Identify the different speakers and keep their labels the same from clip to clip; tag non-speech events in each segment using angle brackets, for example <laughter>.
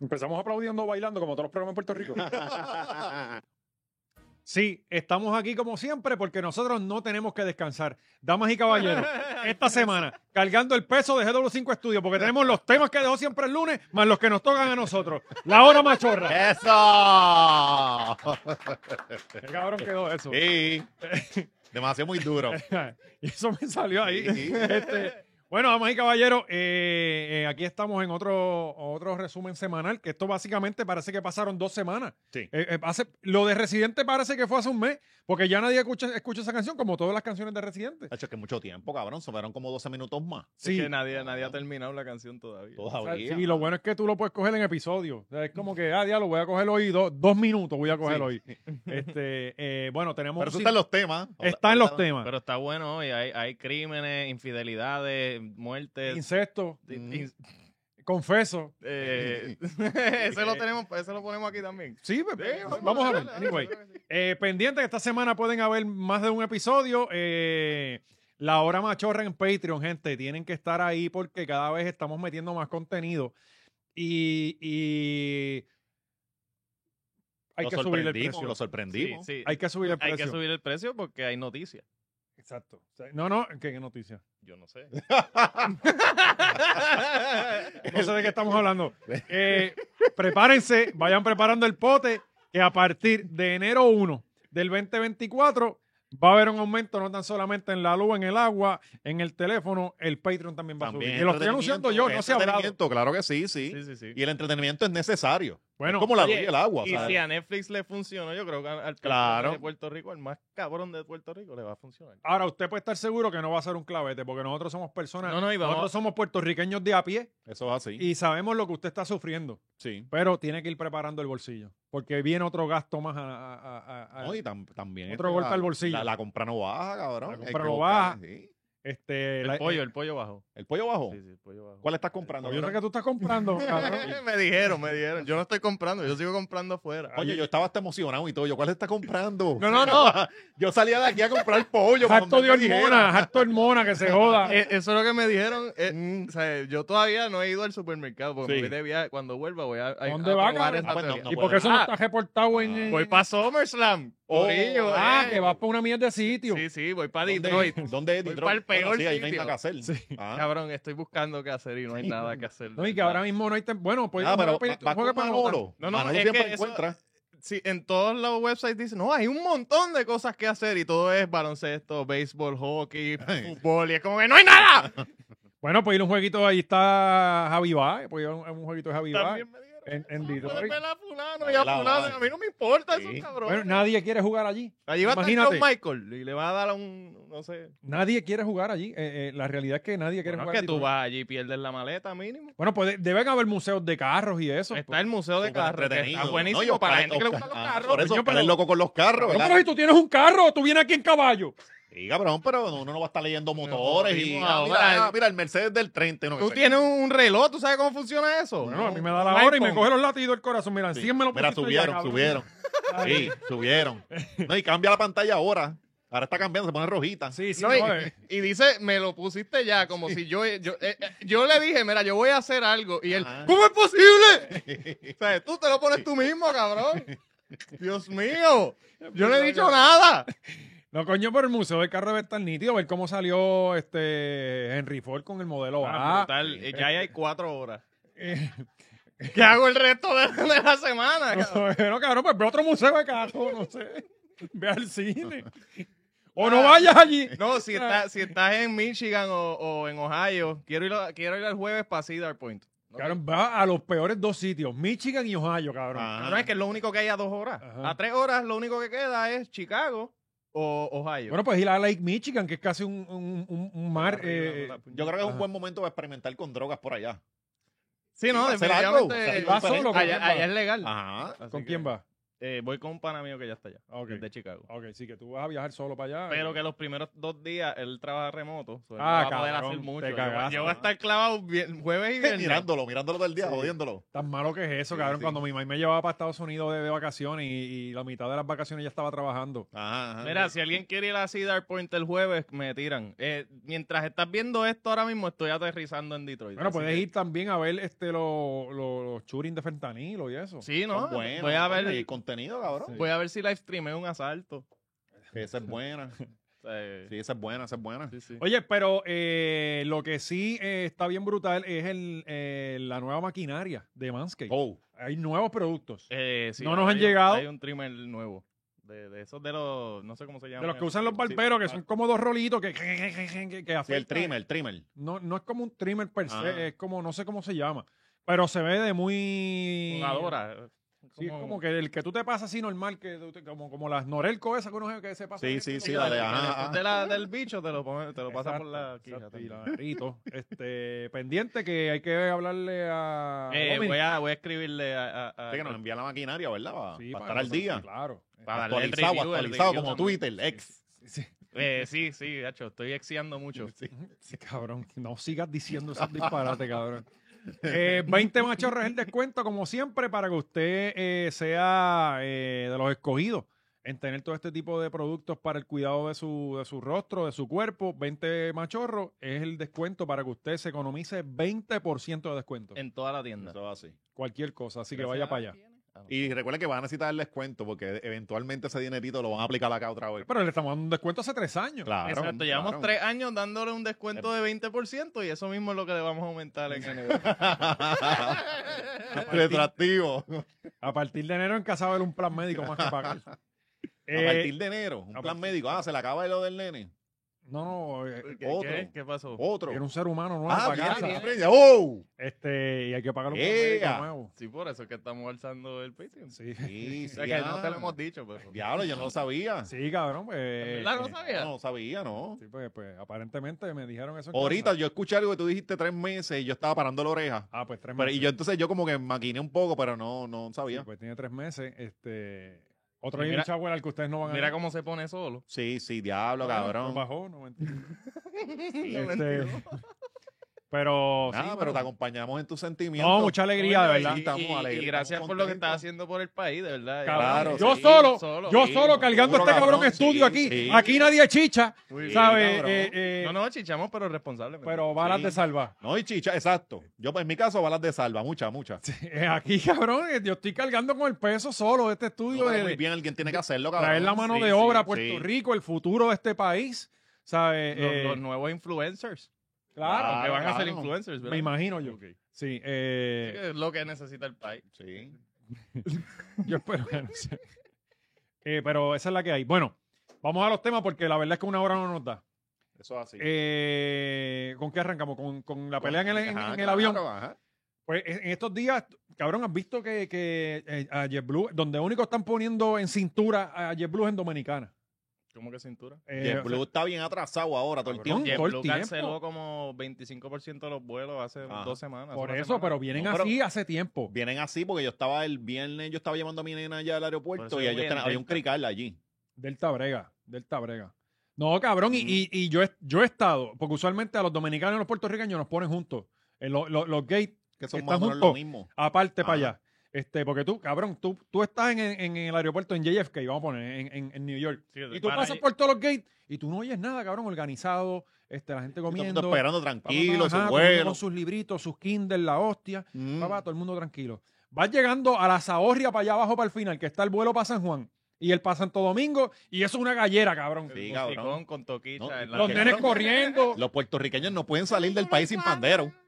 Speaker 1: Empezamos aplaudiendo, bailando, como todos los programas en Puerto Rico.
Speaker 2: Sí, estamos aquí como siempre porque nosotros no tenemos que descansar. Damas
Speaker 1: <laughs>
Speaker 2: y caballeros, esta semana cargando el peso de GW5 Estudios porque tenemos los temas que dejó siempre el lunes más los que nos tocan a nosotros. La hora
Speaker 3: <laughs>
Speaker 2: machorra.
Speaker 3: ¡Eso!
Speaker 2: Qué cabrón quedó
Speaker 3: Eh,
Speaker 2: eso.
Speaker 3: Sí. Demasiado muy duro.
Speaker 2: <laughs> Y eso me salió ahí.
Speaker 3: Sí.
Speaker 2: <laughs> Este, bueno, damas y caballeros, eh, eh, aquí estamos en otro, otro resumen semanal, que esto básicamente parece que pasaron dos semanas.
Speaker 3: Sí.
Speaker 2: Eh, eh, hace- lo de Residente parece que fue hace un mes, porque ya nadie escucha, escucha esa canción, como todas las canciones de Residente.
Speaker 3: Ha hecho que mucho tiempo, cabrón. Sobraron como 12 minutos más.
Speaker 2: Sí.
Speaker 4: Sí. que nadie, nadie ha terminado la canción todavía.
Speaker 3: Oh,
Speaker 2: Y
Speaker 3: Todavía.
Speaker 2: lo bueno es que tú lo puedes coger en episodio. O sea, es como que, ah, diablo, voy a cogerlo hoy, dos- dos minutos voy a cogerlo hoy. Este, eh, bueno, tenemos...
Speaker 3: Pero eso está en los temas.
Speaker 2: está en los temas.
Speaker 4: Pero está bueno hoy. Hay, hay crímenes, infidelidades, muertes.
Speaker 2: Incesto,
Speaker 4: in- in-
Speaker 2: confeso.
Speaker 4: eh, <laughs> ese lo tenemos, ese lo ponemos aquí también.
Speaker 2: Sí, pues, vamos a ver. Anyway. Eh, pendiente que esta semana pueden haber más de un episodio. Eh, la hora machorra en Patreon, gente. Tienen que estar ahí porque cada vez estamos metiendo más contenido. Y, y hay
Speaker 3: Lo
Speaker 2: que subir el
Speaker 3: sorprendimos,
Speaker 2: precio.
Speaker 3: Lo sorprendimos. <laughs>
Speaker 4: Sí, sí.
Speaker 2: Hay que subir el
Speaker 4: Hay
Speaker 2: precio.
Speaker 4: que subir el precio porque hay noticias.
Speaker 2: Exacto. O sea, No, no, qué, qué noticia.
Speaker 4: Yo no sé.
Speaker 2: No sé de qué estamos
Speaker 4: <laughs>
Speaker 2: hablando. Eh, prepárense, vayan preparando el pote, que a partir de enero 1 del 2024 va a haber un aumento no tan solamente en la luz, en el agua, en el teléfono, el Patreon también va a subir. Y lo estoy anunciando yo, no se ha hablado.
Speaker 3: entretenimiento, Claro que sí, sí,
Speaker 4: Sí, sí, sí.
Speaker 3: Y el entretenimiento es necesario.
Speaker 2: Bueno,
Speaker 3: es como la luz
Speaker 4: oye,
Speaker 3: y el agua.
Speaker 4: Y
Speaker 3: ¿sabes?
Speaker 4: si a Netflix le funcionó, yo creo que al al
Speaker 3: Claro.
Speaker 4: cabrón de Puerto Rico, el más cabrón de Puerto Rico, le va a funcionar.
Speaker 2: ahora usted puede estar seguro que no va a ser un clavete, porque nosotros somos personas,
Speaker 4: No, no, y vamos-
Speaker 2: nosotros somos puertorriqueños de a pie
Speaker 3: Eso es así.
Speaker 2: y sabemos lo que usted está sufriendo,
Speaker 3: sí.
Speaker 2: pero tiene que ir preparando el bolsillo, porque viene otro gasto más a- a- a- a- a-
Speaker 3: No, y tam- también.
Speaker 2: Otro
Speaker 3: este,
Speaker 2: golpe
Speaker 3: la-
Speaker 2: al bolsillo.
Speaker 3: La, la compra no baja, cabrón.
Speaker 2: La
Speaker 3: Hay
Speaker 2: compra
Speaker 3: que
Speaker 2: no
Speaker 3: buscar,
Speaker 2: baja.
Speaker 3: sí.
Speaker 2: este,
Speaker 4: El
Speaker 2: la-
Speaker 4: pollo, el pollo bajo.
Speaker 3: ¿El pollo bajó?
Speaker 4: Sí, sí, el pollo bajo.
Speaker 3: Oh. ¿Cuál estás comprando?
Speaker 2: Yo sé que
Speaker 3: cabrón?
Speaker 2: tú estás comprando, cabrón.
Speaker 4: <laughs> me dijeron, me dijeron. Yo no estoy comprando, yo sigo comprando afuera.
Speaker 3: Oye, yo estaba hasta emocionado y todo. Yo, ¿cuál estás comprando?
Speaker 2: No, no, no.
Speaker 3: <laughs> Yo salía de aquí a comprar pollo. para
Speaker 2: Jacto de
Speaker 3: donde me dijera.
Speaker 2: hormona, jacto de hormona que se joda.
Speaker 4: <laughs> Eh, eso es lo que me dijeron. eh, o sea, yo todavía no he ido al supermercado porque
Speaker 3: Mm. Sí.
Speaker 4: me voy de viaje. Cuando vuelva voy a, a-
Speaker 2: ¿Dónde
Speaker 4: a
Speaker 2: va,
Speaker 4: probar
Speaker 2: cabrón?
Speaker 4: esta
Speaker 3: Ah, pues no,
Speaker 4: teoría.
Speaker 3: no
Speaker 2: ¿Y
Speaker 3: puedo.
Speaker 2: porque eso no
Speaker 4: Ah,
Speaker 2: está reportado en. en-
Speaker 4: Voy para SummerSlam.
Speaker 3: Oh,
Speaker 4: corillo,
Speaker 2: Ah,
Speaker 4: eh.
Speaker 2: que vas para una mierda de sitio.
Speaker 4: Sí, sí, voy para
Speaker 3: ¿Dónde-
Speaker 2: <laughs>
Speaker 4: Detroit.
Speaker 3: ¿Dónde es
Speaker 4: Voy
Speaker 3: Detroit?
Speaker 4: pa'l peor
Speaker 3: sí, ahí no hay
Speaker 4: sitio.
Speaker 3: nada que hacer. Ah.
Speaker 4: Cabrón, estoy buscando qué hacer y no hay nada que hacer.
Speaker 2: No, y que ahora mismo no hay. tem- Bueno, pues.
Speaker 3: Ah, pero
Speaker 2: juega
Speaker 3: va- va
Speaker 2: juega
Speaker 3: con
Speaker 2: para votar.
Speaker 3: Manolo.
Speaker 4: No, no,
Speaker 3: Manolo
Speaker 4: es
Speaker 3: siempre
Speaker 4: que eso-
Speaker 3: encuentra.
Speaker 4: Sí, en todos los websites dicen, no, hay un montón de cosas que hacer y todo es baloncesto, béisbol, hockey,
Speaker 3: <laughs> Ay.
Speaker 4: fútbol y es como que no hay nada.
Speaker 2: Bueno, pues ir un jueguito, ahí está Javi Baez, pues ir a un, a un jueguito de Javi Baez
Speaker 4: También me dijeron.
Speaker 2: en, en
Speaker 4: Puedes
Speaker 2: Detroit.
Speaker 4: pelar a fulano y
Speaker 3: Ahí
Speaker 4: a
Speaker 3: la
Speaker 4: fulano.
Speaker 3: va.
Speaker 4: A mí no me importa
Speaker 3: Sí.
Speaker 4: esos cabrones.
Speaker 2: Bueno, nadie quiere jugar allí.
Speaker 4: Allí va a estar
Speaker 2: imagínate.
Speaker 4: Shawn Michael y le va a dar un, no sé.
Speaker 2: Nadie quiere jugar allí. Eh, eh, la realidad es que nadie quiere
Speaker 4: Bueno,
Speaker 2: jugar
Speaker 4: es que
Speaker 2: en
Speaker 4: tú
Speaker 2: Detroit.
Speaker 4: vas allí y pierdes la maleta mínimo.
Speaker 2: Bueno, pues de- deben haber museos de carros y eso. Ah,
Speaker 4: Está el museo de
Speaker 3: Súper
Speaker 4: carros, que
Speaker 3: entretenido.
Speaker 4: está buenísimo
Speaker 3: No, y
Speaker 4: para la
Speaker 3: Oscar-
Speaker 4: gente que le gustan
Speaker 3: Oscar-
Speaker 4: los
Speaker 3: ah,
Speaker 4: carros.
Speaker 3: Por eso
Speaker 2: Coño,
Speaker 3: Oscar
Speaker 2: pero-
Speaker 3: es loco con los carros,
Speaker 2: Pero,
Speaker 3: ¿verdad?
Speaker 2: pero si tú tienes un carro, tú vienes aquí en caballo.
Speaker 3: Sí, cabrón, pero uno no va a estar leyendo motores y...
Speaker 4: jodimos
Speaker 3: Ah,
Speaker 4: ahora.
Speaker 3: mira, ah, mira, el Mercedes del 30. No,
Speaker 4: Tú
Speaker 3: que-
Speaker 4: tienes un reloj, ¿tú sabes cómo funciona eso?
Speaker 2: Bueno, a mí me da la
Speaker 4: Un
Speaker 2: hora y me
Speaker 4: iPhone.
Speaker 2: coge los latidos del corazón. Mira,
Speaker 3: Sí.
Speaker 2: enciéndeme los
Speaker 3: Mira,
Speaker 2: pesitos ya,
Speaker 3: subieron,
Speaker 2: cabrón.
Speaker 3: subieron.
Speaker 2: <laughs>
Speaker 3: Sí, subieron. No, y cambia la pantalla ahora. Ahora está cambiando, se pone rojita.
Speaker 2: Sí, sí,
Speaker 4: No, y,
Speaker 2: joder.
Speaker 4: y dice, me lo pusiste ya, como si yo, yo, eh, eh, yo le dije, mira, yo voy a hacer algo. Y él,
Speaker 2: Ah.
Speaker 3: Ajá.
Speaker 4: ¿cómo es posible?
Speaker 2: <laughs>
Speaker 4: o sea, tú te lo pones tú mismo, cabrón. Dios mío, yo no he dicho nada.
Speaker 2: No, coño, por el museo del carro debe estar nítido, ver cómo salió este Henry Ford con el modelo
Speaker 4: Ah,
Speaker 2: A.
Speaker 4: ya hay cuatro horas.
Speaker 2: <laughs> Eh,
Speaker 4: ¿Qué hago el resto de, de la semana? cabrón?
Speaker 2: bueno, cabrón, pues ve a otro museo de carro, no sé. Ve al
Speaker 3: <laughs>
Speaker 2: cine. O no
Speaker 4: Ah.
Speaker 2: vayas allí.
Speaker 4: No, si,
Speaker 2: Ah.
Speaker 4: está, si estás en Michigan o, o en Ohio, quiero ir, a- quiero ir al jueves para Cedar Point.
Speaker 2: Cabrón, va a los peores dos sitios, Michigan y Ohio, cabrón.
Speaker 3: Ah.
Speaker 4: No es que es lo único que hay a dos horas.
Speaker 2: Ajá.
Speaker 4: A tres horas lo único que queda es Chicago o Ohio.
Speaker 2: Bueno, pues ir a Lake Michigan, que es casi un, un- un- un mar. eh,
Speaker 3: Yo creo que es
Speaker 2: Ajá.
Speaker 3: un buen momento para experimentar con drogas por allá.
Speaker 4: sí, no,
Speaker 3: va a hacer algo,
Speaker 4: definitivamente.
Speaker 3: o sea,
Speaker 2: ¿Vas
Speaker 3: diferente.
Speaker 2: solo?
Speaker 4: allá, allá es legal.
Speaker 3: Ajá.
Speaker 4: Así
Speaker 2: Ah, ¿Con
Speaker 4: que-
Speaker 2: quién va? Ah,
Speaker 4: Eh, voy con un pana mío que ya está allá,
Speaker 2: Ok.
Speaker 4: desde Chicago.
Speaker 2: Ok, sí, que tú vas a viajar solo para allá.
Speaker 4: Pero que los primeros dos días él trabaja remoto. so él
Speaker 2: Ah,
Speaker 4: no va a poder
Speaker 2: cabrón,
Speaker 4: hacer mucho.
Speaker 2: te
Speaker 4: Yo voy-
Speaker 2: cagaste.
Speaker 4: Yo voy a estar clavado bien- jueves y
Speaker 2: <laughs>
Speaker 4: viernes.
Speaker 3: mirándolo, mirándolo todo el día, jodiéndolo.
Speaker 2: Tan malo que es eso,
Speaker 3: Sí,
Speaker 2: cabrón.
Speaker 3: sí.
Speaker 2: Cuando mi mamá me llevaba para Estados Unidos de, de vacaciones y, y la mitad de las vacaciones ya estaba trabajando.
Speaker 3: Ajá, ajá.
Speaker 4: Mira, si alguien quiere ir a Cedar Point el jueves, me tiran. Eh, mientras estás viendo esto ahora mismo, estoy aterrizando en Detroit.
Speaker 2: Bueno,
Speaker 4: así
Speaker 2: puedes
Speaker 4: que-
Speaker 2: ir también a ver este lo- lo- los churing de fentanilo y eso.
Speaker 4: Sí, no.
Speaker 3: Son buenos,
Speaker 4: voy a
Speaker 3: coño, y el
Speaker 4: ver,
Speaker 3: contenido, cabrón.
Speaker 4: voy a ver si live stream es un asalto.
Speaker 3: Esa es buena.
Speaker 4: <laughs> O sea, eh,
Speaker 3: Sí, esa es buena, esa es buena.
Speaker 4: sí, sí.
Speaker 2: Oye, pero eh, lo que sí eh, está bien brutal es el, eh, la nueva maquinaria de Manscaped.
Speaker 3: Oh,
Speaker 2: Hay nuevos productos.
Speaker 4: Eh, sí,
Speaker 2: No nos han
Speaker 4: hay-
Speaker 2: llegado.
Speaker 4: Hay un trimmer nuevo. De, de esos de los. No sé cómo se llama.
Speaker 2: de los
Speaker 3: eh,
Speaker 2: que usan los barberos,
Speaker 4: ah,
Speaker 2: que son como dos rolitos que, que, que, que, que
Speaker 3: Ah. sí, el
Speaker 2: afeitan.
Speaker 3: trimmer, el trimmer.
Speaker 2: No, no es como un trimmer per se,
Speaker 3: Ah.
Speaker 2: es como, no sé cómo se llama. Pero se ve de muy...
Speaker 4: Jugadora. eh,
Speaker 2: Sí, es como que el que tú te pasas así normal, que tú te- como, como las Norelco esas que uno que se pasa.
Speaker 3: Sí,
Speaker 2: que-
Speaker 3: sí,
Speaker 2: que-
Speaker 3: sí, la de-
Speaker 2: que-
Speaker 3: ajá,
Speaker 4: de este la, del bicho te lo, pone- te lo pasa por
Speaker 2: Exacto,
Speaker 4: la
Speaker 2: exacto,
Speaker 4: quija.
Speaker 2: y
Speaker 4: también.
Speaker 2: la
Speaker 3: <laughs>
Speaker 2: garrito. este, pendiente que hay que hablarle a...
Speaker 4: Eh,
Speaker 2: Dominic.
Speaker 4: voy, a, voy a escribirle a. a- a-
Speaker 3: Sí, que nos envía la maquinaria, ¿verdad? Para,
Speaker 2: Sí,
Speaker 3: estar al
Speaker 2: nosotros,
Speaker 3: día.
Speaker 2: sí, Claro.
Speaker 4: para darle el
Speaker 3: actualizado,
Speaker 4: review, el
Speaker 3: actualizado,
Speaker 4: review
Speaker 3: como
Speaker 4: también.
Speaker 3: Twitter, ex.
Speaker 2: Sí, sí.
Speaker 4: Eh, sí, sí, gacho, estoy exiando mucho.
Speaker 3: Sí.
Speaker 2: Sí, cabrón, no sigas diciendo esos
Speaker 3: <laughs>
Speaker 2: disparates, cabrón. Eh, 20 machorros es el descuento, como siempre, para que usted eh, sea eh, de los escogidos en tener todo este tipo de productos para el cuidado de su, de su rostro, de su cuerpo. 20 machorros es el descuento para que usted se economice 20% de descuento.
Speaker 4: En toda la tienda.
Speaker 3: Eso es así.
Speaker 2: cualquier cosa, así que vaya para allá.
Speaker 3: Y recuerda que van a necesitar el descuento porque eventualmente ese dinerito lo van a aplicar acá otra
Speaker 4: <laughs>
Speaker 3: vez.
Speaker 2: Pero le estamos dando un descuento hace tres años.
Speaker 3: Claro.
Speaker 4: Exacto, llevamos
Speaker 3: claro.
Speaker 4: tres años dándole un descuento de 20% y eso mismo es lo que le vamos a aumentar en enero.
Speaker 3: Retractivo.
Speaker 2: A partir de enero en casa va a haber un plan médico más que
Speaker 3: <laughs>
Speaker 2: pagar. Eh,
Speaker 3: a partir de enero, un
Speaker 2: a
Speaker 3: plan
Speaker 2: partir-
Speaker 3: médico. Ah, se le acaba lo del nene.
Speaker 2: no, no, eh,
Speaker 4: ¿Qué,
Speaker 3: Otro.
Speaker 4: qué? ¿Qué pasó?
Speaker 3: Otro.
Speaker 2: era un ser humano nuevo
Speaker 3: Ah,
Speaker 2: para
Speaker 3: viene,
Speaker 2: casa.
Speaker 3: viene, viene. ¡Oh!
Speaker 2: Este, y hay que pagar un plan
Speaker 3: ¡Ea!
Speaker 2: médico nuevo.
Speaker 4: Sí, por eso es que estamos alzando el Patreon.
Speaker 2: Sí.
Speaker 3: Sí,
Speaker 4: O sea, que
Speaker 3: ya.
Speaker 4: no te lo hemos dicho, pero...
Speaker 3: Diablo, yo no lo sabía.
Speaker 2: Sí, cabrón, pues.
Speaker 4: ¿Verdad? ¿No
Speaker 2: eh,
Speaker 4: sabía?
Speaker 3: No, no sabía, no.
Speaker 2: sí, pues, pues, aparentemente me dijeron eso. en
Speaker 3: Ahorita
Speaker 2: casa.
Speaker 3: yo escuché algo que tú dijiste tres meses y yo estaba parando la oreja.
Speaker 2: Ah, pues tres
Speaker 3: Pero,
Speaker 2: meses.
Speaker 3: y yo entonces yo como que maquiné un poco, pero no, no
Speaker 2: Sí,
Speaker 3: sabía.
Speaker 2: pues tiene tres meses. Este. Otro
Speaker 4: Y
Speaker 2: día
Speaker 4: mira-
Speaker 2: mucha abuela al que ustedes no van a
Speaker 4: Mira
Speaker 2: ir.
Speaker 4: cómo se pone solo.
Speaker 3: Sí, sí, diablo,
Speaker 2: Bueno,
Speaker 3: cabrón.
Speaker 2: pues bajó, no mentira.
Speaker 4: Mentira.
Speaker 2: Este, pero.
Speaker 3: Nada,
Speaker 2: sí,
Speaker 3: pero te
Speaker 2: mano.
Speaker 3: acompañamos en tus sentimientos.
Speaker 2: No, mucha alegría, de
Speaker 4: Oye,
Speaker 2: verdad.
Speaker 4: y-
Speaker 3: Estamos
Speaker 4: y-
Speaker 3: alegres,
Speaker 4: Y gracias
Speaker 3: estamos
Speaker 4: por lo que
Speaker 3: contentos.
Speaker 4: estás haciendo por el país, de verdad.
Speaker 2: Cabrón,
Speaker 3: Claro,
Speaker 2: yo
Speaker 3: sí,
Speaker 2: solo, yo
Speaker 4: sí,
Speaker 2: solo cargando
Speaker 3: seguro,
Speaker 2: este cabrón
Speaker 3: cabrón,
Speaker 2: estudio
Speaker 3: sí,
Speaker 2: aquí.
Speaker 3: sí.
Speaker 2: Aquí nadie chicha,
Speaker 4: Muy bien.
Speaker 2: ¿sabes?
Speaker 3: cabrón.
Speaker 2: Eh, eh,
Speaker 4: No, no, chichamos, pero responsablemente.
Speaker 2: Pero balas
Speaker 3: Sí.
Speaker 2: de salva.
Speaker 3: No, y chicha, exacto. Yo, pues, en mi caso, balas de salva, muchas, muchas.
Speaker 2: Eh, Aquí, <laughs> cabrón, eh, yo estoy cargando con el peso solo de este
Speaker 3: No,
Speaker 2: estudio.
Speaker 3: pero
Speaker 2: de-
Speaker 3: muy bien, alguien tiene que hacerlo, cabrón.
Speaker 2: traer la mano
Speaker 3: Sí,
Speaker 2: de obra a
Speaker 3: sí,
Speaker 2: Puerto
Speaker 3: sí.
Speaker 2: Rico, el futuro de este país. ¿Sabes?
Speaker 4: Los,
Speaker 2: Eh,
Speaker 4: los nuevos influencers.
Speaker 2: claro,
Speaker 3: Ah,
Speaker 4: que van a ser
Speaker 3: claro.
Speaker 4: influencers, ¿verdad?
Speaker 2: me imagino yo. Sí, eh,
Speaker 4: Es lo que necesita el país.
Speaker 3: Sí.
Speaker 2: yo espero
Speaker 3: <laughs>
Speaker 2: que no sea. Eh, pero esa es la que hay. Bueno, vamos a los temas porque la verdad es que una hora no nos da.
Speaker 3: Eso es así.
Speaker 2: Eh, ¿Con qué arrancamos? ¿Con, con la pelea en el, en-
Speaker 3: Ajá,
Speaker 2: en el
Speaker 3: Ah, claro,
Speaker 2: avión?
Speaker 3: ajá.
Speaker 2: Pues en en estos días, cabrón, has visto que, que eh, a JetBlue, donde único están poniendo en cintura a JetBlue es en Dominicana.
Speaker 4: ¿Cómo que cintura?
Speaker 2: Eh,
Speaker 3: JetBlue está bien atrasado ahora, todo el
Speaker 2: Cabrón,
Speaker 3: tiempo.
Speaker 2: todo el
Speaker 4: JetBlue
Speaker 2: tiempo.
Speaker 4: canceló como 25% de los vuelos hace
Speaker 3: Ajá.
Speaker 4: dos semanas.
Speaker 2: Por
Speaker 4: hace una
Speaker 2: eso,
Speaker 4: semana.
Speaker 2: pero vienen
Speaker 3: No, pero-
Speaker 2: así hace tiempo.
Speaker 3: Vienen así porque yo estaba el viernes, yo estaba llevando a mi nena allá al
Speaker 4: Por eso
Speaker 3: aeropuerto y
Speaker 4: yo
Speaker 3: ellos
Speaker 4: voy en
Speaker 3: tenían- había un
Speaker 4: Delta.
Speaker 3: crical allí.
Speaker 2: Delta Brega, Delta Brega. No, cabrón, y,
Speaker 3: Mm.
Speaker 2: y- y yo, he- yo he estado, porque usualmente a los dominicanos y los puertorriqueños nos ponen juntos. En lo- lo- los gates,
Speaker 3: Que son
Speaker 2: Está
Speaker 3: más o menos
Speaker 2: junto.
Speaker 3: lo mismo.
Speaker 2: aparte para
Speaker 3: Ajá.
Speaker 2: allá. Este, porque tú, cabrón, tú, tú estás en, en- en el aeropuerto en JFK, vamos a poner, en, en- en New York.
Speaker 4: Sí,
Speaker 2: Y tú
Speaker 4: van
Speaker 2: pasas
Speaker 4: allí-
Speaker 2: por todos los gates y tú no oyes nada, cabrón, organizado, este, la gente
Speaker 3: Todo el mundo
Speaker 2: comiendo.
Speaker 3: esperando
Speaker 2: Ajá,
Speaker 3: tranquilo, su
Speaker 2: todo el mundo
Speaker 3: vuelo.
Speaker 2: Con sus libritos, sus Kindle, la hostia.
Speaker 3: Mm.
Speaker 2: Papá, todo el mundo tranquilo. Vas llegando a la Zahorria para allá abajo para el final, que está el vuelo para San Juan y el para Santo Domingo, y eso es una gallera, cabrón.
Speaker 3: Sí,
Speaker 4: musicón
Speaker 3: cabrón.
Speaker 4: con toquicha.
Speaker 3: No,
Speaker 4: en la
Speaker 2: Los
Speaker 4: que-
Speaker 3: Claro.
Speaker 2: nenes
Speaker 3: <laughs>
Speaker 2: corriendo.
Speaker 3: Los puertorriqueños no pueden salir del país sin pandero. <laughs>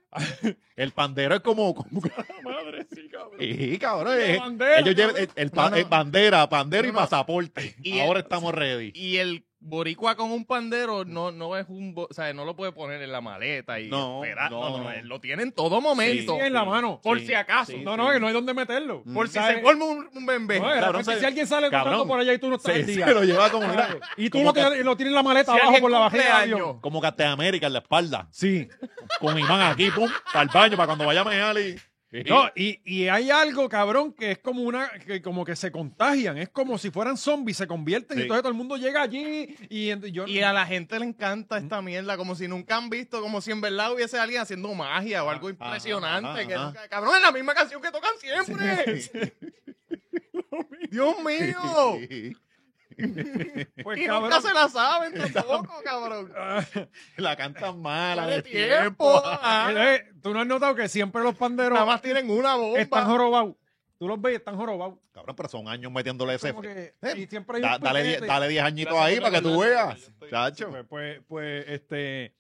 Speaker 3: El pandero es como. como-
Speaker 2: <laughs> Madre, sí, cabrón.
Speaker 3: Sí, cabrón.
Speaker 2: La
Speaker 3: eh,
Speaker 2: bandera,
Speaker 3: ellos llevan el,
Speaker 2: cabrón.
Speaker 3: el pa-
Speaker 4: No, no.
Speaker 3: eh, bandera, pandero
Speaker 4: No,
Speaker 3: y
Speaker 4: no.
Speaker 3: pasaporte.
Speaker 4: Y
Speaker 3: Ahora
Speaker 4: el-
Speaker 3: estamos ready.
Speaker 4: <laughs> Y el boricua con un pandero no, no es un... bo- O sea, no lo puede poner en la maleta y
Speaker 3: No,
Speaker 4: esperar. No,
Speaker 3: no,
Speaker 4: no,
Speaker 3: no.
Speaker 4: él lo tiene en todo momento.
Speaker 2: Sí, en la mano.
Speaker 4: Por
Speaker 3: Sí,
Speaker 4: si acaso.
Speaker 3: sí,
Speaker 2: no, no, que no hay dónde meterlo.
Speaker 4: Por si
Speaker 2: ¿Sabes?
Speaker 4: se forma un, un bembé.
Speaker 2: No, de
Speaker 3: Cabrón,
Speaker 2: repente,
Speaker 3: se-
Speaker 2: si alguien sale
Speaker 3: cabrón.
Speaker 2: contando por allá y tú no estás
Speaker 3: <laughs> Se,
Speaker 2: al día.
Speaker 3: se lo lleva como, mira,
Speaker 2: Y tú
Speaker 3: como
Speaker 2: lo,
Speaker 3: que-
Speaker 2: tienes- lo tienes en la maleta
Speaker 4: Si
Speaker 2: abajo
Speaker 4: alguien
Speaker 2: por la
Speaker 4: cumple
Speaker 2: bajera.
Speaker 4: años.
Speaker 2: Dios.
Speaker 3: como Captain America en la espalda.
Speaker 2: Sí.
Speaker 3: Con imán aquí, pum, para el baño, para cuando vaya a mear y. y
Speaker 2: No, y, y hay algo, cabrón, que es como una, que como que se contagian, es como si fueran zombies, se convierten y
Speaker 3: Sí.
Speaker 2: entonces todo el mundo llega allí y ent- yo
Speaker 4: Y a la gente le encanta esta
Speaker 2: Mm.
Speaker 4: mierda, como si nunca han visto, como si en verdad hubiese alguien haciendo magia o
Speaker 2: Ah,
Speaker 4: algo impresionante.
Speaker 3: ajá,
Speaker 4: que
Speaker 3: ajá.
Speaker 4: nunca- cabrón, es la misma canción que tocan siempre. <laughs> Dios mío.
Speaker 2: pues,
Speaker 4: Y
Speaker 2: cabrón,
Speaker 4: nunca se la saben tampoco,
Speaker 2: <laughs>
Speaker 4: cabrón.
Speaker 3: <laughs> La cantan mala
Speaker 4: Dale
Speaker 3: de
Speaker 4: tiempo.
Speaker 3: tiempo.
Speaker 2: <laughs>
Speaker 4: ajá.
Speaker 2: eh, tú no has notado que siempre los panderos
Speaker 4: Nada más tienen una bomba.
Speaker 2: están jorobados. Tú los ves, y están jorobados.
Speaker 3: Cabrón, pero son años metiéndole ese.
Speaker 2: Como que-
Speaker 3: Eh,
Speaker 2: y siempre hay un
Speaker 3: Da- dale,
Speaker 2: piquete.
Speaker 3: die- dale 10 añitos
Speaker 4: Gracias
Speaker 3: ahí
Speaker 4: por
Speaker 3: para que tú
Speaker 4: recordarme,
Speaker 3: veas.
Speaker 4: yo estoy-
Speaker 3: Chacho.
Speaker 2: Pues, pues, pues, este,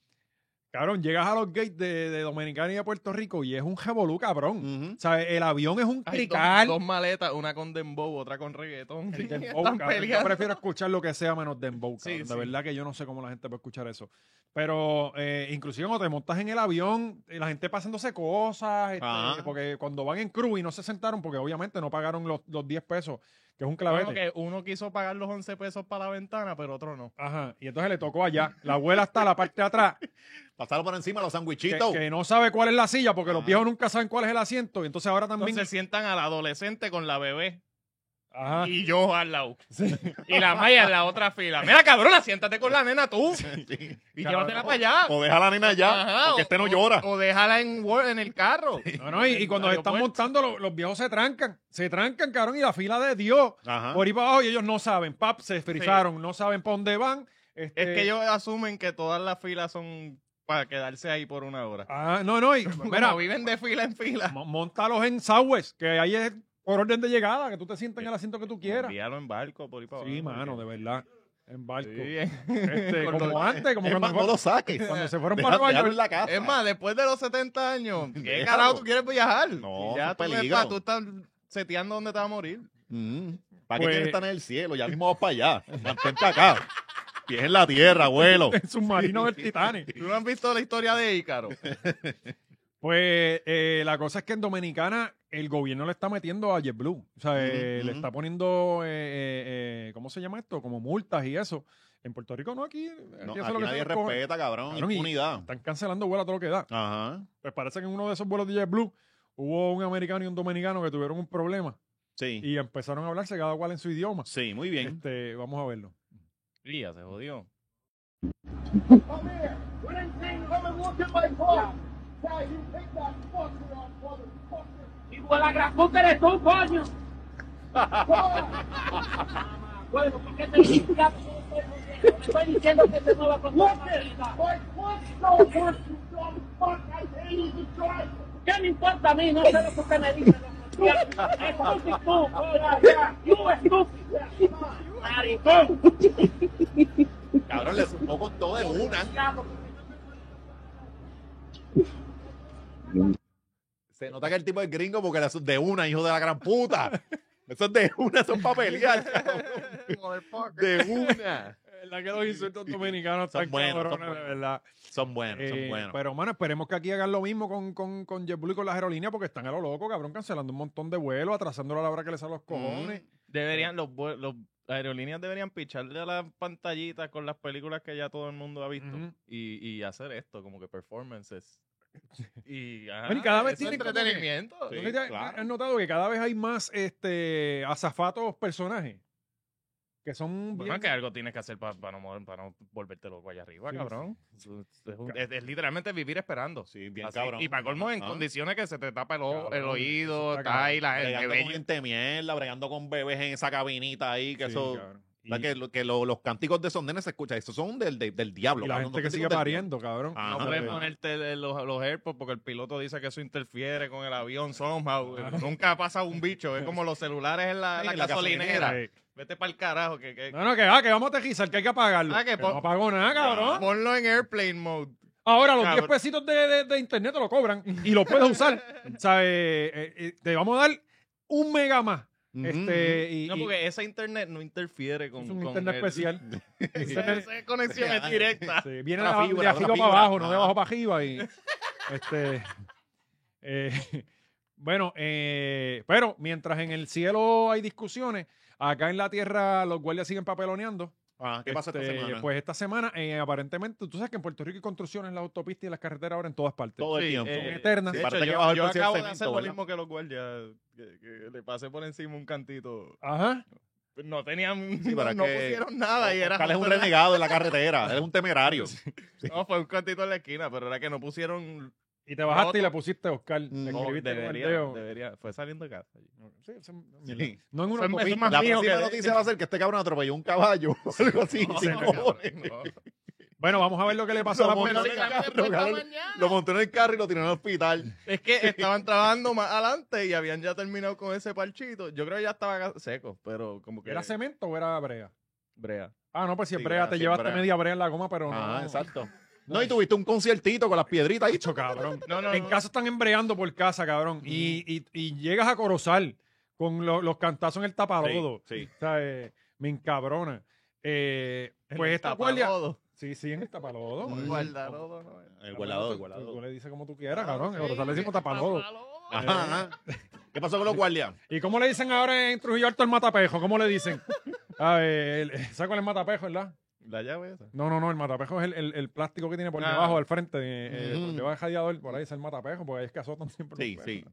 Speaker 2: cabrón, llegas a los gates de, de Dominicana y de Puerto Rico y es un revolú, cabrón.
Speaker 3: Ujú.
Speaker 2: O sea, el avión es un
Speaker 4: Hay Mm. dos,
Speaker 2: crical.
Speaker 4: dos maletas, una con dembow, otra con reggaetón.
Speaker 2: El dembow,
Speaker 4: <laughs>
Speaker 2: cabrón.
Speaker 4: Están
Speaker 2: Yo
Speaker 4: peleando.
Speaker 2: prefiero escuchar lo que sea menos dembow,
Speaker 4: Sí,
Speaker 2: cabrón. De
Speaker 4: sí.
Speaker 2: verdad que yo no sé cómo la gente puede escuchar eso. Pero eh, inclusive cuando te montas en el avión, eh, la gente pasándose cosas, este,
Speaker 3: Ajá.
Speaker 2: porque cuando van en crew y no se sentaron, porque obviamente no pagaron los, los 10 pesos, que es un
Speaker 4: Bueno,
Speaker 2: clavete.
Speaker 4: que uno quiso pagar los 11 pesos para la ventana, pero otro no.
Speaker 2: Ajá, y entonces le tocó allá. La abuela está a la parte de atrás,
Speaker 3: Pasarlo por encima los
Speaker 2: que,
Speaker 3: sandwichitos.
Speaker 2: que no sabe cuál es la silla, porque los
Speaker 3: Ah.
Speaker 2: viejos nunca saben cuál es el asiento. Y entonces ahora también.
Speaker 4: Entonces sientan al adolescente con la bebé
Speaker 2: Ajá.
Speaker 4: y yo al lado. Y la Maya en la otra fila. Mira, cabrona, siéntate con la nena
Speaker 3: <laughs>
Speaker 4: tú
Speaker 3: Sí.
Speaker 4: y
Speaker 2: Cabrón.
Speaker 4: llévatela para allá.
Speaker 3: O deja a la nena allá,
Speaker 4: Ajá,
Speaker 3: porque
Speaker 4: o-
Speaker 3: este no
Speaker 4: o-
Speaker 3: llora.
Speaker 4: O, déjala en, Word- en el carro.
Speaker 2: No, no, y, y cuando se están
Speaker 4: Aeropuerto.
Speaker 2: montando, lo- los viejos se trancan. Se trancan, cabrón, y la fila de Dios.
Speaker 3: Ajá.
Speaker 2: Por ahí para abajo y ellos no saben. Pap, se frizaron, no saben para dónde van. este-
Speaker 4: Es que ellos asumen que todas las filas son para quedarse ahí por una hora.
Speaker 2: Ah, no, no, y
Speaker 4: Mira,
Speaker 2: mira,
Speaker 4: viven de fila en fila.
Speaker 2: mo- montalos en Southwest, que ahí es por orden de llegada, que tú te sientas en el asiento que tú quieras.
Speaker 4: Envíalo en barco por ahí para
Speaker 2: Sí,
Speaker 4: abajo,
Speaker 2: mano, de verdad. En barco.
Speaker 4: porque- Sí,
Speaker 2: <laughs>
Speaker 4: eh.
Speaker 2: Este,
Speaker 4: Con
Speaker 2: como
Speaker 4: los-
Speaker 2: antes, como
Speaker 3: Es
Speaker 2: cuando,
Speaker 3: más, no lo
Speaker 2: <laughs>
Speaker 3: saques.
Speaker 2: cuando se fueron
Speaker 3: Deja-
Speaker 2: para Nueva
Speaker 3: déjalo en
Speaker 2: York.
Speaker 3: la casa.
Speaker 4: Eh, Es más, después de los 70 <laughs> años, ¿qué
Speaker 3: Déjalo.
Speaker 4: carajo tú quieres viajar?
Speaker 3: No,
Speaker 4: Y ya
Speaker 3: eso es
Speaker 4: tú, ves,
Speaker 3: peligro.
Speaker 4: pa, tú estás seteando dónde te vas a morir.
Speaker 3: Ujú. ¿Para qué
Speaker 2: Pues-
Speaker 3: quieres estar en el cielo? Ya mismo vas para allá. Mantente
Speaker 4: <laughs>
Speaker 3: acá. Pies en la tierra,
Speaker 2: <laughs>
Speaker 3: abuelo.
Speaker 2: El submarino del Titanic.
Speaker 4: ¿Tú no has visto la historia de <laughs> Ícaro?
Speaker 2: Pues eh, la cosa es que en Dominicana el gobierno le está metiendo a JetBlue. O sea, eh,
Speaker 3: Ujú,
Speaker 2: le
Speaker 3: ujú.
Speaker 2: está poniendo, eh, eh, eh, ¿cómo se llama esto? Como multas y eso. En Puerto Rico no, aquí, aquí
Speaker 3: No,
Speaker 2: eso es
Speaker 3: aquí
Speaker 2: lo que se
Speaker 3: nadie
Speaker 2: les coge.
Speaker 3: respeta, cabrón.
Speaker 2: Cabrón, y-
Speaker 3: Impunidad.
Speaker 2: Están cancelando vuelos a todo lo que da.
Speaker 3: Ajá.
Speaker 2: Pues parece que en uno de esos vuelos de JetBlue hubo un americano y un dominicano que tuvieron un problema
Speaker 3: Sí.
Speaker 2: y empezaron a hablarse cada cual en su idioma.
Speaker 3: Sí,
Speaker 2: <laughs>
Speaker 3: muy bien.
Speaker 2: Este, vamos a verlo.
Speaker 4: Y ya se jodió.
Speaker 5: Come here. It ain't saying come and look at my car. Now you take that fucker off, motherfucker. Hijo de la gran puta eres tú, <laughs> coño. Bueno, ¿por qué te limpias? Me estoy diciendo que te mueva con tu ¿Qué me importa a mí? No sé lo que usted me dice. Estúpido, coño. Estúpido. Maricón.
Speaker 3: Cabrón, le supo con todo en una. Se nota que el tipo es gringo porque la- de una, hijo de la gran puta. Esos de una son para pelear, cabrón.
Speaker 4: <laughs>
Speaker 3: De una.
Speaker 2: La que los insultos dominicanos
Speaker 3: Son
Speaker 2: están
Speaker 3: buenos, son
Speaker 2: cabrones, de
Speaker 3: buenos.
Speaker 2: verdad.
Speaker 3: Son buenos,
Speaker 2: Eh,
Speaker 3: son buenos.
Speaker 2: Pero, mano, esperemos que aquí hagan lo mismo con, con, con JetBlue y con las aerolíneas porque están a lo loco, cabrón, cancelando un montón de vuelos, atrasándolo a la hora que les salen los cojones.
Speaker 4: Deberían, los, vue- los aerolíneas deberían picharle a las pantallitas con las películas que ya todo el mundo ha visto
Speaker 2: Ujú.
Speaker 4: y, y hacer esto, como que
Speaker 2: <laughs>
Speaker 4: performances. Y, ajá,
Speaker 2: Bueno, y cada vez
Speaker 4: eso es
Speaker 2: tienen como que-
Speaker 4: entretenimiento.
Speaker 3: Sí,
Speaker 2: ¿No te ha-
Speaker 3: claro.
Speaker 2: ¿Has notado que cada vez hay más este, azafatos personajes? Que son
Speaker 4: Bueno,
Speaker 2: bien-
Speaker 4: que algo tienes que hacer para no, mover- pa no volverte loco allá arriba,
Speaker 2: Sí,
Speaker 4: cabrón. Es, un- es- es literalmente vivir esperando.
Speaker 3: Sí, bien
Speaker 4: Así.
Speaker 3: cabrón.
Speaker 4: Y para colmo en
Speaker 3: Ah.
Speaker 4: condiciones que se te tapa el, ojo- el
Speaker 2: Cabrón, eso
Speaker 4: oído,
Speaker 2: está
Speaker 4: está,
Speaker 2: cabrón.
Speaker 4: ahí la gente
Speaker 3: Bregando con
Speaker 4: bella.
Speaker 3: gente de mierda, bregando con bebés en esa cabinita ahí, que
Speaker 2: Sí,
Speaker 3: eso...
Speaker 2: cabrón. Y,
Speaker 3: ¿verdad? Que, lo- que lo- los cánticos de esos nenes se escuchan. Estos son del, del, del diablo.
Speaker 2: y la
Speaker 3: cabrón,
Speaker 2: gente que
Speaker 3: los
Speaker 2: sigue
Speaker 3: cánticos del
Speaker 2: pariendo, cabrón.
Speaker 3: diablo.
Speaker 4: No
Speaker 3: Ajá.
Speaker 4: pues, puedes ponerte el- los, los AirPods porque el piloto dice que eso interfiere con el avión somehow. Nunca ha pasado un bicho. Es como los celulares en la,
Speaker 3: Ah. Sí,
Speaker 4: la
Speaker 3: en la
Speaker 4: gasolinera.
Speaker 3: gasolinera.
Speaker 2: Sí.
Speaker 4: Vete para el carajo. Que, que-
Speaker 2: No, no, que, ah, que vamos a tejizar, que hay que apagarlo.
Speaker 4: Ah, que
Speaker 2: que
Speaker 4: pon-
Speaker 2: no apagó nada, cabrón.
Speaker 4: Ponlo en airplane mode.
Speaker 2: Ahora, los 10
Speaker 4: Cabrón.
Speaker 2: pesitos de, de- de internet te lo cobran y lo puedes
Speaker 4: <laughs>
Speaker 2: usar. o sea, eh, eh, eh, te vamos a dar un mega más.
Speaker 3: Ujú,
Speaker 2: este, y,
Speaker 4: No,
Speaker 2: y- <laughs>
Speaker 4: porque esa internet no interfiere con.
Speaker 2: es un
Speaker 4: con
Speaker 2: internet
Speaker 4: el- <laughs>
Speaker 2: especial.
Speaker 4: Esa, <laughs>
Speaker 2: Internet-
Speaker 4: esa conexión es directa.
Speaker 2: este, Sí, viene
Speaker 3: Otra
Speaker 2: de abajo-
Speaker 3: fibra,
Speaker 2: de arriba
Speaker 3: otra
Speaker 2: para
Speaker 3: fibra.
Speaker 2: abajo, no de
Speaker 3: Ajá.
Speaker 4: Ah.
Speaker 2: abajo para arriba. Y, este, eh, <laughs> bueno, eh, pero mientras en el cielo hay discusiones, acá en la tierra los guardias siguen papeloneando.
Speaker 3: Ah, ¿Qué pasa esta
Speaker 2: Este,
Speaker 3: semana?
Speaker 2: Pues esta semana, eh, aparentemente, tú sabes que en Puerto Rico hay construcciones en las autopistas y en las carreteras ahora en todas partes.
Speaker 3: Todo el
Speaker 4: sí,
Speaker 3: tiempo.
Speaker 2: Son
Speaker 4: eh,
Speaker 2: eternas.
Speaker 4: De
Speaker 3: Sí. Parece
Speaker 4: hecho,
Speaker 3: que
Speaker 4: yo,
Speaker 3: bajó el
Speaker 4: yo
Speaker 3: precio del
Speaker 4: acabo de
Speaker 3: cemento,
Speaker 4: hacer lo
Speaker 3: ¿verdad?
Speaker 4: mismo que los guardias. Que, que le pasé por encima un cantito.
Speaker 2: Ajá.
Speaker 4: No tenían.
Speaker 3: Sí, ¿para
Speaker 4: <laughs> no
Speaker 3: qué?
Speaker 4: pusieron nada. y era
Speaker 3: Oscar es un
Speaker 4: era-
Speaker 3: renegado en la carretera, es un temerario. <laughs>
Speaker 4: No, fue un cantito en la esquina, pero era que no pusieron.
Speaker 2: Y te bajaste
Speaker 4: Otro-
Speaker 2: y la pusiste a Oscar.
Speaker 3: Mm.
Speaker 2: Le
Speaker 4: No,
Speaker 2: escribiste con el
Speaker 4: debería,
Speaker 2: dedo.
Speaker 4: debería. Fue saliendo de casa.
Speaker 2: Sí, eso es una mierda.
Speaker 4: <laughs>
Speaker 3: Sí.
Speaker 2: No en una
Speaker 4: Eso es- eso es
Speaker 2: autopista.
Speaker 4: más
Speaker 3: La
Speaker 4: mío
Speaker 3: próxima
Speaker 4: que-
Speaker 3: noticia va a ser que este cabrón atropelló un caballo <laughs> o algo así. sin
Speaker 4: no,
Speaker 3: cojones.
Speaker 4: no.
Speaker 2: Bueno, vamos a ver lo que le pasó a
Speaker 3: Lo
Speaker 2: la
Speaker 3: montó
Speaker 2: policía.
Speaker 3: en el carro, cabrón. <laughs> Lo montó en el carro y lo tiró en el hospital.
Speaker 4: Es que estaban trabajando más adelante y habían ya terminado con ese parchito. Yo creo que ya estaba seco, pero como que.
Speaker 2: ¿Era cemento o era brea?
Speaker 4: brea.
Speaker 2: Ah, no, pues si es
Speaker 3: Sí,
Speaker 2: brea,
Speaker 3: brea,
Speaker 2: te
Speaker 3: sí,
Speaker 2: llevaste
Speaker 3: brea.
Speaker 2: media brea en la goma, pero no.
Speaker 3: Ah, exacto. No, y tuviste un conciertito con las piedritas ahí.
Speaker 2: Chacho, cabrón.
Speaker 4: No, no,
Speaker 2: En
Speaker 4: no.
Speaker 2: casa están embreando por casa, cabrón. Y, y- y llegas a Corozal con lo- los cantazos en el taparodo.
Speaker 3: Sí, sí.
Speaker 2: O sea, eh, me encabrona. Eh, pues esta guardia.
Speaker 4: Taparodo.
Speaker 2: Sí, sí, en el tapalodo.
Speaker 3: Mm.
Speaker 4: Guardarodo, no es.
Speaker 3: El guardador, el guardador.
Speaker 2: Tú le dices como tú quieras, cabrón. En Corozal le decimos tapalodo.
Speaker 3: Ajá, ajá. ¿Qué pasó con los guardias?
Speaker 2: ¿Y cómo le dicen ahora en Trujillo Alto el matapejo? ¿Cómo le dicen? A ver, el- ¿sabes cuál es el matapejo, verdad?
Speaker 4: La llave esa.
Speaker 2: No, no, no, el matapejo es el, el- el plástico que tiene por
Speaker 4: Ah.
Speaker 2: debajo, al frente, eh, eh, por
Speaker 3: Mm.
Speaker 2: debajo del jadeador, por ahí es el matapejo, porque ahí es que azotan siempre.
Speaker 3: Sí,
Speaker 2: los perros.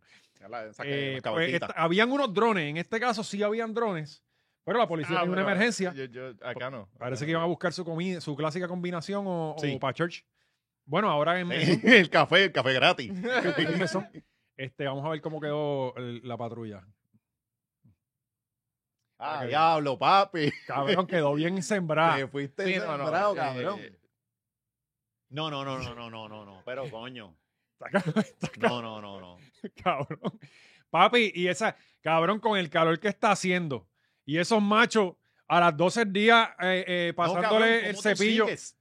Speaker 3: sí.
Speaker 2: Eh, pues, esta- habían unos drones, en este caso sí habían drones, pero la policía
Speaker 4: Ah,
Speaker 2: tenía una
Speaker 4: pero
Speaker 2: emergencia.
Speaker 4: Yo, yo- acá no.
Speaker 2: Parece que iban a buscar su comida, su clásica combinación o,
Speaker 3: Sí.
Speaker 2: para church. Bueno, ahora en Mesón,
Speaker 3: <laughs> El café, el café gratis.
Speaker 2: en
Speaker 3: <laughs>
Speaker 2: Mesón, este, vamos a ver cómo quedó el- la patrulla.
Speaker 3: Ah, diablo, papi.
Speaker 2: Cabrón, quedó bien sembrada.
Speaker 3: Te fuiste
Speaker 4: Sí, no, no,
Speaker 3: sembrado,
Speaker 4: eh,
Speaker 3: cabrón.
Speaker 4: eh,
Speaker 3: No, no, no, no, no, no, no, no. Pero coño.
Speaker 2: Está cabrón,
Speaker 3: No, no, no, no.
Speaker 2: <laughs> cabrón. Papi, y esa, cabrón, con el calor que está haciendo. Y esos machos a las 12 del día eh, eh, pasándole
Speaker 3: No, cabrón,
Speaker 2: el
Speaker 3: ¿cómo tú
Speaker 2: cepillo.
Speaker 3: sigues?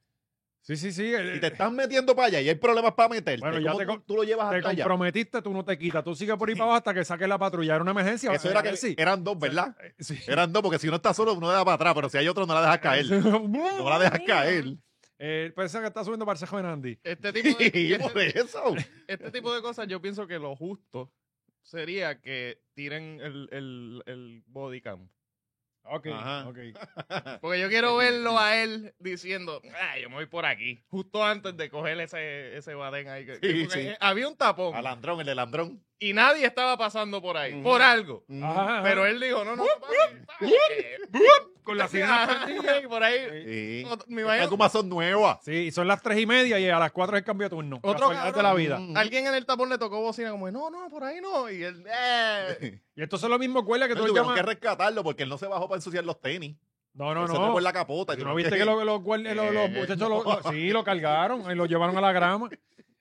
Speaker 2: Sí, sí, sí. el-
Speaker 3: Y te estás metiendo para allá y hay problemas para meterte.
Speaker 2: Bueno, ya
Speaker 3: ¿Cómo
Speaker 2: te
Speaker 3: tú-
Speaker 2: con-
Speaker 3: tú lo llevas
Speaker 2: Te
Speaker 3: hasta allá.
Speaker 2: comprometiste, tú no te quitas. Tú sigues por ahí para abajo hasta que saques la patrulla. Era una emergencia.
Speaker 3: Eso era que
Speaker 2: sí.
Speaker 3: eran dos, ¿verdad?
Speaker 2: Sí.
Speaker 3: Eran dos, porque si uno está solo, uno le da para atrás, pero si hay otro, no la dejas caer.
Speaker 2: <laughs>
Speaker 3: No la dejas caer. <laughs>
Speaker 2: Eh, parece que está subiendo Barcejo de Nandi.
Speaker 4: Este tipo de,
Speaker 3: Y por
Speaker 4: este,
Speaker 3: eso.
Speaker 4: este tipo de cosas, yo pienso que lo justo sería que tiren el, el, el body cam.
Speaker 2: Ok,
Speaker 3: Ajá.
Speaker 2: ok.
Speaker 4: Porque yo quiero verlo a él diciendo, ah, yo me voy por aquí. Justo antes de coger ese, ese badén ahí. que-
Speaker 3: Sí,
Speaker 4: porque
Speaker 3: sí.
Speaker 4: eh, Había un tapón
Speaker 3: Alandrón, el de Alandrón.
Speaker 4: y nadie estaba pasando por ahí,
Speaker 3: Ujú.
Speaker 4: por algo.
Speaker 3: Mm.
Speaker 2: Ajá, ajá.
Speaker 4: Pero él dijo, no, no, papi,
Speaker 2: con la sirena
Speaker 4: Ajá, y por ahí.
Speaker 3: Sí.
Speaker 4: o- Me
Speaker 3: Las
Speaker 4: imagino,
Speaker 3: gomas son nuevas.
Speaker 2: Sí, y son las tres y media y a las cuatro es el cambio de turno.
Speaker 4: Otro
Speaker 2: Casualidad de
Speaker 4: cabrón.
Speaker 2: la vida.
Speaker 3: Mm.
Speaker 4: alguien en el tapón le tocó bocina como, no, no, por ahí no. Y él,
Speaker 3: <laughs>
Speaker 4: eh.
Speaker 2: Y esto es lo mismo cuerda que
Speaker 3: No, y
Speaker 2: tú le
Speaker 3: tuvieron
Speaker 2: llamas.
Speaker 3: que rescatarlo porque él no se bajó para ensuciar los tenis.
Speaker 2: No, no,
Speaker 3: No, no. Se tocó
Speaker 2: no.
Speaker 3: en la capota.
Speaker 2: Pues ¿No viste
Speaker 3: <laughs>
Speaker 2: que los, los, guardias- los- los
Speaker 3: Eh,
Speaker 2: muchachos lo- lo- sí lo cargaron y lo llevaron a la grama?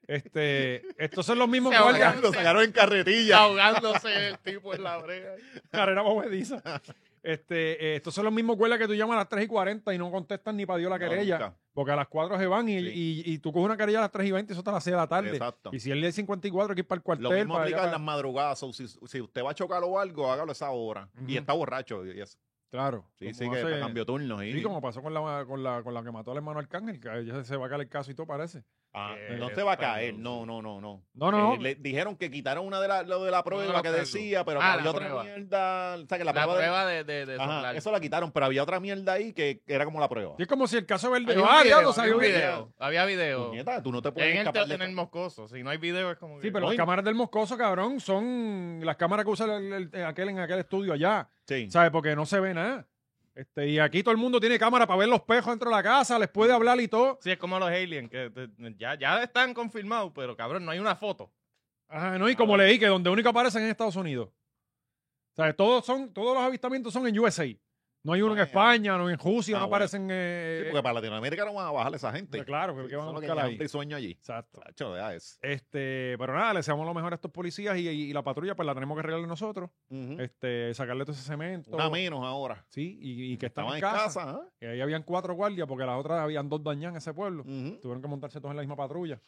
Speaker 2: Este, estos son los mismos
Speaker 4: Se
Speaker 2: guardias. <laughs>
Speaker 4: ahogaron.
Speaker 3: Lo sacaron en
Speaker 2: Ah,
Speaker 3: carretilla.
Speaker 4: ahogándose el tipo en la brega.
Speaker 2: Carrera bobediza. Este, eh, estos son los mismos cuerdas que tú llamas a las 3 y 40 y no contestan ni para Dios la
Speaker 3: No,
Speaker 2: querella.
Speaker 3: nunca.
Speaker 2: porque a las 4 se van y,
Speaker 3: Sí.
Speaker 2: y- y tú coges una querella a las 3 y 20 y eso está a las 6 de la tarde.
Speaker 3: Exacto.
Speaker 2: Y si él es 54, hay que ir para el cuartel.
Speaker 3: Lo mismo
Speaker 2: para allá,
Speaker 3: aplica en
Speaker 2: para-
Speaker 3: las madrugadas. o si, si usted va a chocar o algo, hágalo a esa hora.
Speaker 2: Ujú.
Speaker 3: Y está borracho. Y eso.
Speaker 2: Claro.
Speaker 3: Sí,
Speaker 2: como
Speaker 3: sí, que
Speaker 2: hace-
Speaker 3: cambió turno. Sí.
Speaker 2: sí, como pasó con la, con, la, con la que mató al hermano Arcángel, que a ella se va a caer el caso y todo parece.
Speaker 3: Ah,
Speaker 4: Eh,
Speaker 3: no se va a
Speaker 4: está
Speaker 3: caer.
Speaker 4: bien,
Speaker 3: No, no, no, no.
Speaker 2: No, no.
Speaker 3: Eh, le dijeron que quitaron una de la, lo de la prueba
Speaker 4: la
Speaker 3: que
Speaker 4: prueba.
Speaker 3: decía, pero
Speaker 4: Ah,
Speaker 3: había
Speaker 4: la
Speaker 3: otra
Speaker 4: prueba.
Speaker 3: mierda. O sea, que la,
Speaker 4: La
Speaker 3: prueba, de-
Speaker 4: prueba de, de, de
Speaker 3: Ajá,
Speaker 4: soplar.
Speaker 3: eso la quitaron, pero había otra mierda ahí que que era como la prueba.
Speaker 2: Y es como si el caso
Speaker 4: Había
Speaker 2: verde.
Speaker 4: un
Speaker 2: Ah,
Speaker 4: video,
Speaker 2: diablo,
Speaker 4: había
Speaker 2: salió
Speaker 4: un
Speaker 2: un video.
Speaker 4: video, Había video.
Speaker 3: Puñeta, tú no te puedes
Speaker 4: En el,
Speaker 3: escapar de
Speaker 4: en el moscoso. Si no hay video es como que...
Speaker 2: Sí, pero
Speaker 3: No,
Speaker 2: las
Speaker 3: y-
Speaker 2: cámaras del Moscoso, cabrón, son las cámaras que usa el- el- aquel en aquel estudio allá.
Speaker 3: Sí.
Speaker 2: ¿Sabes? Porque no se ve nada. Este, y aquí todo el mundo tiene cámara para ver los pejos dentro de la casa, les puede hablar y todo.
Speaker 4: Sí, es como los aliens, que te- te- ya, ya están confirmados, pero cabrón, no hay una foto.
Speaker 2: Ajá, no, y como leí que donde único aparecen es en Estados Unidos. O sea, todos son, todos los avistamientos son en USA. No hay uno en
Speaker 3: Ah,
Speaker 2: España, no en Rusia,
Speaker 3: Ah,
Speaker 2: no
Speaker 3: bueno.
Speaker 2: aparecen
Speaker 3: Sí,
Speaker 2: eh,
Speaker 3: porque para Latinoamérica no van a bajar esa gente.
Speaker 2: eh, claro, porque
Speaker 3: Sí,
Speaker 2: van a
Speaker 3: eso es lo
Speaker 2: buscar
Speaker 3: que
Speaker 2: ahí.
Speaker 3: gente sueño allí.
Speaker 2: Exacto.
Speaker 3: Tacho, deja eso.
Speaker 2: Este, pero nada, le deseamos lo mejor a estos policías y, y la patrulla, pues la tenemos que arreglar nosotros.
Speaker 3: Ujú.
Speaker 2: Este, sacarle todo ese cemento.
Speaker 3: Una menos ahora.
Speaker 2: Sí, y, y que estaban
Speaker 3: Estaban
Speaker 2: en casa.
Speaker 3: ¿ah?
Speaker 2: Y ahí habían cuatro guardias, porque las otras habían dos dañadas en ese pueblo.
Speaker 3: Ujú.
Speaker 2: Tuvieron que montarse todos en la misma patrulla.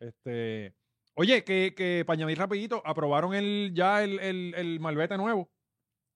Speaker 2: Este, oye, que, que para añadir rapidito, aprobaron el, ya el, el, el malvete nuevo.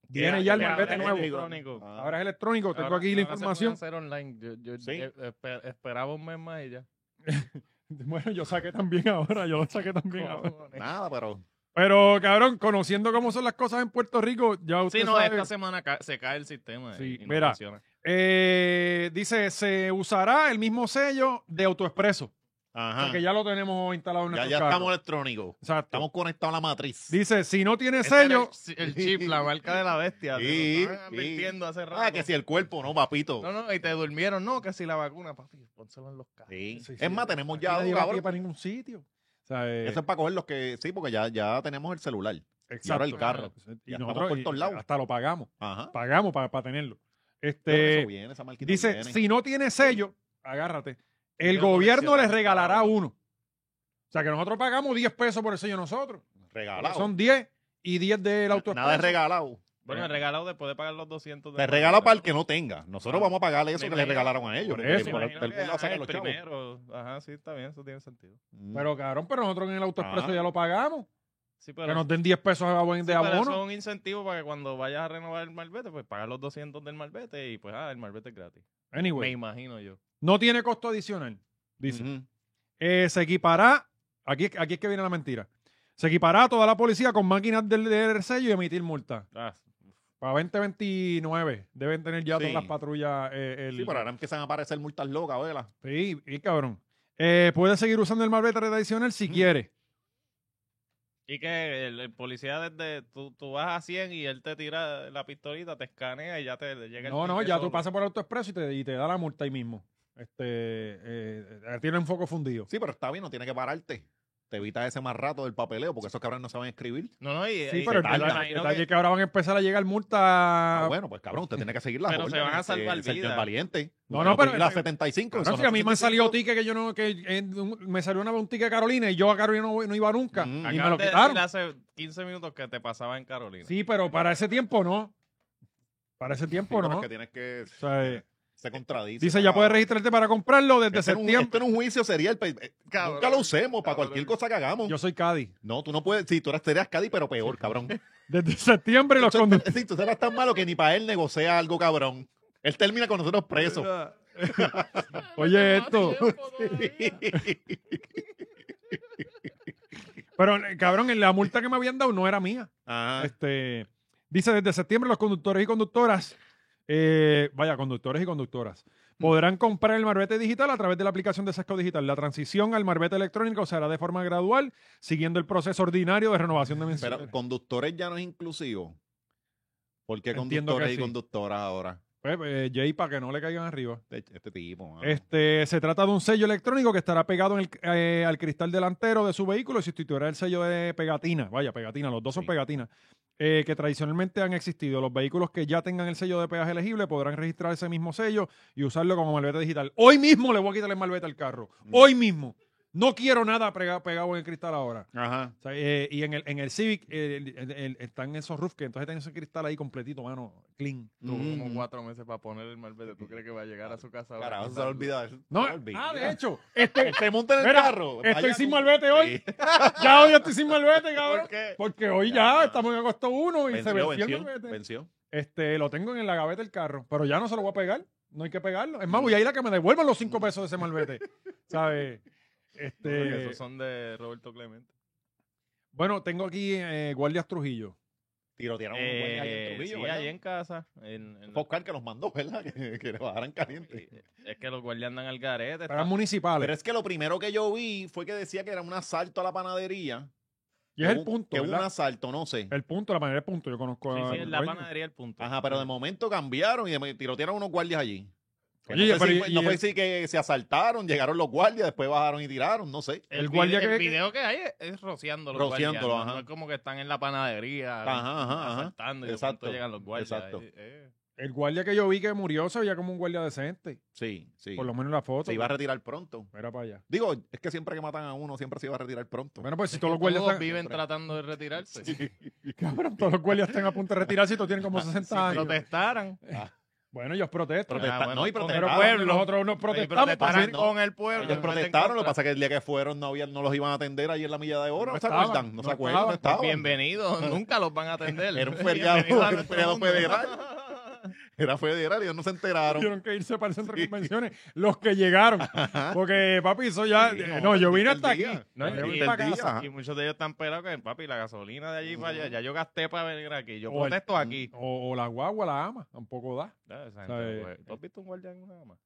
Speaker 2: Viene ya el
Speaker 4: ya,
Speaker 2: malvete
Speaker 4: ya,
Speaker 2: nuevo.
Speaker 4: ya, ya.
Speaker 3: Ah.
Speaker 2: Ahora es electrónico, tengo
Speaker 4: Ahora-
Speaker 2: aquí la
Speaker 4: ahora se pueden
Speaker 2: información.
Speaker 4: hacer online. Yo, yo-
Speaker 3: Sí.
Speaker 4: eh, esper- esperaba un mes más y ya.
Speaker 2: <laughs> Bueno, yo saqué también <laughs> ahora, yo lo saqué también ahora.
Speaker 4: Cojones.
Speaker 3: Nada, pero.
Speaker 2: Pero cabrón, conociendo cómo son las cosas en Puerto Rico, ya usted
Speaker 4: Sí, no,
Speaker 2: sabe.
Speaker 4: esta semana ca- se cae el sistema.
Speaker 2: Sí,
Speaker 4: y no
Speaker 2: mira.
Speaker 4: funciona.
Speaker 2: Eh, dice, se usará el mismo sello de autoexpreso,
Speaker 3: Ajá.
Speaker 2: que ya lo tenemos instalado en
Speaker 3: Ah. Ya,
Speaker 2: nuestro
Speaker 3: ya estamos electrónicos.
Speaker 2: Exacto.
Speaker 3: Estamos conectados a la matriz.
Speaker 2: Dice, si no tiene
Speaker 4: Ese era
Speaker 2: sello,
Speaker 4: El, el chip, la marca de la bestia.
Speaker 3: Sí,
Speaker 4: te lo estaban
Speaker 3: sí.
Speaker 4: advirtiendo hace rato.
Speaker 3: Ah, que si el cuerpo, no, papito.
Speaker 4: No, no, y te durmieron, no, que si la vacuna, papi, pónselo en los carros.
Speaker 3: Sí.
Speaker 2: Sí, sí.
Speaker 3: Es más, tenemos
Speaker 2: ya
Speaker 3: ya
Speaker 2: no
Speaker 3: un
Speaker 2: lleva a pie
Speaker 3: cabrón.
Speaker 2: para ningún sitio. O sea, eh,
Speaker 3: Eso es para coger los que. Sí, porque ya, ya tenemos el celular.
Speaker 2: exacto.
Speaker 3: y ahora el carro.
Speaker 2: Y
Speaker 3: Ya estamos
Speaker 2: nosotros
Speaker 3: por
Speaker 2: y-
Speaker 3: todos lados.
Speaker 2: hasta lo pagamos.
Speaker 3: Ajá.
Speaker 2: Pagamos para tenerlo.
Speaker 3: Pero eso
Speaker 2: Este,
Speaker 3: viene, esa marquita
Speaker 2: dice,
Speaker 3: viene.
Speaker 2: si no tiene sello, agárrate. El
Speaker 3: Yo lo
Speaker 2: gobierno
Speaker 3: colecciono.
Speaker 2: les regalará uno. O sea, que nosotros pagamos 10 pesos por el sello nosotros.
Speaker 3: Regalado.
Speaker 2: Son 10 y 10 del auto.
Speaker 3: Nada es regalado.
Speaker 4: Bueno, el regalado de poder pagar los 200. de
Speaker 3: Te
Speaker 4: la
Speaker 3: regala
Speaker 4: marca.
Speaker 3: para el que no tenga. Nosotros vamos a pagarle eso
Speaker 4: Me
Speaker 3: que le
Speaker 4: imagino-
Speaker 3: regalaron a ellos.
Speaker 2: Por
Speaker 3: porque
Speaker 2: eso.
Speaker 3: por
Speaker 4: Me
Speaker 3: el-
Speaker 4: imagino
Speaker 3: del
Speaker 4: que,
Speaker 3: mundo
Speaker 4: ajá,
Speaker 3: sacan
Speaker 4: el
Speaker 3: los chavos.
Speaker 4: primero. Ajá, sí, está bien, eso tiene sentido.
Speaker 3: Mm.
Speaker 2: Pero cabrón, pero nosotros en el autoexpreso
Speaker 3: Ajá.
Speaker 2: ya lo pagamos.
Speaker 4: Sí,
Speaker 2: Que
Speaker 4: pero,
Speaker 2: nos den 10 pesos a buen
Speaker 4: sí,
Speaker 2: de
Speaker 4: pero eso
Speaker 2: abono.
Speaker 4: es un incentivo para que cuando vayas a renovar el malvete, pues pagas los 200 del malvete y pues, ah, el malvete es gratis. Me
Speaker 2: Anyway,
Speaker 4: imagino yo.
Speaker 2: no tiene costo adicional. Dice.
Speaker 3: Ujú.
Speaker 2: Eh, se equipará, aquí, aquí es que viene la mentira, se equipará a toda la policía con máquinas de leer el sello y emitir multa.
Speaker 4: Ah,
Speaker 2: Para 2029 deben tener ya todas
Speaker 3: Sí.
Speaker 2: las patrullas. eh, el-
Speaker 3: Sí, pero ahora empiezan a aparecer multas locas, ¿verdad?
Speaker 2: Sí, y cabrón. Eh, puede seguir usando el malvete tradicional si quiere.
Speaker 4: Y que el, el policía desde tú, tú vas a 100 y él te tira la pistolita, te escanea y ya te llega el
Speaker 2: No, no,
Speaker 4: ticket
Speaker 2: ya tú
Speaker 4: solo.
Speaker 2: pasas por el autoexpreso y te, y te da la multa ahí mismo. Este, eh, tiene un foco fundido.
Speaker 3: Sí, pero está bien, no tiene que pararte. Te evitas ese más rato del papeleo, porque esos cabrones no saben escribir.
Speaker 4: No, no, y,
Speaker 2: Sí,
Speaker 4: y
Speaker 2: pero el
Speaker 4: se tarda.
Speaker 2: detalle, el
Speaker 4: Imagino
Speaker 2: detalle
Speaker 4: que-
Speaker 2: es que ahora van a empezar a llegar multa.
Speaker 3: Ah, bueno, pues cabrón, usted tiene que seguir las
Speaker 4: Pero
Speaker 3: órdenes
Speaker 4: se van a
Speaker 3: de
Speaker 4: salvar
Speaker 3: Sergio el
Speaker 4: vidas.
Speaker 3: Valiente.
Speaker 2: No, no, pero-
Speaker 3: La 75.
Speaker 2: Cabrón,
Speaker 3: eso
Speaker 2: si a mí me han salido
Speaker 3: 75.
Speaker 2: tickets que yo no, que eh, me salió una vez un ticket de Carolina y yo a Carolina no, voy- no iba nunca
Speaker 3: Mm.
Speaker 2: y me
Speaker 4: Acaban
Speaker 2: lo
Speaker 4: de decir
Speaker 2: quitaron.
Speaker 4: hace 15 minutos que te pasaba en Carolina.
Speaker 2: Sí, pero para ese tiempo no. Para ese
Speaker 3: Sí, pero
Speaker 2: tiempo
Speaker 3: es
Speaker 2: no.
Speaker 3: que tienes que.
Speaker 2: O sea, eh,
Speaker 3: Se contradice.
Speaker 2: dice, ya puedes
Speaker 3: puede
Speaker 2: registrarte para comprarlo desde
Speaker 3: Este en un,
Speaker 2: septiembre.
Speaker 3: esto en un juicio sería el. pe- eh,
Speaker 4: Cabrón.
Speaker 3: nunca lo usemos para
Speaker 4: Cabrón.
Speaker 3: cualquier cosa que hagamos.
Speaker 2: Yo soy Cadi.
Speaker 3: No, tú no puedes. Si tú eras, serías Cádiz, pero
Speaker 2: <laughs>
Speaker 3: peor, cabrón.
Speaker 2: Desde septiembre los
Speaker 3: Eso-
Speaker 2: conductores.
Speaker 3: Sí, tú serás tan malo que ni para él negocia algo, cabrón. Él termina con nosotros presos. <laughs>
Speaker 2: Oye, esto. <laughs>
Speaker 3: <laughs>
Speaker 2: Pero, eh, cabrón, en la multa que me habían dado no era mía.
Speaker 3: Ajá.
Speaker 2: Este, dice, desde septiembre los conductores y conductoras, eh, vaya, conductores y conductoras, podrán comprar el marbete digital a través de la aplicación de Sesco Digital. La transición al marbete electrónico se hará de forma gradual, siguiendo el proceso ordinario de renovación de menciones.
Speaker 3: Pero conductores ya no es inclusivo. ¿Por qué
Speaker 2: Entiendo que
Speaker 3: conductores y
Speaker 2: sí.
Speaker 3: conductoras ahora?
Speaker 2: Pues, eh, Jay, para que no le caigan arriba.
Speaker 3: Este, este tipo. mano.
Speaker 2: Este, se trata de un sello electrónico que estará pegado en el- eh, al cristal delantero de su vehículo y sustituirá el sello de pegatina. Vaya, pegatina, los dos son
Speaker 3: Sí.
Speaker 2: pegatinas. eh, que tradicionalmente han existido. Los vehículos que ya tengan el sello de peaje elegible podrán registrar ese mismo sello y usarlo como malvete digital. Hoy mismo le voy a quitar el malvete al carro. Hoy mismo. No quiero nada prega- pegado en el cristal ahora.
Speaker 3: Ajá.
Speaker 2: O sea, eh, y en el, en el Civic eh, el- el- el- están esos roofs que entonces tienen ese cristal ahí completito, mano, clean.
Speaker 4: Tuvo
Speaker 3: Mm.
Speaker 4: como cuatro meses para poner el malvete. ¿Tú crees que va a llegar a su casa? ahora?
Speaker 3: Carajo, se le olvida eso.
Speaker 2: No,
Speaker 3: Se le olvida.
Speaker 2: ah, de hecho,
Speaker 3: Él se monta en el
Speaker 2: Mira,
Speaker 3: carro.
Speaker 2: estoy
Speaker 3: Vaya
Speaker 2: sin
Speaker 3: tú.
Speaker 2: malvete <laughs> hoy.
Speaker 3: Sí.
Speaker 2: Ya hoy estoy sin malvete, cabrón.
Speaker 4: ¿Por qué?
Speaker 2: Porque hoy ya,
Speaker 3: Ya.
Speaker 2: estamos en agosto 1 y se
Speaker 3: Venció,
Speaker 2: venció el
Speaker 3: venció,
Speaker 2: malvete.
Speaker 3: venció.
Speaker 2: Este, lo tengo en la gaveta del carro, pero ya no se lo voy a pegar. No hay que pegarlo.
Speaker 3: Mm.
Speaker 2: Es más, voy a ir a que me devuelvan los 5 pesos de ese malvete. ¿Sabes?
Speaker 4: Porque
Speaker 2: Este,
Speaker 4: esos son de Roberto Clemente.
Speaker 2: bueno, tengo aquí eh, Guardias Trujillo.
Speaker 3: Tirotearon un buen ahí en
Speaker 4: Eh,
Speaker 3: Trujillo,
Speaker 4: sí,
Speaker 3: ¿verdad?
Speaker 4: allí en casa. en- en-
Speaker 3: Fue Oscar que los mandó, ¿verdad? <laughs> Que, que le bajaran
Speaker 2: <laughs>
Speaker 3: caliente.
Speaker 4: eh, es que los guardias andan al garete.
Speaker 2: Para
Speaker 4: están-
Speaker 2: municipales.
Speaker 3: Pero es que lo primero que yo vi fue que decía que era un asalto a la panadería.
Speaker 2: y es
Speaker 3: Que
Speaker 2: el
Speaker 3: un-
Speaker 2: punto.
Speaker 3: Que un
Speaker 2: ¿verdad?
Speaker 3: asalto, no sé.
Speaker 2: El punto, la manera del punto. Yo conozco
Speaker 4: Sí,
Speaker 2: a.
Speaker 4: sí, en la
Speaker 2: Oye,
Speaker 4: panadería el punto.
Speaker 3: Ajá, pero de momento cambiaron y de- tirotearon unos guardias allí. Que
Speaker 2: Oye,
Speaker 3: no
Speaker 2: pero
Speaker 3: sé si
Speaker 2: y-
Speaker 3: fue-
Speaker 2: y
Speaker 3: no fue
Speaker 2: el-
Speaker 3: así que se asaltaron, llegaron los guardias, después bajaron y tiraron, no sé.
Speaker 4: El,
Speaker 2: el guardia
Speaker 4: guardia
Speaker 2: que-
Speaker 4: el video que hay es, es rociando los
Speaker 3: Rociándolo,
Speaker 4: guardias, no-
Speaker 3: ajá.
Speaker 4: No es como que están en la panadería
Speaker 3: Ajá, ajá, ajá.
Speaker 4: asaltando y de
Speaker 3: Exacto,
Speaker 4: pronto llegan los guardias.
Speaker 3: exacto.
Speaker 4: Eh, eh.
Speaker 2: El guardia que yo vi que murió se veía como un guardia decente.
Speaker 3: Sí, sí.
Speaker 2: Por lo menos en la foto.
Speaker 3: Se iba a retirar pronto.
Speaker 2: Mira para allá.
Speaker 3: Digo, es que siempre que matan a uno, siempre se iba a retirar pronto.
Speaker 2: Bueno, pues si todos los
Speaker 4: Todos
Speaker 2: guardias están-
Speaker 4: viven tratando de retirarse.
Speaker 2: <laughs> Cabrón, todos los guardias están a punto de retirarse y todos tienen
Speaker 3: <laughs>
Speaker 2: como 60 años.
Speaker 4: <laughs> Protestaran.
Speaker 2: Bueno, ellos protestan.
Speaker 3: Protesta-
Speaker 4: Ah, bueno,
Speaker 3: no, y
Speaker 4: con el
Speaker 3: protestaron.
Speaker 4: pueblo.
Speaker 2: nosotros no
Speaker 4: Protestaran
Speaker 2: protestamos.
Speaker 3: protestaron,
Speaker 2: porque-
Speaker 3: no.
Speaker 4: con el pueblo.
Speaker 3: Ellos
Speaker 4: no
Speaker 3: protestaron, lo que
Speaker 4: meten
Speaker 3: pasa es que el día que fueron no, había, no los iban a atender ahí en la milla de
Speaker 2: No
Speaker 3: oro. No, se
Speaker 2: estaban,
Speaker 3: acuerdan, no,
Speaker 2: no
Speaker 3: se acuerdan, no
Speaker 2: estaban.
Speaker 4: contra.
Speaker 3: estaban. <laughs>
Speaker 4: Bienvenidos, nunca los van a atender. <laughs>
Speaker 3: Era un
Speaker 4: Bienvenidos
Speaker 3: feriado,
Speaker 4: a
Speaker 3: era un
Speaker 4: nuestro <laughs>
Speaker 3: feriado
Speaker 4: mundo.
Speaker 3: federal. Era federal y ellos no se enteraron.
Speaker 2: Tuvieron que irse para el centro de convenciones los que llegaron. Porque, papi, eso ya.
Speaker 3: Sí,
Speaker 2: eh, no, yo vine hasta aquí.
Speaker 3: entendía.
Speaker 4: No,
Speaker 2: No, yo
Speaker 3: y-
Speaker 2: vine
Speaker 4: y,
Speaker 3: y-
Speaker 2: para
Speaker 3: entendía.
Speaker 2: casa.
Speaker 3: ajá.
Speaker 4: y muchos de ellos están pelados que, papi, la gasolina de allí para allá. Ya yo gasté para venir aquí. Yo
Speaker 2: O el-
Speaker 4: protesto aquí.
Speaker 2: O, o la guagua, la ama, tampoco da.
Speaker 4: Ya, esa
Speaker 2: sea,
Speaker 4: gente,
Speaker 2: eh,
Speaker 4: pues, ¿Tú has visto un guardia en una ama?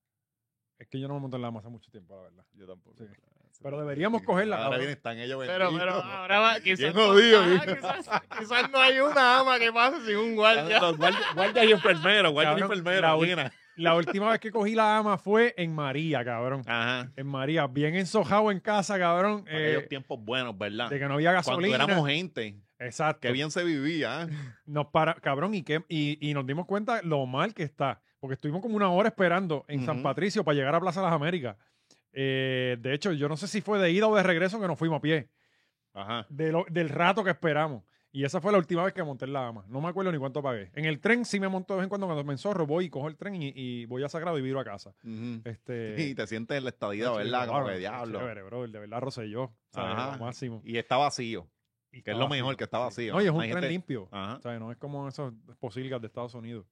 Speaker 2: Es que yo no me monto en la ama hace mucho tiempo, la verdad.
Speaker 4: Yo tampoco.
Speaker 2: Sí. Pero deberíamos cogerla.
Speaker 3: Ahora
Speaker 2: cabrón.
Speaker 3: vienen, están ellos
Speaker 4: Pero,
Speaker 3: benditos.
Speaker 4: pero ah, ahora va, quizás,
Speaker 3: Bien
Speaker 4: no-
Speaker 3: jodido,
Speaker 4: ajá,
Speaker 3: bien.
Speaker 4: quizás, quizás no hay una ama que pase sin un guardia.
Speaker 3: Los guardias guardias y enfermeros, guardias y
Speaker 2: Cabrón,
Speaker 3: enfermeros.
Speaker 2: la
Speaker 3: buena. <laughs>
Speaker 2: La última vez que cogí la ama fue en María, cabrón.
Speaker 3: Ajá.
Speaker 2: En María, bien ensojado en casa, cabrón. eh,
Speaker 3: Aquellos tiempos buenos, ¿verdad?
Speaker 2: de que no había
Speaker 3: Cuando
Speaker 2: gasolina. Pues
Speaker 3: éramos gente,
Speaker 2: Exacto.
Speaker 3: que bien se vivía. ¿eh?
Speaker 2: Nos para, cabrón, y, que, y, y nos dimos cuenta lo mal que está. Porque estuvimos como una hora esperando en San
Speaker 3: Ujú.
Speaker 2: Patricio para llegar a Plaza Las Américas. Eh, de hecho, yo no sé si fue de ida o de regreso que nos fuimos a pie. <laughs>
Speaker 3: Ajá.
Speaker 2: de lo- del rato que esperamos. Y esa fue la última vez que monté en la ama. No me acuerdo ni cuánto pagué. En el tren sí me monto de vez en cuando cuando me enzorro, voy y cojo el tren y, y voy a Sagrado y viro a casa.
Speaker 3: Ujú. Y <laughs>
Speaker 2: Este,
Speaker 3: te sientes en la estadía,
Speaker 2: Pues sí,
Speaker 3: ¿verdad? Como
Speaker 2: cabrón,
Speaker 3: que
Speaker 2: qué
Speaker 3: diablo.
Speaker 2: chévere, brother, de verdad, Rosselló. ¿sabes?
Speaker 3: Ajá.
Speaker 2: Lo máximo.
Speaker 3: Y está vacío,
Speaker 2: Y
Speaker 3: que
Speaker 2: está
Speaker 3: es lo
Speaker 2: vacío.
Speaker 3: mejor, que está vacío.
Speaker 2: Ah, No, y es un
Speaker 3: Hay
Speaker 2: tren
Speaker 3: gente-
Speaker 2: limpio.
Speaker 3: Ajá.
Speaker 2: ¿Sabes? No es como esas posilgas de Estados Unidos.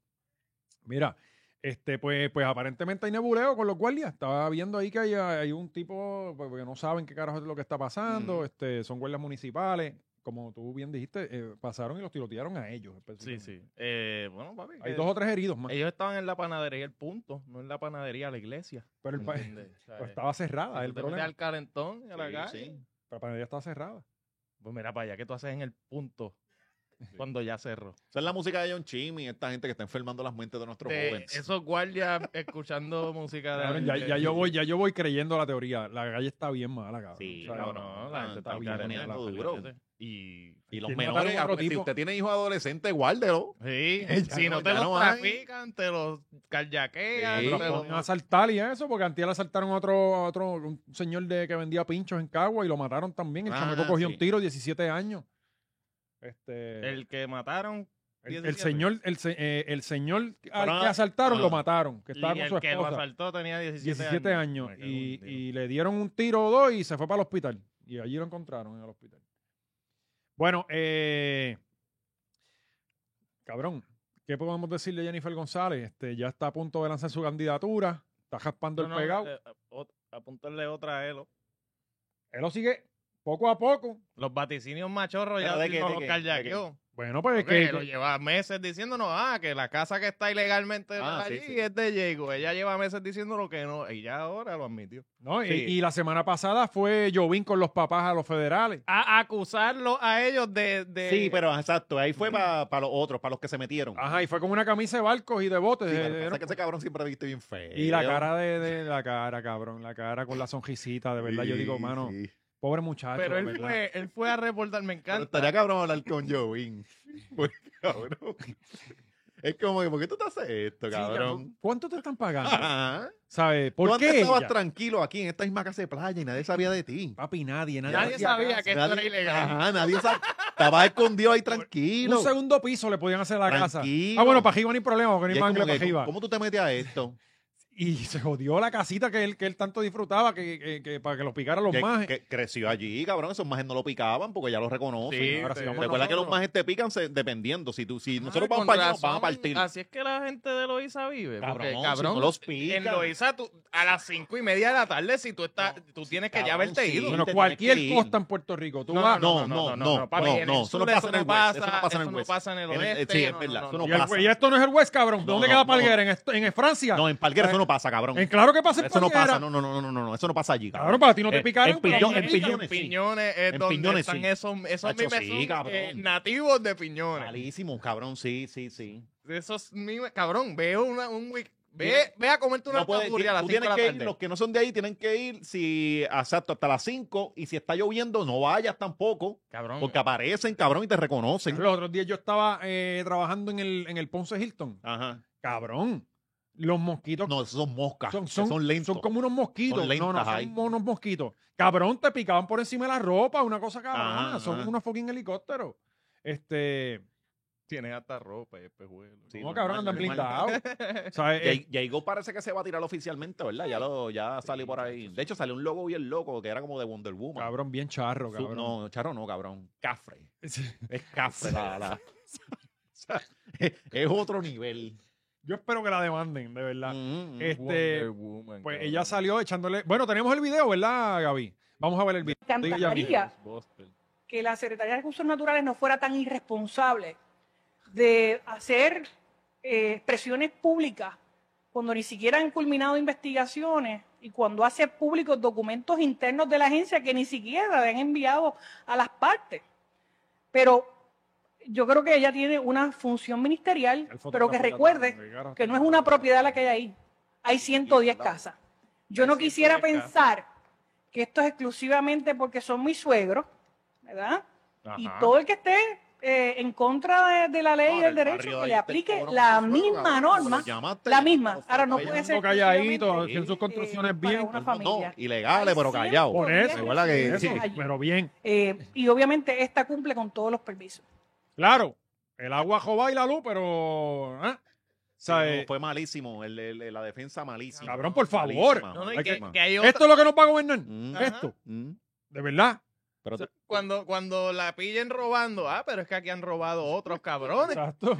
Speaker 2: Mira, este, pues, pues aparentemente hay nebuleo con los guardias. Estaba viendo ahí que hay, hay un tipo pues, que no saben qué carajo es lo que está pasando.
Speaker 3: Ujú.
Speaker 2: este, son guardias municipales. Como tú bien dijiste, eh, pasaron y los tirotearon a ellos.
Speaker 4: Sí,
Speaker 2: específicamente.
Speaker 4: sí. Eh, bueno, papi.
Speaker 2: Hay
Speaker 4: que-
Speaker 2: dos o tres heridos más.
Speaker 4: Ellos estaban en la panadería, el punto, no en la panadería, la
Speaker 2: <laughs>
Speaker 4: iglesia.
Speaker 2: Pero el pa-
Speaker 4: ¿entiendes? O sea, eh,
Speaker 2: pero estaba cerrada.
Speaker 4: si
Speaker 2: Pues, el
Speaker 4: tú te
Speaker 2: problema.
Speaker 4: metes al calentón y a la
Speaker 3: Sí,
Speaker 4: calle,
Speaker 3: sí.
Speaker 2: La panadería estaba cerrada.
Speaker 4: Pues mira para allá, ¿qué tú haces en el punto cuando ya cerró?
Speaker 3: Esa es la música de John Chimmy, esta gente que está enfermando las mentes de nuestros
Speaker 4: De
Speaker 3: jóvenes.
Speaker 4: Este, esos guardias escuchando <laughs> música de...
Speaker 2: Cabrón, ya, ya
Speaker 4: de-
Speaker 2: yo voy, ya yo voy creyendo la teoría. La calle está bien mala, cabrón. Ah,
Speaker 3: Sí,
Speaker 2: O sea,
Speaker 4: No,
Speaker 3: cabrón.
Speaker 4: no, la gente
Speaker 3: Está
Speaker 4: está
Speaker 3: bien,
Speaker 4: bien,
Speaker 3: nena,
Speaker 4: la-
Speaker 3: duro.
Speaker 4: Y...
Speaker 3: Y los
Speaker 2: ¿Quién mataron
Speaker 3: menores,
Speaker 2: a otro
Speaker 3: ah, si
Speaker 2: tipo?
Speaker 3: usted tiene hijos adolescentes, guárdelo.
Speaker 2: <laughs>
Speaker 4: Sí,
Speaker 3: Ya
Speaker 4: si
Speaker 3: no-
Speaker 4: no, te
Speaker 3: ya
Speaker 4: los
Speaker 3: no hay.
Speaker 4: trafican, te los carjaquean,
Speaker 3: Sí.
Speaker 4: te
Speaker 2: Los
Speaker 4: los-
Speaker 2: ponen a asaltar y eso, porque antes asaltaron a otro, a otro un señor de que vendía pinchos en Cagua y lo mataron también. El
Speaker 3: Ah,
Speaker 2: chamaco cogió
Speaker 3: sí.
Speaker 2: un tiro, 17 años. Este, el,
Speaker 4: El que mataron
Speaker 2: el
Speaker 4: 17.
Speaker 2: señor, el, se- eh, el señor al
Speaker 3: Pero-
Speaker 2: que asaltaron
Speaker 3: ah.
Speaker 2: lo mataron, que
Speaker 4: y
Speaker 2: estaba con
Speaker 4: el
Speaker 2: su
Speaker 4: que lo
Speaker 2: esposa.
Speaker 4: asaltó tenía 17,
Speaker 2: 17 años
Speaker 4: Me cago en
Speaker 2: y,
Speaker 4: Dios.
Speaker 2: y le dieron un tiro o dos y se fue para el hospital. Y allí lo encontraron en el hospital. Bueno, eh, cabrón, ¿qué podemos decirle a Jennifer González? Este, ya está a punto de lanzar su candidatura, está jaspando
Speaker 4: No,
Speaker 2: el
Speaker 4: no,
Speaker 2: pegado.
Speaker 4: eh, ot- apuntarle otra a Elo.
Speaker 3: oh.
Speaker 2: Él lo sigue poco a poco.
Speaker 4: Los vaticinios machorros ya
Speaker 3: ¿Pero de qué,
Speaker 4: nos
Speaker 3: de
Speaker 4: los
Speaker 3: qué,
Speaker 4: carjaqueó.
Speaker 2: Bueno, pues es
Speaker 4: Porque
Speaker 2: que,
Speaker 4: lo lleva meses diciéndonos, ah, que la casa que está ilegalmente
Speaker 3: Ah, sí,
Speaker 4: allí
Speaker 3: sí.
Speaker 4: es de Diego. Ella lleva meses diciéndolo que no, y ya ahora lo admitió.
Speaker 2: ¿no? Y-
Speaker 3: sí.
Speaker 2: y, la semana pasada fue Jovín con los papás a los federales.
Speaker 4: A acusarlo a ellos de...
Speaker 2: Eh,
Speaker 4: de-
Speaker 3: Sí, pero exacto, ahí
Speaker 2: mm.
Speaker 3: fue para los otros, para los que se metieron.
Speaker 2: Ajá, y fue con una camisa de barcos y de botes.
Speaker 3: Sí,
Speaker 2: de-
Speaker 3: pero
Speaker 2: de-
Speaker 3: pasa que ese cabrón siempre viste bien feo.
Speaker 2: eh, y la cara de, de- la cara, cabrón, la cara con la sonrisita, de verdad. yo
Speaker 3: Sí,
Speaker 2: digo, mano,
Speaker 3: sí.
Speaker 2: Pobre muchacho.
Speaker 4: Pero él
Speaker 2: ¿verdad?
Speaker 4: fue, él fue a reportar, me
Speaker 3: Pero
Speaker 4: encanta.
Speaker 3: estaría cabrón hablar con <laughs> Jovin. Porque, cabrón. Es como que, ¿por qué tú te haces esto,
Speaker 2: Sí, pues,
Speaker 3: cabrón?
Speaker 2: ¿Cuánto te están
Speaker 3: <laughs>
Speaker 2: pagando?
Speaker 3: Ajá.
Speaker 2: ¿Sabes?
Speaker 3: Tú
Speaker 2: ¿Por
Speaker 3: antes
Speaker 2: qué?
Speaker 3: estabas
Speaker 2: ella?
Speaker 3: tranquilo aquí en esta misma casa de playa y nadie sabía de ti.
Speaker 2: Papi, nadie, nadie.
Speaker 4: Nadie sabía que esto era
Speaker 3: Nadie-
Speaker 4: ilegal.
Speaker 3: Ajá, nadie sabía. Estabas escondido ahí tranquilo.
Speaker 2: Un segundo piso le podían hacer a la
Speaker 3: Tranquilo.
Speaker 2: casa. Ah, bueno, para Jiva ni problema, porque
Speaker 3: Y
Speaker 2: ni
Speaker 3: es
Speaker 2: manga
Speaker 3: como
Speaker 2: para
Speaker 3: que,
Speaker 2: Jiva.
Speaker 3: ¿cómo, cómo tú te metes a esto?
Speaker 2: Y se jodió la casita que él, que él tanto disfrutaba que, que- que- para que los picara los
Speaker 3: Que-
Speaker 2: majes.
Speaker 3: que creció allí, cabrón. Esos majes no lo picaban porque ya lo reconocen.
Speaker 4: Sí,
Speaker 2: Ahora sí,
Speaker 4: te-
Speaker 2: vamos
Speaker 3: Recuerda que los
Speaker 2: nosotros.
Speaker 3: majes te pican se- dependiendo. Si, tú, si nosotros
Speaker 4: Ay,
Speaker 3: vamos
Speaker 4: con
Speaker 3: para allá, nos van a
Speaker 4: razón,
Speaker 3: partir.
Speaker 4: Así es que la gente de Loiza vive.
Speaker 3: Cabrón,
Speaker 4: porque,
Speaker 3: si
Speaker 4: cabrón
Speaker 3: no los
Speaker 4: en
Speaker 3: pican.
Speaker 4: Loiza, tú, a las cinco y media de la tarde, si tú estás, tú tienes que ya
Speaker 3: cabrón,
Speaker 4: haberte
Speaker 3: sí.
Speaker 4: ido.
Speaker 2: Bueno,
Speaker 3: te
Speaker 2: cualquier
Speaker 3: tienes que ir.
Speaker 2: costa en Puerto Rico. Tú
Speaker 4: No,
Speaker 2: vas.
Speaker 3: No, no, no, no,
Speaker 4: papi,
Speaker 3: no,
Speaker 4: en
Speaker 3: no,
Speaker 4: el
Speaker 3: eso no
Speaker 4: sur
Speaker 3: pasa en el West, eso no pasa en el
Speaker 4: eso no
Speaker 3: West.
Speaker 4: pasa en el
Speaker 3: En el-
Speaker 4: oeste,
Speaker 3: sí, es
Speaker 4: no,
Speaker 3: verdad,
Speaker 4: no,
Speaker 3: eso
Speaker 4: no.
Speaker 2: y,
Speaker 3: no
Speaker 2: el-
Speaker 3: pasa.
Speaker 2: y esto no es el West, cabrón.
Speaker 3: No,
Speaker 2: ¿Dónde
Speaker 3: no,
Speaker 2: queda
Speaker 3: no.
Speaker 2: Palguera? ¿En, esto- en Francia?
Speaker 3: No, en Palguera eso no pasa, cabrón.
Speaker 2: En claro que pasa en
Speaker 3: Eso no
Speaker 2: Palguera.
Speaker 3: pasa, no, no, no, no, no, no, eso no pasa allí,
Speaker 2: Claro,
Speaker 3: cabrón.
Speaker 2: para ti no te
Speaker 3: En-
Speaker 2: picaron.
Speaker 3: Eh, en
Speaker 2: pero
Speaker 3: Piñón-
Speaker 2: te
Speaker 3: en
Speaker 2: pican.
Speaker 3: Piñones, sí.
Speaker 4: Piñones es
Speaker 3: En
Speaker 4: donde
Speaker 3: Piñones,
Speaker 4: están
Speaker 3: sí.
Speaker 4: esos, esos
Speaker 3: Tacho,
Speaker 4: mimes
Speaker 3: sí,
Speaker 4: son, eh,
Speaker 3: cabrón.
Speaker 4: nativos de Piñones.
Speaker 3: Malísimo, cabrón, sí, sí, sí.
Speaker 4: Esos mimes, cabrón, veo una, un week, ve, ve a comerte una
Speaker 3: No puedes,
Speaker 4: tapuria a las
Speaker 3: tú
Speaker 4: cinco de
Speaker 3: tienes
Speaker 4: la
Speaker 3: que ir,
Speaker 4: tarde.
Speaker 3: los que no son de ahí tienen que ir, si exacto, hasta las 5 y si está lloviendo, no vayas tampoco,
Speaker 4: Cabrón,
Speaker 3: porque aparecen, cabrón, y te reconocen.
Speaker 2: Los otros días yo estaba eh, trabajando en el, en el Ponce Hilton.
Speaker 3: Ajá.
Speaker 2: Cabrón. Los mosquitos
Speaker 3: No, esos son moscas,
Speaker 2: son,
Speaker 3: son,
Speaker 2: son,
Speaker 3: son lentos.
Speaker 2: son como unos mosquitos.
Speaker 3: Son
Speaker 2: no, no,
Speaker 3: lentas
Speaker 2: son
Speaker 3: ahí.
Speaker 2: unos mosquitos. Cabrón, te picaban por encima de la ropa, una cosa cabrona.
Speaker 3: Ajá,
Speaker 2: son
Speaker 3: ajá.
Speaker 2: unos fucking helicópteros. Este.
Speaker 4: tienes hasta ropa y espejuelo.
Speaker 3: Sí,
Speaker 2: no,
Speaker 3: normal,
Speaker 2: cabrón, andan
Speaker 3: normal.
Speaker 2: blindados. O sea, eh,
Speaker 3: Jai- Jaigo parece que se va a tirar oficialmente, ¿verdad? Ya lo ya salió por ahí. De hecho, salió un logo bien loco que era como de Wonder Woman.
Speaker 2: cabrón, bien charro,
Speaker 3: Su-
Speaker 2: cabrón.
Speaker 3: No, Charo no, cabrón. Cafre.
Speaker 2: <laughs> Sí.
Speaker 4: <laughs>
Speaker 3: <laughs> Es cafre. la- la- o sea, es- es otro nivel.
Speaker 2: Yo espero que la demanden, de verdad.
Speaker 3: Mm, mm.
Speaker 2: Este, pues ella salió echándole. Bueno, tenemos el video, ¿verdad, Gaby? Vamos a ver el video.
Speaker 6: Me
Speaker 2: Diga ya mismo.
Speaker 6: encantaría que la Secretaría de Recursos Naturales no fuera tan irresponsable de hacer eh, presiones públicas cuando ni siquiera han culminado investigaciones y cuando hace públicos documentos internos de la agencia que ni siquiera le han enviado a las partes. Pero yo creo que ella tiene una función ministerial,
Speaker 2: El
Speaker 6: pero que
Speaker 2: fotógrafo ya
Speaker 6: recuerde
Speaker 2: está, llegaron.
Speaker 6: que no es una propiedad la que hay ahí. Hay 110 casas. Yo no quisiera pensar que esto es exclusivamente porque son mis suegros, ¿verdad? Y todo el que esté eh, en contra de, de la ley
Speaker 3: No,
Speaker 6: y del
Speaker 3: en el
Speaker 6: derecho,
Speaker 3: barrio
Speaker 6: que
Speaker 3: ahí te
Speaker 6: le aplique
Speaker 3: cobran
Speaker 6: la
Speaker 3: un sueldo,
Speaker 6: misma
Speaker 3: cabrón.
Speaker 6: norma,
Speaker 3: Lo llamaste,
Speaker 6: la
Speaker 3: lo
Speaker 6: misma. Ahora no
Speaker 3: llamaste,
Speaker 6: puede
Speaker 2: Todo
Speaker 6: ser
Speaker 2: calladito,
Speaker 6: exclusivamente, eh,
Speaker 2: tienen sus construcciones
Speaker 6: para
Speaker 2: bien.
Speaker 6: una
Speaker 3: No,
Speaker 6: familia.
Speaker 3: ilegales, pero
Speaker 6: Hay
Speaker 3: callados.
Speaker 2: Por eso,
Speaker 6: 110
Speaker 3: igual a que-
Speaker 2: Eso,
Speaker 6: allí.
Speaker 2: pero bien.
Speaker 6: Eh, y obviamente esta cumple con todos los permisos.
Speaker 2: Claro, el agua joba y la luz, pero. ¿eh? O sea,
Speaker 3: Sí, no,
Speaker 2: eh,
Speaker 3: fue malísimo, el- el- la defensa malísima.
Speaker 2: Cabrón, por favor.
Speaker 3: Malísima,
Speaker 4: No, no, y
Speaker 3: malísima.
Speaker 4: que, que hay otra-
Speaker 2: esto es lo que nos va a gobernar.
Speaker 3: Mm,
Speaker 4: Ajá.
Speaker 2: Esto,
Speaker 3: mm. <laughs>
Speaker 2: de verdad.
Speaker 3: Pero tú-
Speaker 4: Cuando, cuando la pillen robando, ah, pero es que aquí han robado otros cabrones.
Speaker 2: Exacto.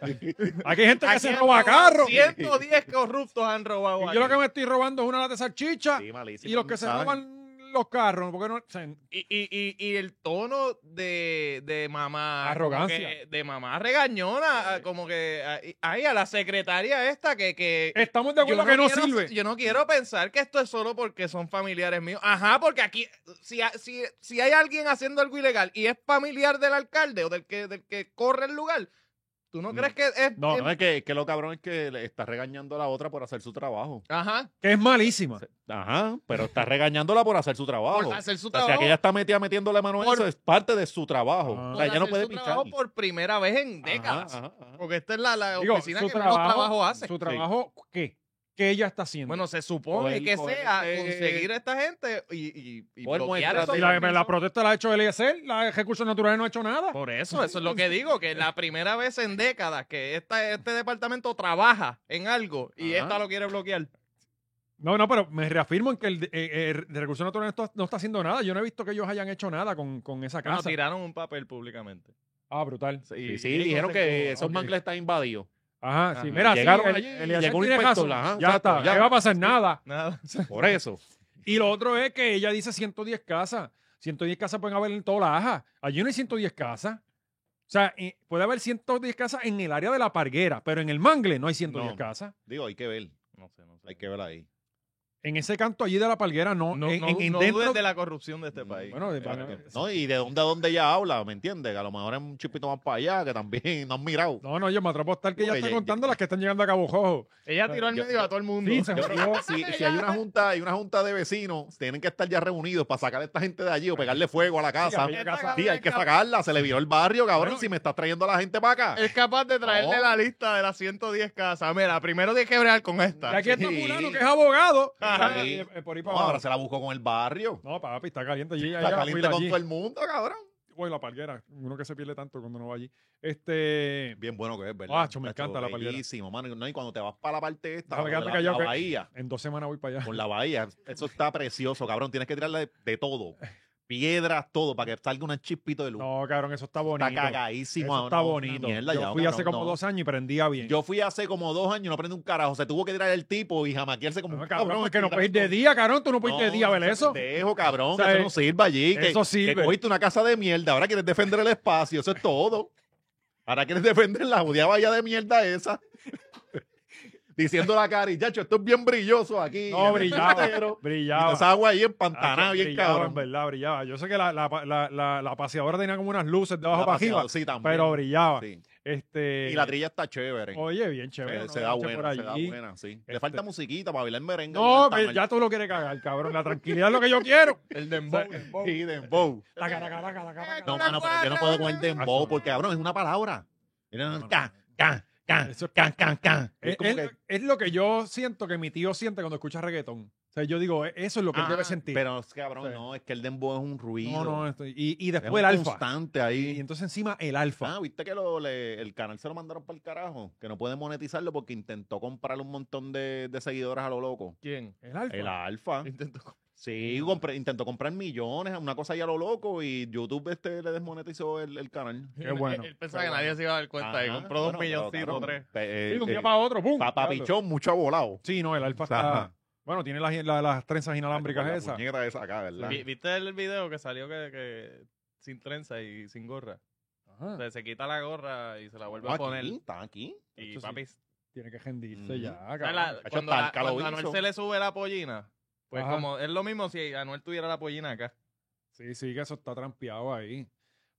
Speaker 2: Aquí hay gente que se roba
Speaker 4: carro
Speaker 2: carros.
Speaker 4: 110 corruptos han robado
Speaker 2: Y
Speaker 4: aquí.
Speaker 2: yo lo que me estoy robando es una lata de salchicha
Speaker 3: sí, malísimo,
Speaker 2: y los que se
Speaker 3: ¿saben?
Speaker 2: roban los carros. Porque no, o sea,
Speaker 4: Y, y, y, y el tono de, de mamá.
Speaker 2: Arrogancia.
Speaker 4: como que- de mamá regañona, ah, como que. ah, y- Ay, a la secretaria esta que. que
Speaker 2: estamos de acuerdo que no
Speaker 4: quiero-
Speaker 2: sirve.
Speaker 4: Yo no quiero pensar que esto es solo porque son familiares míos. Ajá, porque aquí. Si, ha- si, si hay alguien haciendo algo ilegal y es familiar del alcalde o del que, del que corre el lugar, ¿tú no
Speaker 3: Mm.
Speaker 4: crees que es.
Speaker 3: No,
Speaker 4: es-
Speaker 3: no, es que, que lo cabrón es que le está regañando a la otra por hacer su trabajo.
Speaker 4: Ajá,
Speaker 2: que es malísima.
Speaker 3: Ajá, pero está regañándola por hacer su trabajo.
Speaker 4: por hacer su
Speaker 3: O
Speaker 4: trabajo.
Speaker 3: sea, que ella está metida metiéndole mano a
Speaker 4: Por-
Speaker 3: eso, es parte de su trabajo.
Speaker 2: Ah.
Speaker 3: O
Speaker 4: por
Speaker 3: sea, ella no
Speaker 4: hacer
Speaker 3: puede
Speaker 4: su
Speaker 3: pinchar.
Speaker 4: trabajo por primera vez en décadas. Porque esta es la, la
Speaker 2: Digo,
Speaker 4: oficina
Speaker 2: su
Speaker 4: que menos trabajo hace.
Speaker 2: Su trabajo, ¿qué? ¿Qué ella está haciendo?
Speaker 4: Bueno, se supone
Speaker 3: Coger-
Speaker 4: que
Speaker 3: coger este Pues
Speaker 4: sea
Speaker 3: ese-
Speaker 4: conseguir a esta gente y, y, y
Speaker 3: Coger
Speaker 4: bloquear
Speaker 3: muestras
Speaker 4: esos
Speaker 2: y la,
Speaker 4: permisos.
Speaker 2: la protesta la ha hecho el ISL, la de Recursos Naturales no ha hecho nada.
Speaker 4: Por eso, eso es lo que digo, que es la primera vez en décadas que esta, este departamento trabaja en algo y
Speaker 3: Ajá.
Speaker 4: esta lo quiere bloquear.
Speaker 2: No, no, pero me reafirmo en que el, eh, eh, de Recursos Naturales no está, no está haciendo nada. Yo no he visto que ellos hayan hecho nada con, con esa
Speaker 4: Bueno,
Speaker 2: casa.
Speaker 4: tiraron un papel públicamente.
Speaker 2: ah, brutal.
Speaker 3: Sí, sí, dijeron que esos
Speaker 2: Ok.
Speaker 3: mangles están <laughs> invadidos.
Speaker 2: Ajá, sí.
Speaker 4: Ajá.
Speaker 2: Mira,
Speaker 3: Llegaron
Speaker 2: sí, el,
Speaker 3: allí,
Speaker 2: el Eliezer
Speaker 3: llegó un
Speaker 2: tiene
Speaker 3: inspector,
Speaker 2: razón.
Speaker 3: ajá,
Speaker 2: ya
Speaker 3: exacto,
Speaker 2: está,
Speaker 3: ya.
Speaker 2: ya va a pasar nada.
Speaker 4: Nada.
Speaker 3: Por eso.
Speaker 2: Y lo otro es que ella dice 110 casas. 110 casas pueden haber en toda la aja. Allí no hay 110 casas. O sea, eh, puede haber 110 casas en el área de la parguera, pero en el mangle no hay 110
Speaker 3: No.
Speaker 2: casas.
Speaker 3: Digo, hay que ver.
Speaker 4: No sé, no sé.
Speaker 3: Hay que ver ahí.
Speaker 2: En ese canto allí de la parguera no.
Speaker 4: No,
Speaker 2: en,
Speaker 4: no-
Speaker 2: en- en
Speaker 4: no
Speaker 2: dentro-
Speaker 4: dudes de la corrupción de este país.
Speaker 2: Bueno, de-
Speaker 4: Espérate.
Speaker 3: No, y de dónde a dónde ella habla, ¿me entiendes? Que a lo mejor es un chipito más para allá, que también <laughs> no han mirado.
Speaker 2: no, no, yo me atrevo a apostar que
Speaker 3: Porque
Speaker 2: ella está
Speaker 3: ya-
Speaker 2: contando
Speaker 3: ya-
Speaker 2: las que están llegando a Cabo Jojo.
Speaker 4: Ella tiró al
Speaker 3: Yo-
Speaker 4: medio a todo el mundo.
Speaker 2: Sí, se
Speaker 3: Yo creo
Speaker 2: jodió.
Speaker 3: que si, si hay <laughs> una junta, hay una junta de vecinos, tienen que estar ya reunidos para sacar a esta gente de allí o pegarle fuego a la casa.
Speaker 2: aquella casa-
Speaker 3: Sí, hay que sacarla, se le vio el barrio, cabrón,
Speaker 2: Bueno, Eh,
Speaker 3: si me estás trayendo a la gente para acá.
Speaker 4: Es capaz de traerle
Speaker 3: No.
Speaker 4: la lista de las 110 casas. Mira, primero tienes que bregar con
Speaker 2: Y
Speaker 4: esta.
Speaker 2: aquí está
Speaker 3: Sí. Ah,
Speaker 2: fulano que es abogado.
Speaker 4: Ajá.
Speaker 2: Eh, eh, por ahí
Speaker 3: No,
Speaker 2: para abajo.
Speaker 3: ahora se la buscó con el barrio.
Speaker 2: No, papi, está caliente allí.
Speaker 3: Está
Speaker 2: allá,
Speaker 3: caliente
Speaker 2: huila
Speaker 3: con
Speaker 2: allí.
Speaker 3: todo el mundo, cabrón.
Speaker 2: Uy, la palguera. Uno que se pierde tanto cuando no va allí. Este.
Speaker 3: Bien bueno que es, ¿verdad?
Speaker 2: Guacho, me
Speaker 3: Chacho,
Speaker 2: encanta la palguera.
Speaker 3: Bellísimo, mano. No, y cuando te vas para la parte esta,
Speaker 2: Déjame
Speaker 3: con
Speaker 2: quedarte
Speaker 3: la, la
Speaker 2: callado que-
Speaker 3: bahía,
Speaker 2: En dos semanas voy para allá.
Speaker 3: con la bahía, eso está precioso, cabrón. Tienes que tirarle de, de todo. Piedras, todo, para que salga un chispito de luz.
Speaker 2: No, cabrón, eso está bonito.
Speaker 3: está cagadísimo.
Speaker 2: Eso está
Speaker 3: no,
Speaker 2: bonito.
Speaker 3: una mierda
Speaker 2: Yo
Speaker 3: ya,
Speaker 2: fui hace
Speaker 3: cabrón,
Speaker 2: como
Speaker 3: no.
Speaker 2: dos años y prendía bien.
Speaker 3: Yo fui hace como dos años, no prendí un carajo. Se tuvo que tirar el tipo y jamaquearse como
Speaker 2: No,
Speaker 3: un
Speaker 2: Ah, cabrón, es que no
Speaker 3: aquí,
Speaker 2: puedes ir de día, cabrón. Tú no puedes ir de día a ver
Speaker 3: no seas
Speaker 2: eso.
Speaker 3: pendejo, cabrón,
Speaker 2: O sea,
Speaker 3: que
Speaker 2: eh,
Speaker 3: eso no sirva allí. Que,
Speaker 2: eso sirve.
Speaker 3: Que cogiste una casa de mierda, ahora quieres defender el espacio, eso es todo. Ahora quieres defender la judía valla de mierda esa. <laughs> Diciendo la cara, y chacho, esto es bien brilloso aquí.
Speaker 2: No, brillaba.
Speaker 3: Pero-
Speaker 2: brillaba.
Speaker 3: Y esa agua ahí
Speaker 2: Ah,
Speaker 3: empantanada, bien
Speaker 2: brillaba, en
Speaker 3: cabrón.
Speaker 2: verdad, brillaba. Yo sé que la, la, la, la, la paseadora tenía como unas luces de abajo
Speaker 3: La
Speaker 2: para arriba,
Speaker 3: paseadora, sí, también.
Speaker 2: pero brillaba.
Speaker 3: Sí.
Speaker 2: Este,
Speaker 3: Y la trilla está chévere.
Speaker 2: Oye, bien chévere.
Speaker 3: Eh,
Speaker 2: una
Speaker 3: se da
Speaker 2: noche por
Speaker 3: buena, se da
Speaker 2: allí.
Speaker 3: buena, sí.
Speaker 2: Este-
Speaker 3: Le falta musiquita para bailar merengue.
Speaker 2: No,
Speaker 3: bailar
Speaker 2: ya tú lo quieres cagar, cabrón. La tranquilidad es lo que yo quiero.
Speaker 4: El dembow.
Speaker 3: tamal. Sí, dembow.
Speaker 6: Eh,
Speaker 2: La cara, cara, cara, cara.
Speaker 3: No, mano, pero yo no puedo comer dembow porque, cabrón, es una palabra. Mira, can, can, can,
Speaker 2: Eso es- Eh,
Speaker 3: can, can, can.
Speaker 2: Es,
Speaker 3: <laughs> Es como
Speaker 2: es-
Speaker 3: que-
Speaker 2: es lo que yo siento que mi tío siente cuando escucha reggaetón. O sea, yo digo, e- eso es lo que él
Speaker 3: Ah,
Speaker 2: debe sentir.
Speaker 3: Pero, es que, cabrón,
Speaker 2: Sí.
Speaker 3: no, es que el dembow es un ruido.
Speaker 2: no, no, esto- y, y
Speaker 3: es
Speaker 2: después
Speaker 3: un
Speaker 2: el alfa.
Speaker 3: constante
Speaker 2: Y
Speaker 3: ahí.
Speaker 2: entonces encima el alfa.
Speaker 3: Ah, viste que lo- le- el canal se lo mandaron para el carajo, que no puede monetizarlo porque intentó comprarle un montón de, de seguidores a lo loco.
Speaker 4: ¿Quién?
Speaker 2: el alfa.
Speaker 3: El alfa.
Speaker 4: Intento.
Speaker 3: Sí, compré- intentó comprar millones, una cosa ya lo loco, y YouTube este le desmonetizó el, el canal.
Speaker 2: Qué bueno.
Speaker 4: Él pensaba que nadie se iba a dar cuenta. y
Speaker 3: Ajá,
Speaker 4: compró dos
Speaker 3: bueno,
Speaker 4: milloncitos,
Speaker 3: pero,
Speaker 4: tres.
Speaker 3: cabrón, eh,
Speaker 2: Sí, de un
Speaker 3: eh,
Speaker 2: día para otro, ¡pum!
Speaker 3: pa- pa' pichón, mucho ha volado.
Speaker 2: Sí, no, el alfa
Speaker 3: Ajá.
Speaker 2: está. Bueno, tiene las, la- las trenzas inalámbricas
Speaker 3: La
Speaker 2: esas.
Speaker 3: puñeta esa acá, ¿verdad?
Speaker 4: Vi- ¿Viste el video que salió que, que sin trenza y sin gorra? O sea, se quita la gorra y se la vuelve
Speaker 3: No,
Speaker 4: a poner.
Speaker 3: Ah, aquí, está aquí.
Speaker 4: Y
Speaker 2: Esto sí.
Speaker 4: papi,
Speaker 2: Tiene que gendirse
Speaker 3: Ujú.
Speaker 2: ya.
Speaker 4: ¿sabes
Speaker 2: cabrón.
Speaker 4: la-
Speaker 3: hecho
Speaker 4: cuando, la,
Speaker 3: talca, lo
Speaker 4: cuando a Anuel
Speaker 3: hizo.
Speaker 4: se le sube la pollina, pues
Speaker 2: Ajá.
Speaker 4: como es lo mismo si Anuel tuviera la pollina acá.
Speaker 2: Sí, sí, que eso está trampeado ahí.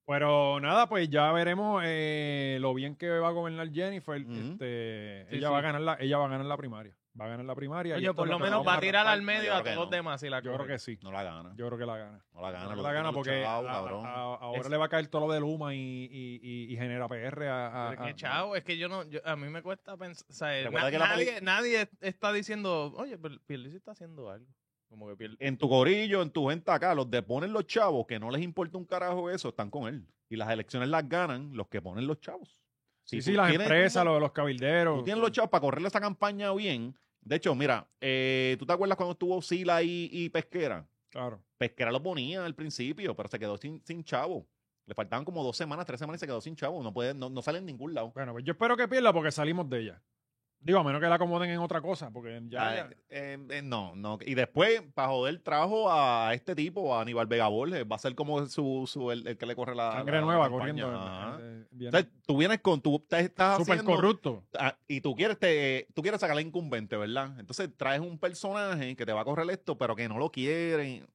Speaker 2: Pero nada, pues ya veremos eh, lo bien que va a gobernar Jennifer.
Speaker 3: Ujú.
Speaker 2: este,
Speaker 4: Sí,
Speaker 2: ella,
Speaker 4: sí.
Speaker 2: Va a ganar la, ella va a ganar la primaria. Va a ganar la primaria. y
Speaker 4: Coño,
Speaker 2: esto
Speaker 4: por
Speaker 2: es
Speaker 4: lo
Speaker 2: que
Speaker 4: menos
Speaker 2: vamos
Speaker 4: va a tirar al
Speaker 3: No,
Speaker 4: medio
Speaker 3: yo
Speaker 4: a
Speaker 3: creo que
Speaker 4: todos los
Speaker 3: no.
Speaker 4: demás y la
Speaker 2: Yo creo
Speaker 4: coge.
Speaker 2: que sí.
Speaker 3: No la gana.
Speaker 2: Yo creo que la gana.
Speaker 3: No la gana.
Speaker 2: No
Speaker 3: los-
Speaker 2: la gana
Speaker 3: los
Speaker 2: porque
Speaker 3: chavos,
Speaker 2: a- a-
Speaker 3: cabrón.
Speaker 2: a- ahora
Speaker 4: Es-
Speaker 2: le va a caer todo lo de Luma y, y- y- y genera PR a... a-
Speaker 4: Pero es que,
Speaker 2: a-
Speaker 4: chavo, es que yo no, yo- a mí me cuesta pensar, o sea,
Speaker 3: Recuerda
Speaker 4: na-
Speaker 3: que la
Speaker 4: nadie, nadie está diciendo, oye, pero Pierluisi está haciendo algo. Como que Pier-
Speaker 3: En tu gorillo, en tu gente acá, los de ponen los chavos, que no les importa un carajo eso, están con él. Y las elecciones las ganan los que ponen los chavos.
Speaker 2: Sí,
Speaker 3: tú
Speaker 2: sí, las
Speaker 3: tienes-
Speaker 2: empresas, los, los cabilderos.
Speaker 3: Tú tienes los chavos para correrle esa campaña bien. De hecho, mira, eh, ¿tú te acuerdas cuando estuvo Sila y, y Pesquera?
Speaker 2: Claro.
Speaker 3: Pesquera lo ponía al principio, pero se quedó sin, sin chavo. Le faltaban como dos semanas, tres semanas y se quedó sin chavo. No, puede, no, no sale en ningún lado.
Speaker 2: Bueno, pues yo espero que pierda porque salimos de ella. Digo, a menos que la acomoden en otra cosa, porque ya...
Speaker 3: Ah, eh, eh, no, no. Y después, para joder, trajo a este tipo, a Aníbal Vega Borges. Va a ser como su, su, el, el que le corre la.
Speaker 2: sangre
Speaker 3: ah, la- la
Speaker 2: nueva
Speaker 3: campaña.
Speaker 2: corriendo.
Speaker 3: Ajá.
Speaker 2: eh,
Speaker 3: O
Speaker 2: viene
Speaker 3: sea, tú vienes con. Tú te estás
Speaker 2: Súper
Speaker 3: haciendo-
Speaker 2: corrupto.
Speaker 3: ah, y tú quieres, te, tú quieres sacar la incumbente, ¿verdad? Entonces traes un personaje que te va a correr esto, pero que no lo quieren.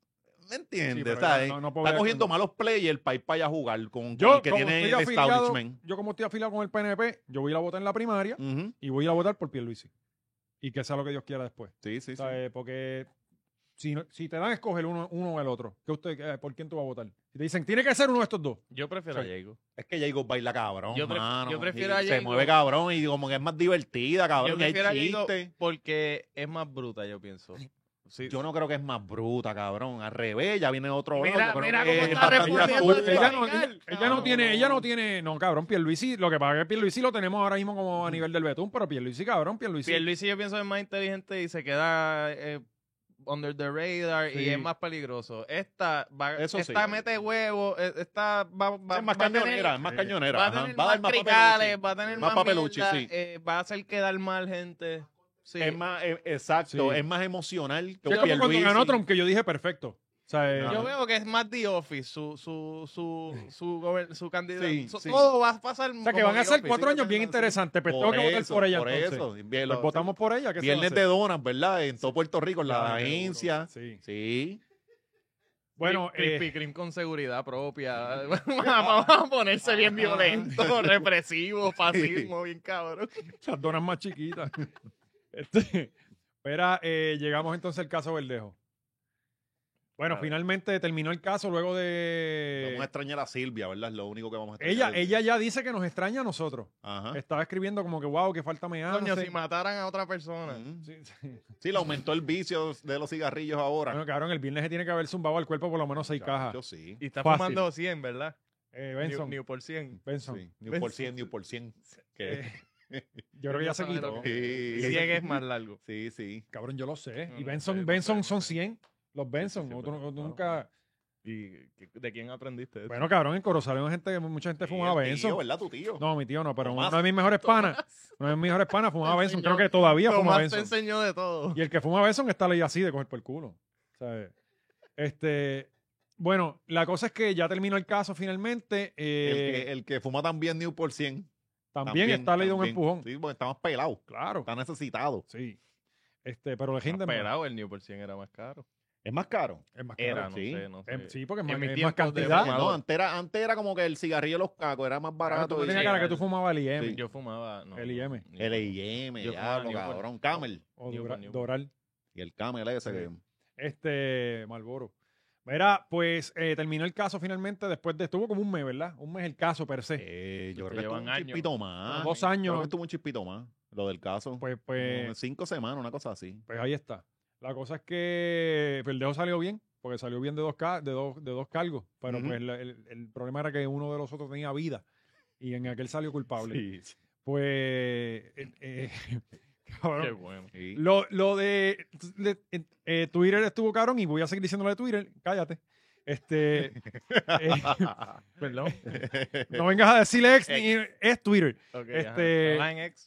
Speaker 3: ¿Me
Speaker 2: Sí,
Speaker 3: entiendes?
Speaker 2: pero
Speaker 3: O sea,
Speaker 2: ya
Speaker 3: eh,
Speaker 2: no- no
Speaker 3: está
Speaker 2: puede-
Speaker 3: cogiendo malos players para ir para allá a jugar con, con el
Speaker 2: Yo,
Speaker 3: que
Speaker 2: como
Speaker 3: tiene el
Speaker 2: estoy afiliado,
Speaker 3: establishment.
Speaker 2: yo como estoy afiliado con el PNP, yo voy a ir a votar en la primaria
Speaker 3: Ujú.
Speaker 2: y voy a ir a votar por Pierluisi. Y que sea lo que Dios quiera después.
Speaker 3: Sí, sí, sí.
Speaker 2: ¿Sabes? Porque si, no- si te dan a escoger uno, uno o el otro, ¿qué usted, eh, ¿por quién tú vas a votar? Si te dicen, tiene que ser uno de estos dos.
Speaker 4: yo prefiero
Speaker 2: Sí.
Speaker 4: a Jago.
Speaker 3: Es que Jacob baila cabrón.
Speaker 4: Yo pref-
Speaker 3: mano.
Speaker 4: yo prefiero
Speaker 3: Y
Speaker 4: a
Speaker 3: Se
Speaker 4: Jacob.
Speaker 3: mueve cabrón y como que es más divertida,
Speaker 4: Yo
Speaker 3: cabrón. y hay
Speaker 4: prefiero a Jago
Speaker 3: chiste.
Speaker 4: porque es más bruta, yo pienso. Sí,
Speaker 3: Yo no creo que es más bruta, cabrón. Al revés, ya viene otro
Speaker 4: Mira,
Speaker 3: loco,
Speaker 4: mira
Speaker 3: pero
Speaker 4: cómo
Speaker 3: es
Speaker 4: está
Speaker 3: bastante
Speaker 4: respondiendo
Speaker 3: astuta.
Speaker 4: el
Speaker 2: ella,
Speaker 4: Ella
Speaker 2: no,
Speaker 4: no-
Speaker 2: ella,
Speaker 4: legal,
Speaker 2: ella no
Speaker 4: cabrón.
Speaker 2: tiene, ella no tiene, no, cabrón, Pierluisi, lo que pasa es que Pierluisi lo tenemos ahora mismo como a nivel del betún, pero Pierluisi, cabrón, Pierluisi.
Speaker 4: Pierluisi yo pienso es más inteligente y se queda eh, under the radar
Speaker 2: Sí.
Speaker 4: y es más peligroso. Esta, va,
Speaker 3: Eso sí.
Speaker 4: esta mete huevo, eh, esta va, va-
Speaker 3: Es más
Speaker 4: va a tener-
Speaker 3: cañonera, es más cañonera.
Speaker 4: Va a
Speaker 3: ajá.
Speaker 4: tener
Speaker 3: Va a
Speaker 4: más
Speaker 3: dar más
Speaker 4: cricales,
Speaker 3: papeluchi.
Speaker 4: va a tener
Speaker 3: Más
Speaker 4: más,
Speaker 3: papeluchi,
Speaker 4: mierda,
Speaker 3: sí.
Speaker 4: eh, va a hacer quedar mal gente. Sí.
Speaker 3: Es más, eh, exacto,
Speaker 2: Sí.
Speaker 3: es más emocional que
Speaker 2: Sí, es como cuando
Speaker 3: Pierluisi.
Speaker 2: ganó Trump, que yo dije perfecto. O sea, eh,
Speaker 4: Yo veo que es más The Office, su, su, su, su, gober- su candidato.
Speaker 2: eh,
Speaker 3: Sí,
Speaker 4: So-
Speaker 3: sí.
Speaker 4: Todo va a pasar.
Speaker 2: o sea, que van a ser cuatro años bien interesantes, pero tengo
Speaker 3: Por
Speaker 2: que votar
Speaker 3: eso,
Speaker 2: por ella.
Speaker 3: Por
Speaker 2: entonces.
Speaker 3: eso. Bien,
Speaker 2: Pues
Speaker 3: lo-
Speaker 2: votamos por ella. ¿qué se va a
Speaker 3: Viernes de
Speaker 2: hacer?
Speaker 3: donas, ¿verdad? En todo Puerto Rico, en la
Speaker 2: Claro,
Speaker 3: agencia.
Speaker 2: seguro, sí.
Speaker 3: Sí.
Speaker 2: Bueno, eh,
Speaker 4: Krispy Kreme con seguridad
Speaker 3: <laughs>
Speaker 4: propia. <laughs> Vamos a ponerse
Speaker 3: Ah.
Speaker 4: bien violento, represivo, fascismo, bien cabrón.
Speaker 2: <laughs> las donas más chiquitas. Este, espera, eh, llegamos entonces al caso Verdejo. Bueno,
Speaker 3: Claro.
Speaker 2: finalmente terminó el caso luego
Speaker 3: Vamos a
Speaker 2: de...
Speaker 3: extrañar a Silvia, ¿verdad? Es lo único que vamos a
Speaker 2: Eh, Ella,
Speaker 3: extrañar. Ah.
Speaker 2: ella ya dice que nos extraña a nosotros.
Speaker 3: Ajá.
Speaker 2: Estaba escribiendo como que, wow, que falta me
Speaker 4: Coño, si mataran a otra persona.
Speaker 3: Ujú.
Speaker 2: Sí, sí.
Speaker 3: Sí, le aumentó el vicio de los cigarrillos ahora.
Speaker 2: Bueno, cabrón, el viernes se tiene que haber zumbado al cuerpo por lo menos seis cajas.
Speaker 3: Yo sí.
Speaker 4: Y está
Speaker 2: Fácil.
Speaker 4: fumando 100, ¿verdad?
Speaker 2: Eh,
Speaker 4: Ni,
Speaker 2: Benson,
Speaker 4: ni por 100.
Speaker 2: Benson.
Speaker 3: Sí. Ni un por cien, ni un por cien. Que-
Speaker 2: Eh, yo creo que ya se quitó.
Speaker 3: Sí.
Speaker 4: 100 es más largo.
Speaker 3: Sí, sí.
Speaker 2: Cabrón, yo lo sé.
Speaker 4: No,
Speaker 2: Y
Speaker 4: no
Speaker 2: Benson,
Speaker 4: sé, no
Speaker 2: Benson
Speaker 4: sé, no
Speaker 2: son
Speaker 4: sé.
Speaker 2: 100. Los Benson.
Speaker 4: sí,
Speaker 2: o tú
Speaker 4: pero-
Speaker 2: no- o tú
Speaker 4: claro.
Speaker 2: nunca...
Speaker 4: ¿Y qué- de quién aprendiste eso?
Speaker 2: Bueno, cabrón, en Corozal hay gente, mucha gente fumaba
Speaker 3: Sí, el tío,
Speaker 2: Benson.
Speaker 3: ¿verdad? Tu tío.
Speaker 2: No, mi tío no, pero
Speaker 3: Tomás.
Speaker 2: uno de mis mejores panas, uno de mis mejores panas fumaba
Speaker 4: Te
Speaker 2: Benson,
Speaker 4: enseñó.
Speaker 2: creo que todavía fuma
Speaker 4: Tomás te
Speaker 2: Benson.
Speaker 4: enseñó de todo.
Speaker 2: Y el que fuma Benson está ley así de coger por el culo. ¿sabes? Este, bueno, la cosa es que ya terminó el caso finalmente.
Speaker 3: El
Speaker 2: eh,
Speaker 3: que, el que fuma también ni un por cien.
Speaker 2: también, está ley de un
Speaker 3: también.
Speaker 2: empujón.
Speaker 3: Sí, porque está más pelado.
Speaker 2: Claro.
Speaker 3: Está necesitado.
Speaker 2: Sí. Este, pero la gente
Speaker 4: Más pelado, el New por 100 era más caro.
Speaker 3: Es más caro.
Speaker 2: es más caro.
Speaker 4: Era, no
Speaker 3: sí.
Speaker 4: sé, no sé.
Speaker 2: Em, Sí, porque es
Speaker 4: En
Speaker 2: más,
Speaker 4: mis
Speaker 2: es más
Speaker 4: tiempos de
Speaker 2: cantidad.
Speaker 4: fumador,
Speaker 3: No, antes era, antes era como que el cigarrillo de los cacos era más
Speaker 2: Claro,
Speaker 3: barato.
Speaker 2: Ah, tú
Speaker 3: y-
Speaker 2: tenías cara que tú fumabas el IM
Speaker 3: Sí.
Speaker 4: Yo fumaba. No,
Speaker 2: El IM.
Speaker 4: no,
Speaker 3: El IM,
Speaker 4: Yo fumaba
Speaker 3: diablo,
Speaker 4: Newport.
Speaker 3: cabrón. Camel.
Speaker 2: o
Speaker 4: Newport,
Speaker 2: Dura-
Speaker 4: Newport.
Speaker 2: Doral.
Speaker 3: Y el Camel ese. que-
Speaker 2: Este, Malboro. Mira, pues eh, terminó el caso finalmente después de. Estuvo como un mes, ¿verdad? Un mes el caso per se.
Speaker 3: Eh, yo creo
Speaker 4: Te
Speaker 3: que estuvo
Speaker 4: llevan
Speaker 3: un
Speaker 4: años.
Speaker 3: chispito más.
Speaker 2: Dos
Speaker 3: Yo creo
Speaker 2: años.
Speaker 3: que estuvo un chispito más. Lo del caso.
Speaker 2: Pues,
Speaker 3: Como
Speaker 2: pues,
Speaker 3: cinco semanas, una cosa así.
Speaker 2: pues ahí está. La cosa es que Verdejo salió bien, porque salió bien de dos, ca- de dos, de dos cargos, pero
Speaker 3: Ujú.
Speaker 2: pues la- el, el problema era que uno de los otros tenía vida y en aquel salió culpable.
Speaker 3: Sí, sí.
Speaker 2: Pues, eh, <laughs> eh, cabrón.
Speaker 4: Qué bueno.
Speaker 2: Lo, lo de, de- eh, Twitter estuvo cabrón y voy a seguir diciendo lo de Twitter. Cállate. Este.
Speaker 3: <laughs>
Speaker 2: eh, <laughs>
Speaker 4: Perdón. <laughs>
Speaker 2: no vengas a decirle ex, ni- es Twitter. Este-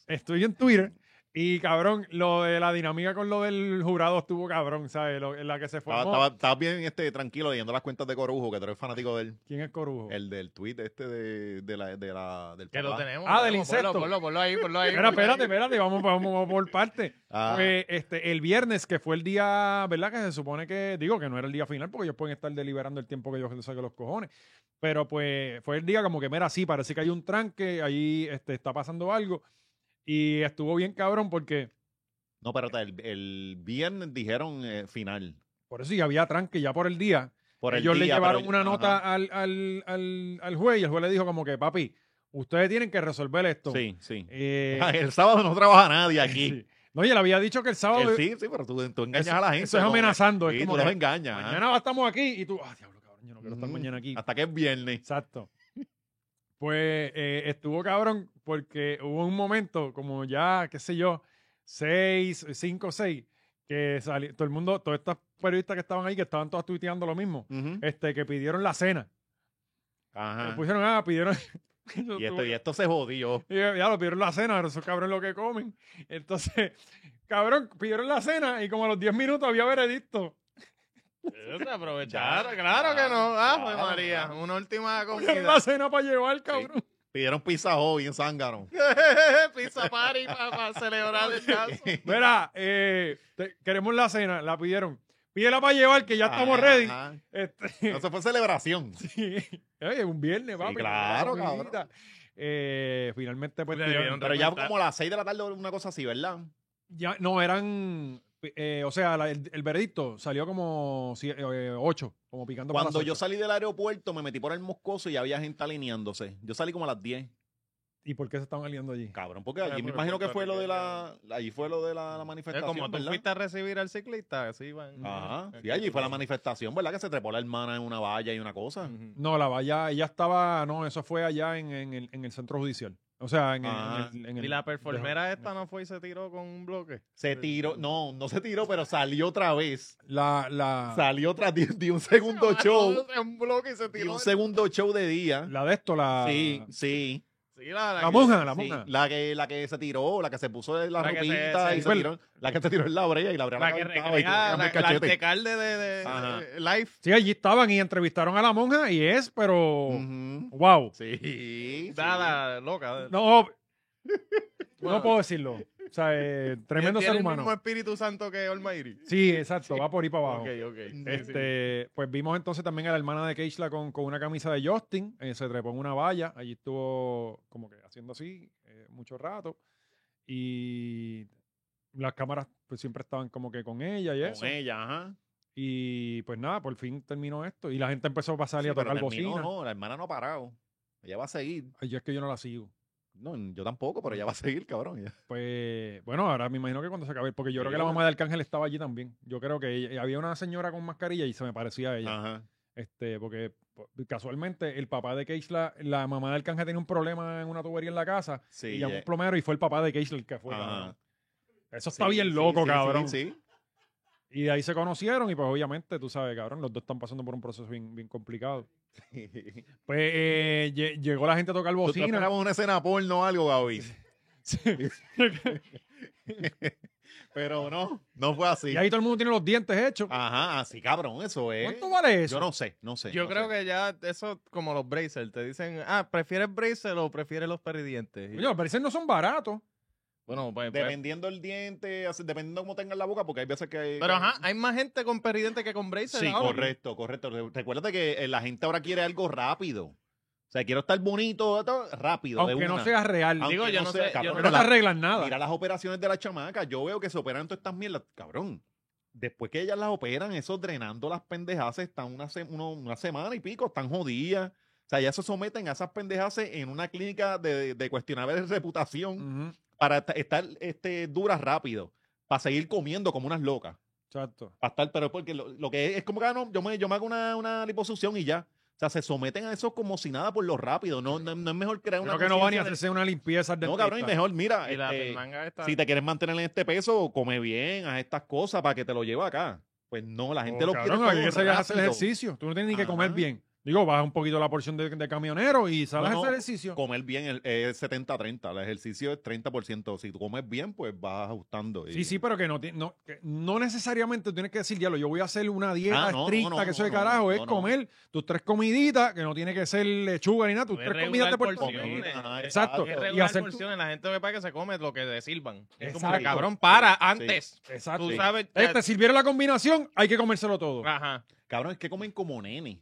Speaker 2: Estoy en Twitter. Y cabrón, lo de la dinámica con lo del jurado estuvo cabrón, ¿sabes? Lo- en la que se formó.
Speaker 3: Estaba, estaba- estaba bien este, tranquilo leyendo las cuentas de Corujo, que tú eres fanático de él.
Speaker 2: ¿Quién es Corujo?
Speaker 3: El del tweet este de, de la, de la, del
Speaker 4: Que lo
Speaker 3: papá.
Speaker 4: tenemos.
Speaker 2: Ah,
Speaker 4: lo
Speaker 2: del
Speaker 4: tenemos. Ponlo,
Speaker 2: insecto.
Speaker 4: Ponlo, ponlo ahí, ponlo ahí.
Speaker 2: Espera,
Speaker 4: ponlo ahí. <laughs>
Speaker 2: espérate, espérate, vamos, vamos, vamos por parte.
Speaker 3: Ah,
Speaker 2: Eh, este, el viernes, que fue el día, ¿verdad? Que se supone que, digo, que no era el día final, porque ellos pueden estar deliberando el tiempo que yo les saque los cojones. Pero pues fue el día como que, mira, sí, parece que hay un tranque, ahí este, está pasando algo. Y estuvo bien cabrón porque,
Speaker 3: no, espérate, el, el viernes dijeron eh, final.
Speaker 2: por eso ya había tranque ya por el día.
Speaker 3: Por el
Speaker 2: ellos le
Speaker 3: día, pero
Speaker 2: llevaron
Speaker 3: yo-
Speaker 2: una
Speaker 3: ajá.
Speaker 2: nota al, al, al, al juez y el juez le dijo como que, papi, ustedes tienen que resolver esto.
Speaker 3: Sí, sí.
Speaker 2: Eh,
Speaker 3: <laughs> el sábado no trabaja nadie
Speaker 2: <laughs>
Speaker 3: aquí.
Speaker 2: sí. No, y él había dicho que el sábado...
Speaker 3: El sí, sí, pero tú, tú engañas
Speaker 2: Eso-
Speaker 3: a la gente.
Speaker 2: eso es
Speaker 3: ¿no?
Speaker 2: amenazando, es
Speaker 3: Sí,
Speaker 2: como
Speaker 3: tú
Speaker 2: que-
Speaker 3: los engañas. ¿ah?
Speaker 2: Mañana estamos aquí y tú, ah, diablo, cabrón, yo no quiero estar
Speaker 3: Mm.
Speaker 2: mañana aquí.
Speaker 3: Hasta que es viernes.
Speaker 2: Exacto. Pues eh, estuvo cabrón porque hubo un momento, como ya, qué sé yo, seis, cinco, seis, que salió, todo el mundo, todos estos periodistas que estaban ahí, que estaban todos tuiteando lo mismo,
Speaker 3: Ujú.
Speaker 2: este, que pidieron la cena.
Speaker 3: Ajá.
Speaker 2: Le Pusieron, ah, pidieron. <laughs> Yo
Speaker 3: Y esto,
Speaker 2: tuve-
Speaker 3: y esto se jodió.
Speaker 2: y yo, ya lo pidieron la cena, pero esos cabrones lo que comen. Entonces, <laughs> cabrón, pidieron la cena y como a los 10 minutos había veredicto.
Speaker 4: Eso, Aprovechar, claro que no. Ah, pues María, una última
Speaker 2: Pidieron la
Speaker 4: comida.
Speaker 2: cena para llevar, cabrón.
Speaker 3: Pidieron pizza hoy en Zángaro.
Speaker 4: <laughs> Pizza party para celebrar el caso.
Speaker 2: Mira, eh, te- queremos la cena, la pidieron. Pídela para llevar, que ya estamos
Speaker 3: Ah, Ajá,
Speaker 2: ready.
Speaker 3: ajá.
Speaker 2: Este,
Speaker 3: <laughs>
Speaker 2: <laughs>
Speaker 3: Eso fue
Speaker 4: <laughs>
Speaker 3: celebración.
Speaker 2: oye, un viernes, papi.
Speaker 3: claro,
Speaker 2: una
Speaker 3: cabrón.
Speaker 2: comidita. Eh, finalmente, pues,
Speaker 4: Le
Speaker 2: tiraron-
Speaker 4: dieron
Speaker 3: Pero ya
Speaker 4: Recuerda.
Speaker 3: como a las 6 de la tarde, una cosa así, ¿verdad?
Speaker 2: ya no eran. eh, o sea, la- el, el veredicto salió como 8, como picando para
Speaker 3: Cuando
Speaker 2: las
Speaker 3: yo
Speaker 2: ocho.
Speaker 3: salí del aeropuerto, me metí por el Moscoso y había gente alineándose. Yo salí como a las 10.
Speaker 2: ¿Y por qué se estaban aliando allí?
Speaker 3: Cabrón, porque
Speaker 4: Ah,
Speaker 3: allí me
Speaker 4: porque
Speaker 3: imagino que
Speaker 4: Puerto
Speaker 3: fue lo de
Speaker 4: Rico
Speaker 3: la... Allí fue lo de la, la
Speaker 4: Es
Speaker 3: manifestación,
Speaker 4: Eh, como tú
Speaker 3: ¿verdad?
Speaker 4: fuiste Mm. a recibir al ciclista, así van.
Speaker 3: Ajá. Y allí fue la manifestación, ¿verdad? Que se trepó la hermana en una valla y una cosa.
Speaker 4: Mm.
Speaker 2: No, la valla, ella estaba. No, eso fue allá en, en el, en el centro judicial. O sea, en el.
Speaker 3: Ah,
Speaker 2: en el- en el-
Speaker 4: Y la performera esta no fue y se tiró con un bloque.
Speaker 3: Se tiró, no, no se tiró, pero salió otra vez.
Speaker 2: La, la,
Speaker 3: Salió otra, <laughs> di, di un segundo show.
Speaker 4: Un bloque y Ah. se
Speaker 3: Di
Speaker 4: tiró. Ah.
Speaker 3: un segundo show de día.
Speaker 2: la de esto, la.
Speaker 3: Sí, sí.
Speaker 4: Sí, la,
Speaker 2: La monja, la
Speaker 3: sí.
Speaker 2: monja.
Speaker 3: La que, la que se tiró, la que se puso la,
Speaker 4: La que se-
Speaker 3: ropita
Speaker 4: se-
Speaker 3: y se
Speaker 2: fue-
Speaker 3: tiró, la que se tiró en la brea y la brea
Speaker 4: La que
Speaker 3: calentaba y
Speaker 4: recrea,
Speaker 3: tuvo que
Speaker 4: la,
Speaker 3: cambiar
Speaker 4: la
Speaker 3: cachete.
Speaker 4: alcalde de, de-
Speaker 3: Ajá.
Speaker 4: de Life.
Speaker 2: Sí, allí estaban y entrevistaron a la monja y es, pero.
Speaker 3: Ujú.
Speaker 2: ¡Wow!
Speaker 3: Sí, sí.
Speaker 4: Dada loca.
Speaker 2: No, oh, no puedo decirlo. O sea, eh, tremendo
Speaker 4: Tiene
Speaker 2: ser
Speaker 4: el
Speaker 2: humano.
Speaker 4: mismo Espíritu Santo que Almighty.
Speaker 2: Sí, exacto, va por ahí para abajo.
Speaker 4: Ok, ok.
Speaker 2: Este, pues vimos entonces también a la hermana de Keishla con, con una camisa de Justin, eh, se trepó en una valla, allí estuvo como que haciendo así eh, mucho rato y las cámaras pues siempre estaban como que con ella y eso.
Speaker 3: Con ella, ajá.
Speaker 2: Y pues nada, por fin terminó esto y la gente empezó a salir
Speaker 3: Sí,
Speaker 2: a tocar
Speaker 3: pero terminó,
Speaker 2: bocina.
Speaker 3: no, la hermana no ha parado. Ella va a seguir.
Speaker 2: Ay, yo es que yo no la sigo.
Speaker 3: No, yo tampoco, pero ella va a seguir, cabrón. ya.
Speaker 2: Pues bueno, ahora me imagino que cuando se acabe, porque yo
Speaker 3: Sí,
Speaker 2: creo que la mamá
Speaker 3: bueno.
Speaker 2: de Arcángel estaba allí también. Yo creo que ella- había una señora con mascarilla y se me parecía a ella.
Speaker 3: Ajá.
Speaker 2: Este, porque po- casualmente el papá de Keisla, la mamá de Arcángel tenía un problema en una tubería en la casa
Speaker 3: Sí.
Speaker 2: y llamó
Speaker 3: ella-
Speaker 2: un plomero y fue el papá de Keisla el que fue.
Speaker 3: Ajá.
Speaker 2: cabrón. Eso está
Speaker 3: sí,
Speaker 2: bien
Speaker 3: sí,
Speaker 2: loco,
Speaker 3: sí, sí,
Speaker 2: cabrón.
Speaker 3: Sí,
Speaker 2: <laughs> Y de ahí se conocieron y pues obviamente, tú sabes, cabrón, los dos están pasando por un proceso bien, bien complicado. Pues eh, lle- llegó la gente a tocar
Speaker 3: Tú- tú
Speaker 2: bocina.
Speaker 3: esperabas una escena porno o algo, Gaby. <laughs> Pero no, no fue así.
Speaker 2: Y ahí todo el mundo tiene los dientes hechos.
Speaker 3: Ajá, así cabrón, eso es.
Speaker 2: ¿Cuánto vale eso?
Speaker 3: Ah, eh. Yo no sé, no sé.
Speaker 4: Yo
Speaker 3: no
Speaker 4: creo
Speaker 3: sé.
Speaker 4: que ya eso como los braces, te dicen, ah, ¿prefieres braces o prefieres los perdidientes? Y-
Speaker 2: Oye, los braces no son baratos.
Speaker 4: bueno, pues, pues-
Speaker 3: Dependiendo el diente, así, dependiendo cómo tengas la boca, porque hay veces que.
Speaker 4: pero ajá, hay más gente con perdidientes que con braces.
Speaker 3: Sí,
Speaker 4: ahora.
Speaker 3: correcto, correcto. Re- Recuérdate que eh, la gente ahora quiere algo rápido. O sea, quiero estar bonito, todo, rápido. de
Speaker 2: Aunque no
Speaker 3: una.
Speaker 2: sea real.
Speaker 3: Aunque
Speaker 4: Digo, yo no sé,
Speaker 3: sea-
Speaker 4: yo
Speaker 3: cabrón,
Speaker 4: no-
Speaker 2: Pero no te
Speaker 3: la-
Speaker 2: arreglan nada.
Speaker 3: Mira las operaciones de la chamaca. Yo veo que se operan todas estas mierdas. Cabrón, después que ellas las operan, eso drenando las pendejas, están una, se- uno- una semana y pico, están jodidas. O sea, ya se someten a esas pendejas en una clínica de, de cuestionable <laughs> reputación
Speaker 2: Ujú,
Speaker 3: para esta- estar este, duras rápido, para seguir comiendo como unas locas.
Speaker 2: Exacto.
Speaker 3: Para estar, pero es porque lo, lo que es, es como que ah, no, yo, me, yo me hago una, una liposucción y ya. O sea, se someten a eso como si nada por lo rápido. No, no, no es mejor crear una
Speaker 2: Creo que no van ni a
Speaker 3: conciencia de-
Speaker 2: hacerse una limpieza al
Speaker 3: No,
Speaker 2: dentista.
Speaker 3: cabrón, y mejor, mira,
Speaker 4: Y la
Speaker 3: este,
Speaker 4: manga está.
Speaker 3: si te quieres mantener en este peso, come bien, haz estas cosas para que te lo lleve acá. Pues no, la gente
Speaker 2: Oh,
Speaker 3: lo
Speaker 2: cabrón,
Speaker 3: quiere
Speaker 2: hay que
Speaker 3: todo
Speaker 2: salir a hacer
Speaker 3: rápido.
Speaker 2: ejercicio. Tú no tienes ni que
Speaker 3: Ajá.
Speaker 2: comer bien. Digo, baja un poquito la porción de, de camionero y sales a
Speaker 3: No, no.
Speaker 2: hacer ejercicio.
Speaker 3: Comer bien el- es 70-30, el ejercicio es 30%. Si tú comes bien, pues vas ajustando. y-
Speaker 2: Sí, sí, pero que no, ti- no, que no necesariamente tienes que decir, diablo, yo voy a hacer una dieta
Speaker 3: Ah, no, no,
Speaker 2: estricta,
Speaker 3: no,
Speaker 2: que eso de
Speaker 3: no, no,
Speaker 2: carajo, es
Speaker 3: no, no.
Speaker 2: comer tus tres comiditas, que no tiene que ser lechuga ni nada, tus
Speaker 4: No es
Speaker 2: tres
Speaker 4: regular
Speaker 2: comidas de Puerto
Speaker 4: porción.
Speaker 2: Rico.
Speaker 3: Comer, ajá,
Speaker 2: pues, Exacto. y
Speaker 4: Es regular
Speaker 2: hacer tu-
Speaker 4: porciones, la gente ve para que se come lo que le sirvan. Es como
Speaker 2: Exacto.
Speaker 4: que, cabrón, para
Speaker 3: Sí,
Speaker 4: antes.
Speaker 2: Exacto.
Speaker 4: Tú
Speaker 3: Sí.
Speaker 4: sabes.
Speaker 2: Eh, te sirvieron la combinación, hay que comérselo todo.
Speaker 4: Ajá.
Speaker 3: Cabrón, es que comen como nenes.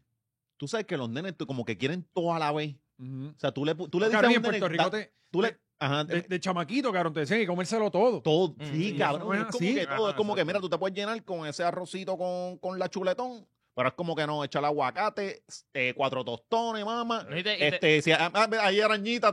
Speaker 3: Tú sabes que los nenes tú, como que quieren todo a la vez.
Speaker 2: Ujú.
Speaker 3: O sea, tú le, pu- tú le dices
Speaker 2: Ah, Cabrón,
Speaker 3: a
Speaker 2: y
Speaker 3: un
Speaker 2: en Puerto
Speaker 3: nene,
Speaker 2: Rico
Speaker 3: da-
Speaker 2: te-
Speaker 3: tú le, ajá,
Speaker 2: de, de chamaquito, cabrón, te decían, y comérselo todo.
Speaker 3: todo,
Speaker 4: Mm, y
Speaker 3: sí,
Speaker 4: eso
Speaker 3: cabrón,
Speaker 2: no es
Speaker 3: es, como
Speaker 2: así.
Speaker 3: que todo,
Speaker 4: Ajá,
Speaker 3: es como que
Speaker 4: exacto.
Speaker 3: mira, tú te puedes llenar con ese arrocito con, con la chuletón, pero es como que no, echar aguacate, eh, cuatro tostones, mamá,
Speaker 4: No, y
Speaker 2: Eh,
Speaker 4: te- y te-
Speaker 3: este, si, ah, ah, hay arañita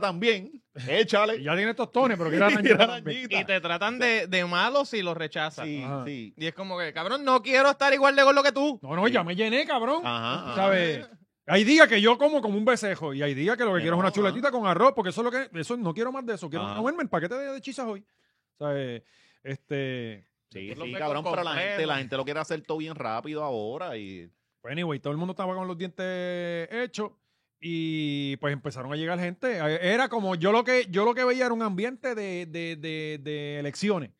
Speaker 2: <laughs>
Speaker 3: también,
Speaker 2: Y
Speaker 3: échale,
Speaker 2: ya tiene tostones, pero que era
Speaker 3: Y
Speaker 2: arañita también.
Speaker 3: arañita.
Speaker 4: Y te tratan de, de malo si lo rechazas.
Speaker 3: Sí,
Speaker 2: Ajá.
Speaker 3: sí.
Speaker 4: Y es como que, cabrón, no quiero estar igual de gordo que tú.
Speaker 2: No, no, ya me llené, cabrón.
Speaker 3: Ajá, ajá.
Speaker 2: ¿Sabes? Hay días que yo como como un besejo y hay días que lo que
Speaker 3: Que
Speaker 2: quiero es
Speaker 3: no,
Speaker 2: una
Speaker 3: ajá.
Speaker 2: chuletita con arroz, porque eso es lo que eso no quiero más de eso, quiero
Speaker 3: Ajá.
Speaker 2: comerme el paquete de, de chisas hoy. ¿Sabes? Este,
Speaker 3: Sí,
Speaker 4: Tú los
Speaker 3: sí,
Speaker 4: ves
Speaker 3: cabrón,
Speaker 4: con
Speaker 3: pero la
Speaker 4: complejo.
Speaker 3: gente, la gente lo quiere hacer todo bien rápido ahora y
Speaker 2: pues, anyway, todo el mundo estaba con los dientes hechos y pues empezaron a llegar gente, era como yo lo que yo lo que veía era un ambiente de, de, de, de elecciones.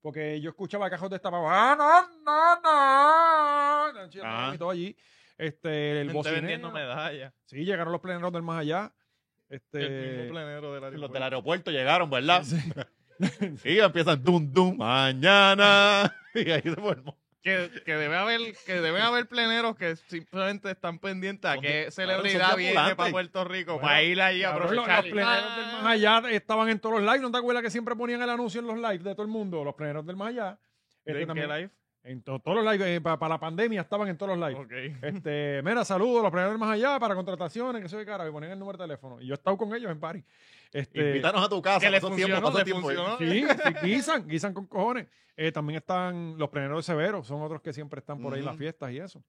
Speaker 2: Porque yo escuchaba cajos de esta ah, no, no, no.
Speaker 3: Ah.
Speaker 2: Y todo allí. Este, el
Speaker 4: Gente
Speaker 2: bocinero.
Speaker 4: vendiendo medallas.
Speaker 2: Sí, llegaron los pleneros del más allá.
Speaker 4: El mismo
Speaker 2: Este,
Speaker 4: plenero del
Speaker 3: los
Speaker 4: aeropuerto.
Speaker 3: del aeropuerto llegaron, ¿verdad? <laughs> y empiezan dum dum mañana <laughs> y ahí se formó.
Speaker 4: Que, que debe haber, que deben haber pleneros que simplemente están pendientes a
Speaker 3: Son
Speaker 4: qué
Speaker 3: de-
Speaker 4: celebridad
Speaker 3: claro, son de
Speaker 4: viene
Speaker 3: ambulantes.
Speaker 4: para Puerto Rico
Speaker 2: Bueno,
Speaker 4: para ir ahí a
Speaker 2: cabrón, los,
Speaker 4: aprovechar.
Speaker 2: los pleneros del más allá estaban en todos los lives. ¿No te acuerdas que siempre ponían el anuncio en los lives de todo el mundo? Los pleneros del más allá.
Speaker 4: ¿De
Speaker 2: Este
Speaker 4: qué
Speaker 2: también-
Speaker 4: live?
Speaker 2: En to- todos los lives. para la pandemia estaban en todos los lives. <laughs>
Speaker 4: Ok.
Speaker 2: Este, mira, saludos, los pleneros del más allá para contrataciones, que soy de cara. Me ponían el número de teléfono. Y yo he estado con ellos en París. Este,
Speaker 3: Invítanos a tu casa.
Speaker 4: Que le
Speaker 3: pasó tiempo,
Speaker 4: funcionó,
Speaker 3: pasó
Speaker 4: le
Speaker 3: tiempo.
Speaker 4: funcionó.
Speaker 2: Sí, sí, guisan, guisan con cojones. Eh, también están los pleneros de Severo, son otros que siempre están por ahí en las
Speaker 3: Ujú.
Speaker 2: fiestas y eso.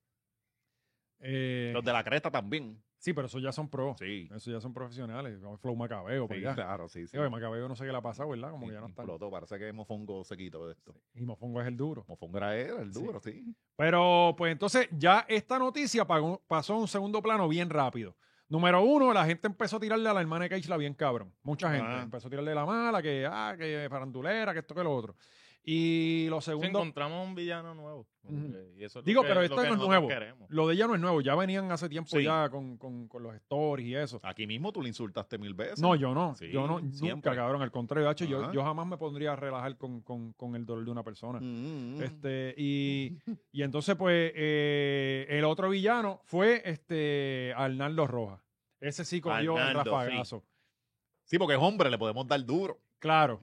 Speaker 2: Eh,
Speaker 3: Los de la cresta también.
Speaker 2: sí, pero esos ya son pro.
Speaker 3: Sí.
Speaker 2: Esos ya son profesionales. como Flow Macabeo, por
Speaker 3: Sí,
Speaker 2: allá.
Speaker 3: claro, sí, sí.
Speaker 2: Sí, oye, Macabeo no sé qué le ha pasado, ¿verdad? Como que ya no está.
Speaker 3: Explotó, parece que Mofongo se quitó de esto.
Speaker 2: Y Mofongo es el duro.
Speaker 3: Mofongo era él, el duro, sí.
Speaker 2: Pero, pues entonces, ya esta noticia pagó- pasó a un segundo plano bien rápido. Número uno, la gente empezó a tirarle a la hermana de Keishla bien cabrón. Mucha gente
Speaker 3: Ah.
Speaker 2: empezó a tirarle la mala, que, ah, que farandulera, que esto, que lo otro. Y lo
Speaker 4: Si
Speaker 2: segundo,
Speaker 4: encontramos un villano nuevo.
Speaker 2: Ujú.
Speaker 4: Eh, y eso es lo
Speaker 2: Digo,
Speaker 4: que-
Speaker 2: pero
Speaker 4: lo
Speaker 2: esto
Speaker 4: que
Speaker 2: no es
Speaker 4: nosotros
Speaker 2: nuevo.
Speaker 4: queremos.
Speaker 2: Lo de ella no es nuevo, ya venían hace tiempo
Speaker 3: Sí.
Speaker 2: ya con, con- con los stories y eso.
Speaker 3: Aquí mismo tú le insultaste mil veces.
Speaker 2: No, yo no,
Speaker 3: Sí,
Speaker 2: yo no,
Speaker 3: siempre.
Speaker 2: nunca, cabrón, al contrario, hacho, yo,
Speaker 3: Ajá.
Speaker 2: yo jamás me pondría a relajar con, con- con el dolor de una persona.
Speaker 3: Mm, mm, mm.
Speaker 2: Este, y, y entonces, pues, eh, el otro villano fue este Arnaldo Rojas. Ese sí cogió
Speaker 3: Arnaldo,
Speaker 2: el
Speaker 3: sí.
Speaker 2: rafagazo.
Speaker 3: Sí, porque es hombre, le podemos dar duro. <laughs>
Speaker 2: Claro.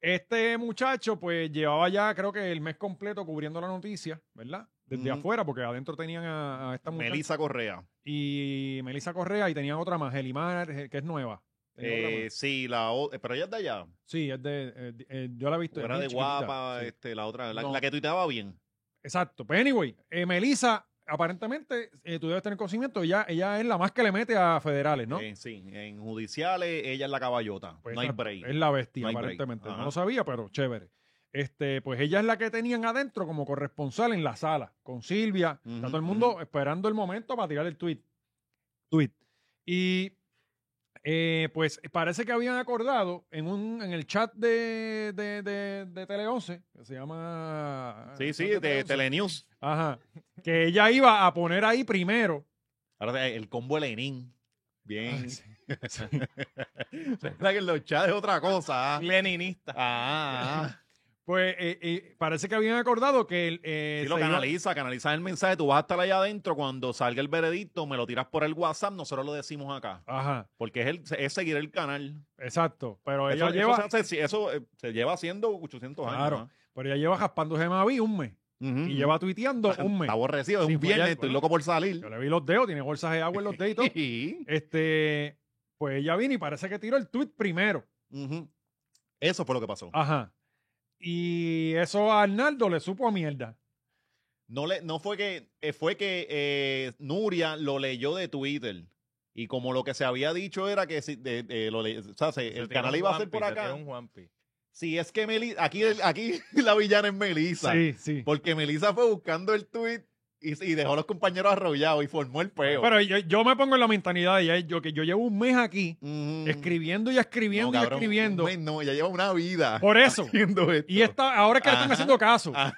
Speaker 2: Este muchacho, pues, llevaba ya, creo que el mes completo cubriendo la noticia, ¿verdad? Desde
Speaker 3: Ujú.
Speaker 2: afuera, porque adentro tenían a, a esta muchacha.
Speaker 3: Melissa Correa.
Speaker 2: y Melissa Correa y tenían otra más, Elimar, eh, que es nueva. Tenía otra
Speaker 3: Eh,
Speaker 2: más.
Speaker 3: sí, la o- eh, pero ella es de allá.
Speaker 2: Sí, es de, eh, di- eh, yo la he visto. es
Speaker 3: Era
Speaker 2: bien
Speaker 3: de
Speaker 2: chiquitita,
Speaker 3: guapa,
Speaker 2: sí.
Speaker 3: este, la otra, la,
Speaker 2: No.
Speaker 3: la que tuiteaba bien.
Speaker 2: Exacto. Pues anyway, eh, Melissa, aparentemente, eh, tú debes tener conocimiento, ella, ella es la más que le mete a federales, ¿no?
Speaker 3: Eh, sí, en judiciales ella es la caballota.
Speaker 2: Pues
Speaker 3: no hay
Speaker 2: exacto,
Speaker 3: break.
Speaker 2: Es la bestia,
Speaker 3: No hay break.
Speaker 2: aparentemente. No
Speaker 3: Ajá.
Speaker 2: lo sabía, pero chévere. Este, pues ella es la que tenían adentro como corresponsal en la sala, con Silvia. Está
Speaker 3: Ujú,
Speaker 2: todo el mundo
Speaker 3: ujú.
Speaker 2: esperando el momento para tirar el tweet. Tweet. Y eh, pues parece que habían acordado en un en el chat de, de, de- de Tele 11, que se llama.
Speaker 3: Sí,
Speaker 2: el
Speaker 3: sí,
Speaker 2: chat
Speaker 3: de,
Speaker 2: Tele 11.
Speaker 3: Telenews.
Speaker 2: Ajá. Que ella iba a poner ahí primero.
Speaker 3: Ahora eh, el combo de Lenin. Bien.
Speaker 2: Sí.
Speaker 3: <laughs> Verdad que en los chats es otra cosa. ah.
Speaker 4: Leninista.
Speaker 3: Ah,
Speaker 2: <laughs>
Speaker 3: ah.
Speaker 2: Pues eh, eh, parece que habían acordado que el, eh,
Speaker 3: Sí, lo
Speaker 2: se iba-
Speaker 3: canaliza, canaliza el mensaje. Tú vas a estar allá adentro. Cuando salga el veredicto, me lo tiras por el WhatsApp. Nosotros lo decimos acá.
Speaker 2: Ajá.
Speaker 3: Porque es, el, es seguir el canal.
Speaker 2: Exacto, pero ella
Speaker 3: Eso, eso
Speaker 2: Pues lleva,
Speaker 3: se hace- eso, eh, se lleva haciendo 800
Speaker 2: Claro.
Speaker 3: años. ¿ah?
Speaker 2: pero ella lleva jaspándose Mavi un mes y lleva tuiteando un mes.
Speaker 3: Está aborrecido. Es
Speaker 2: Sí,
Speaker 3: un
Speaker 2: fue
Speaker 3: viernes.
Speaker 2: allá,
Speaker 3: Estoy
Speaker 2: bueno.
Speaker 3: loco por salir.
Speaker 2: Yo le vi los dedos, tiene bolsas de agua en los dedos y todo.
Speaker 3: <laughs> Sí.
Speaker 2: Este, pues ella vino y parece que tiró el tweet primero.
Speaker 3: Ujú.
Speaker 2: Ah,
Speaker 3: Eso fue lo que pasó.
Speaker 2: Ajá. Y eso a Arnaldo le supo a mierda.
Speaker 3: No, le, no fue que, eh, fue que eh, Nuria lo leyó de Twitter. Y como lo que se había dicho era que si- de- de- lo le- o sea, se- el canal iba a ser por acá. Si es que Melissa, aquí, el- aquí <laughs> la villana es Melissa.
Speaker 2: Sí, sí.
Speaker 3: Porque Melissa fue buscando el tweet y, y dejó a los compañeros arrollados y formó el peo.
Speaker 2: Pero yo, yo me pongo en la mentalidad de ella. Yo, que yo llevo un mes aquí
Speaker 3: Mm.
Speaker 2: escribiendo y escribiendo
Speaker 3: No, cabrón,
Speaker 2: y escribiendo.
Speaker 3: un mes No, ya lleva una vida.
Speaker 2: Por eso.
Speaker 3: <laughs> haciendo esto.
Speaker 2: Y esta, ahora es que le están
Speaker 3: Ajá.
Speaker 2: haciendo caso.
Speaker 3: Ah.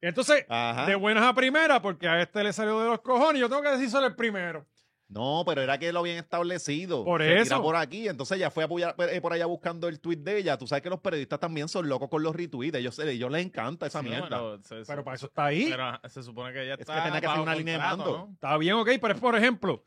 Speaker 2: Entonces,
Speaker 3: Ajá.
Speaker 2: de buenas a primeras, porque a este le salió de los cojones, yo tengo que decírselo el primero.
Speaker 3: No, pero era que lo habían establecido.
Speaker 2: Por
Speaker 3: Se tira
Speaker 2: eso.
Speaker 3: por aquí, entonces ella fue a apoyar- eh, por allá buscando el tweet de ella. Tú sabes que los periodistas también son locos con los retweets. Ellos, se- ellos les encanta esa mierda.
Speaker 4: se,
Speaker 2: Pero para eso está ahí.
Speaker 4: pero, ajá, se supone que ya
Speaker 3: que
Speaker 4: está.
Speaker 3: tenía que hacer
Speaker 4: bajo
Speaker 3: una línea de
Speaker 4: contrato,
Speaker 3: mando.
Speaker 4: ¿no?
Speaker 2: Está bien, ok, pero es por ejemplo,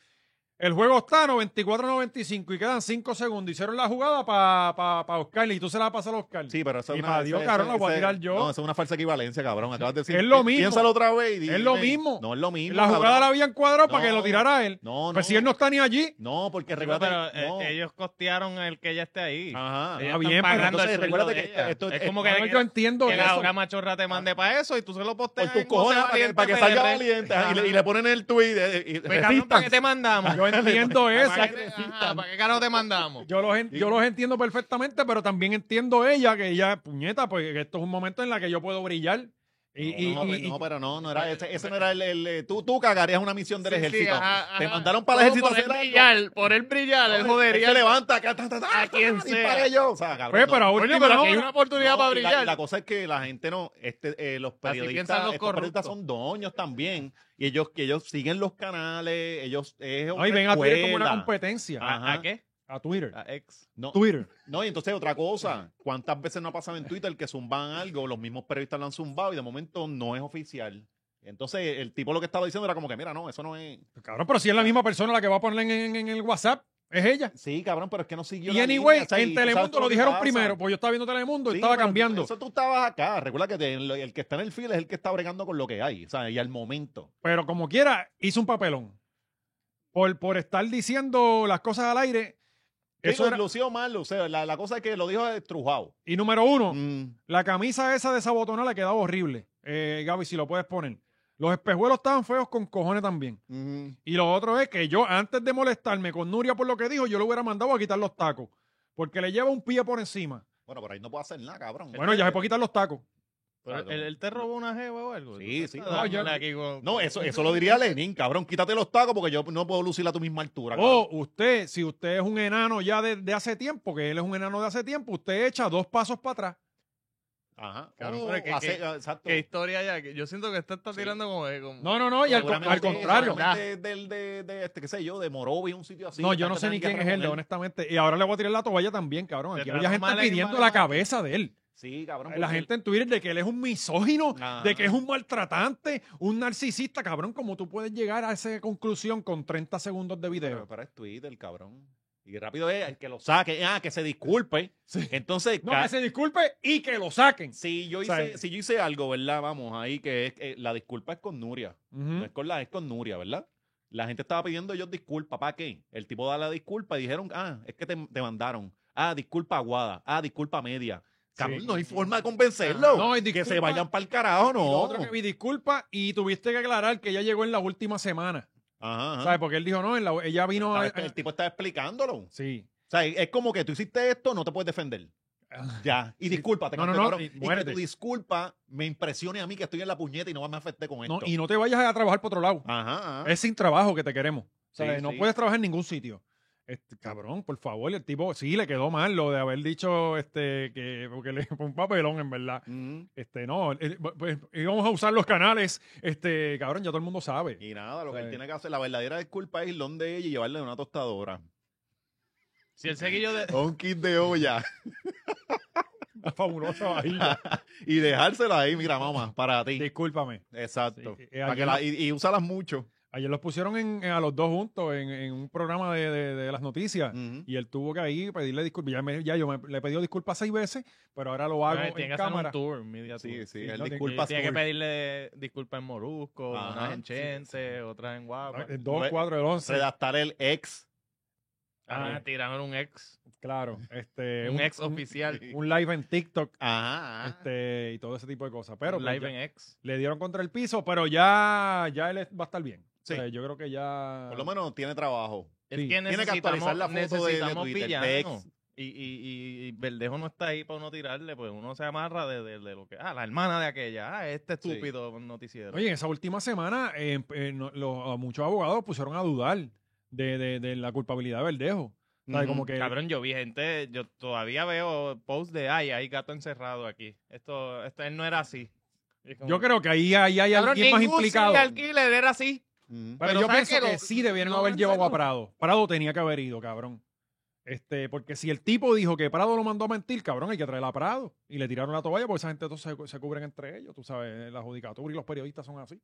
Speaker 2: el juego está 94-95 y quedan 5 segundos. Hicieron la jugada para pa, pa Oscar y tú se la pasas a Oscar.
Speaker 3: Sí, pero eso
Speaker 2: Y
Speaker 3: es
Speaker 2: pa'
Speaker 3: una.
Speaker 2: Dios,
Speaker 3: eso-
Speaker 2: cabrón, la voy a
Speaker 3: eso-
Speaker 2: tirar yo.
Speaker 3: No, eso es una falsa equivalencia, cabrón. Acabas de decir.
Speaker 2: Es lo
Speaker 3: pi-
Speaker 2: mismo.
Speaker 3: Piénsalo otra vez y
Speaker 2: Es lo
Speaker 3: dime.
Speaker 2: mismo.
Speaker 3: No es lo mismo.
Speaker 2: la jugada
Speaker 3: cabrón.
Speaker 2: la habían cuadrado para que
Speaker 3: No,
Speaker 2: lo tirara él.
Speaker 3: No, no.
Speaker 2: pues si él no está ni allí,
Speaker 3: No, porque
Speaker 4: Pero,
Speaker 3: recuerda.
Speaker 4: eh,
Speaker 3: no.
Speaker 4: ellos costearon el que ella esté ahí.
Speaker 3: Ajá.
Speaker 4: Ellos
Speaker 2: Ah,
Speaker 4: están
Speaker 2: bien, pero
Speaker 4: pagando
Speaker 3: entonces
Speaker 4: el sueldo
Speaker 3: recuérdate
Speaker 4: de
Speaker 3: que
Speaker 4: ella.
Speaker 3: esto-
Speaker 4: es
Speaker 3: eh,
Speaker 4: como que,
Speaker 2: no, yo entiendo
Speaker 4: que la
Speaker 2: eso.
Speaker 4: hora machorra te mande para eso y tú se lo
Speaker 3: Por
Speaker 4: posteas.
Speaker 3: tus
Speaker 4: en
Speaker 3: cojones,
Speaker 4: José
Speaker 3: para que, para que
Speaker 4: Valiente
Speaker 3: salga
Speaker 4: PR.
Speaker 3: valiente. ajá, Y le, y le ponen el tweet. eh, y-
Speaker 4: Pues, cabrón, ¿Para
Speaker 3: resistan.
Speaker 4: qué te mandamos?
Speaker 2: yo
Speaker 4: <laughs>
Speaker 2: entiendo eso.
Speaker 4: ¿Para qué te- ajá, ¿para qué carajo te mandamos?
Speaker 2: Yo los, en- yo los entiendo perfectamente, pero también entiendo ella, que ella, puñeta, pues que esto es un momento en la que yo puedo brillar. Y, y-
Speaker 3: no,
Speaker 2: y-
Speaker 3: pero no, pero no, no era ese, ese no era el, el- eh, tú, tú cagarías una misión del
Speaker 4: Sí, sí,
Speaker 3: ejército.
Speaker 4: ajá,
Speaker 3: Te
Speaker 4: ajá.
Speaker 3: mandaron para el
Speaker 4: No,
Speaker 3: ejército a hacer
Speaker 4: Por el
Speaker 3: algo.
Speaker 4: brillar, por el brillar,
Speaker 3: No,
Speaker 4: el
Speaker 3: él-
Speaker 4: jodería.
Speaker 3: él se levanta, ta, ta, ta, ta,
Speaker 4: A quien
Speaker 3: dispara
Speaker 4: sea.
Speaker 3: yo. O sea, cabrón,
Speaker 2: Pues,
Speaker 3: no.
Speaker 2: pero a
Speaker 4: Coño,
Speaker 2: última
Speaker 4: pero aquí
Speaker 2: hora-
Speaker 4: hay una oportunidad
Speaker 3: No,
Speaker 4: para
Speaker 3: y la-
Speaker 4: brillar.
Speaker 3: y La, cosa es que la gente no, este, eh, los
Speaker 4: piensan
Speaker 3: periodistas,
Speaker 4: los
Speaker 3: estos periodistas
Speaker 4: corruptos.
Speaker 3: son dueños también y ellos que ellos siguen los canales, ellos es
Speaker 2: No, y ven a Twitter como una
Speaker 3: escuela.
Speaker 2: competencia.
Speaker 3: Ah.
Speaker 4: ¿A,
Speaker 3: Ajá.
Speaker 4: a qué?
Speaker 2: A Twitter.
Speaker 4: A ex.
Speaker 3: No,
Speaker 2: Twitter.
Speaker 3: no, y entonces otra cosa, ¿cuántas veces no ha pasado en Twitter que zumban algo, los mismos periodistas lo han zumbado y de momento no es oficial? Entonces el tipo lo que estaba diciendo era como que, mira, no, eso no es...
Speaker 2: Cabrón, pero si es la misma persona la que va a poner en, en- en el WhatsApp, es ella.
Speaker 3: Sí, cabrón, pero es que no siguió
Speaker 2: Y
Speaker 3: la
Speaker 2: anyway,
Speaker 3: línea, o sea, y
Speaker 2: en
Speaker 3: tú sabes
Speaker 2: Telemundo
Speaker 3: todo
Speaker 2: lo
Speaker 3: que
Speaker 2: dijeron
Speaker 3: pasa.
Speaker 2: primero, porque yo estaba viendo Telemundo y
Speaker 3: Sí,
Speaker 2: estaba
Speaker 3: pero
Speaker 2: cambiando.
Speaker 3: Eso tú estabas acá. Recuerda que te- el, el que está en el fil es el que está bregando con lo que hay. O sea, y al momento.
Speaker 2: Pero como quiera, hizo un papelón. Por, por estar diciendo las cosas al aire.
Speaker 3: Eso
Speaker 2: Eso era-
Speaker 3: lució mal, o sea, la, la cosa es que lo dijo estrujado.
Speaker 2: y número uno,
Speaker 3: Mm.
Speaker 2: la camisa esa de esa botona le quedaba horrible. Eh, Gaby, si lo puedes poner. Los espejuelos estaban feos con cojones también.
Speaker 3: mm.
Speaker 2: Y lo otro es que yo, antes de molestarme con Nuria por lo que dijo, yo lo hubiera mandado a quitar los tacos. Porque le lleva un pie por encima.
Speaker 3: Bueno, por ahí no puedo hacer nada, cabrón.
Speaker 2: Bueno, ya se puede quitar los tacos.
Speaker 4: Pero
Speaker 3: Claro.
Speaker 4: él, él te robó una jeva o algo.
Speaker 3: Sí,
Speaker 4: Tú
Speaker 3: sí.
Speaker 4: estás
Speaker 3: No,
Speaker 4: dándole
Speaker 2: yo-
Speaker 4: aquí con-
Speaker 3: No, eso, eso lo diría Lenin, cabrón. Quítate los tacos porque yo no puedo lucir a tu misma altura.
Speaker 2: O usted, si usted es un enano ya de, de hace tiempo, que él es un enano de hace tiempo, usted echa dos pasos para atrás.
Speaker 3: cabrón. Ajá.
Speaker 4: Cabrón,
Speaker 3: O
Speaker 4: pero que-
Speaker 3: hace-
Speaker 4: que-
Speaker 3: exacto.
Speaker 4: Qué historia ya. que Yo siento que esta está tirando como, eh, como-
Speaker 2: No, no, no, y al, con-
Speaker 3: Seguramente-
Speaker 2: al contrario.
Speaker 3: seguramente Del, de, de, este, qué sé yo, de Morovis, un sitio así.
Speaker 2: no, yo no
Speaker 3: Tanto
Speaker 2: sé ni
Speaker 3: tener
Speaker 2: quién
Speaker 3: guerra
Speaker 2: es él,
Speaker 3: con
Speaker 2: honestamente. Y ahora le voy a tirar la toalla también, cabrón.
Speaker 4: Te
Speaker 2: Aquí
Speaker 4: trato
Speaker 2: había gente
Speaker 4: mal ahí,
Speaker 2: pidiendo
Speaker 4: mal
Speaker 2: la
Speaker 4: ahí.
Speaker 2: cabeza de él.
Speaker 3: Sí, cabrón.
Speaker 2: La
Speaker 3: porque-
Speaker 2: gente en Twitter de que él es un misógino,
Speaker 3: Ajá.
Speaker 2: de que es un maltratante, un narcisista, cabrón. ¿Cómo tú puedes llegar a esa conclusión con 30 segundos de
Speaker 3: Pero,
Speaker 2: video?
Speaker 3: pero es Twitter, cabrón. Y rápido es el que lo saque. Ah, que se disculpe. Entonces,
Speaker 2: No,
Speaker 3: ca-
Speaker 2: que se disculpe y que lo saquen.
Speaker 3: si, yo hice,
Speaker 2: sea,
Speaker 3: si yo hice algo, ¿verdad? Vamos, ahí que es, eh, la disculpa es con Nuria. No
Speaker 2: Ujú.
Speaker 3: es con la, es con Nuria, ¿verdad? La gente estaba pidiendo ellos disculpa. ¿Para qué? El tipo da la disculpa y dijeron, ah, es que te, te mandaron. Ah, disculpa aguada. Ah, disculpa media. Cabrón,
Speaker 2: Sí.
Speaker 3: no hay forma de convencerlo.
Speaker 2: No, y
Speaker 3: que se
Speaker 2: disculpa-
Speaker 3: vayan para el carajo,
Speaker 2: Y lo
Speaker 3: no.
Speaker 2: otro que vi, disculpa, y tuviste que aclarar que ella llegó en la última semana.
Speaker 3: Ajá, ajá.
Speaker 2: ¿Sabes? Porque él dijo, no, eh, en la- ella vino a- eh,
Speaker 3: Estaba- el tipo está explicándolo. O
Speaker 2: Sí.
Speaker 3: sea, es como que tú hiciste esto, no te puedes defender. Ya, y discúlpate.
Speaker 2: Ah, No,
Speaker 3: canto
Speaker 2: no,
Speaker 3: de
Speaker 2: no,
Speaker 3: cabrón.
Speaker 2: y
Speaker 3: Y
Speaker 2: muérete.
Speaker 3: que tu disculpa me impresione a mí que estoy en la puñeta y no me afecte con
Speaker 2: No,
Speaker 3: esto.
Speaker 2: y no Eh, te vayas a trabajar por otro lado.
Speaker 3: Ajá, ajá.
Speaker 2: Es sin trabajo que te queremos. ¿Sabes?
Speaker 3: Sí,
Speaker 2: no
Speaker 3: sí.
Speaker 2: puedes trabajar en ningún sitio. Este, cabrón, por favor, el tipo sí le quedó mal lo de haber dicho este que porque le fue un papelón en verdad.
Speaker 3: Mm.
Speaker 2: Este, no, el- pues, íbamos a usar los canales. Este, cabrón, ya todo el mundo sabe. <laughs>
Speaker 3: Y nada, lo que
Speaker 2: Sí.
Speaker 3: él tiene que hacer, la verdadera disculpa es ir donde ella y llevarle una tostadora.
Speaker 4: Si el seguillo <laughs> de.
Speaker 3: O un kit de olla.
Speaker 2: Fabulosa vajilla.
Speaker 3: <laughs> y dejársela ahí, mira, mamá, para ti.
Speaker 2: Discúlpame.
Speaker 3: Exacto.
Speaker 2: Sí, eh,
Speaker 3: Para que
Speaker 2: ayuda.
Speaker 3: la- y, y úsalas mucho.
Speaker 2: Ayer los pusieron en- en- a los dos juntos en, en un programa de, de- de las noticias.
Speaker 3: Ujú.
Speaker 2: Ah, Y él tuvo que ahí pedirle disculpas. Ya, me- ya yo me- le he pedido disculpas seis veces, pero ahora lo hago
Speaker 4: Ay,
Speaker 2: en
Speaker 4: tiene que hacer
Speaker 2: cámara.
Speaker 4: un tour, media tour.
Speaker 3: Sí, sí,
Speaker 2: Sí,
Speaker 3: el
Speaker 2: no, tiene-
Speaker 3: disculpa
Speaker 4: Tiene que
Speaker 3: azul.
Speaker 4: pedirle disculpas en Morusco,
Speaker 3: Ajá,
Speaker 4: unas en
Speaker 3: sí.
Speaker 2: Ah,
Speaker 3: Ah, eh,
Speaker 4: Chense, otras en Guapa.
Speaker 2: Dos, cuatro, el once.
Speaker 3: Redactar el ex.
Speaker 4: Ah, tiraron un ex,
Speaker 2: Claro,
Speaker 3: Eh,
Speaker 2: este,
Speaker 4: un ex oficial.
Speaker 2: un live en TikTok
Speaker 3: Ajá.
Speaker 2: este, y todo ese tipo de cosas. Pero
Speaker 4: Un
Speaker 2: pues,
Speaker 4: live
Speaker 2: ya-
Speaker 4: en ex.
Speaker 2: le dieron contra el piso, pero ya, ya él va a estar bien.
Speaker 3: Sí.
Speaker 2: O sea, yo creo que ya.
Speaker 3: Por lo menos tiene trabajo.
Speaker 4: Es
Speaker 2: Sí.
Speaker 4: que
Speaker 3: Tiene que
Speaker 4: necesitamos,
Speaker 3: actualizar la foto de- de
Speaker 4: necesitamos
Speaker 3: Twitter, de
Speaker 4: villanos.
Speaker 3: ex.
Speaker 4: Y, y, y, y Verdejo no está ahí para uno tirarle, pues uno se amarra de, de- de lo que. Ah, la hermana de aquella. Ah, este
Speaker 3: Sí.
Speaker 4: estúpido noticiero.
Speaker 2: Oye, en esa última semana, eh, eh, no- los- a muchos abogados pusieron a dudar de, de- de la culpabilidad de Verdejo. O sea,
Speaker 3: Ujú.
Speaker 2: como que
Speaker 4: Cabrón, yo vi gente, yo todavía veo posts de ay, hay gato encerrado aquí. Esto, esto él no era así. Y es como-
Speaker 2: yo creo que ahí, ahí hay
Speaker 4: Cabrón,
Speaker 2: alguien más
Speaker 4: ningún
Speaker 2: implicado.
Speaker 4: serial killer era así.
Speaker 3: Ujú.
Speaker 2: Pero,
Speaker 4: Pero
Speaker 2: yo
Speaker 4: ¿sabes
Speaker 2: pienso que,
Speaker 4: qué? Lo-
Speaker 2: sí debieron
Speaker 4: no,
Speaker 2: haber
Speaker 4: en
Speaker 2: llevado a
Speaker 4: serio.
Speaker 2: Prado. Prado tenía que haber ido, cabrón. Este, porque si el tipo dijo que Prado lo mandó a mentir, cabrón, hay que traer a Prado. Y le tiraron la toalla porque esa gente todos se, se cubren entre ellos, tú sabes, la judicatura y los periodistas son así.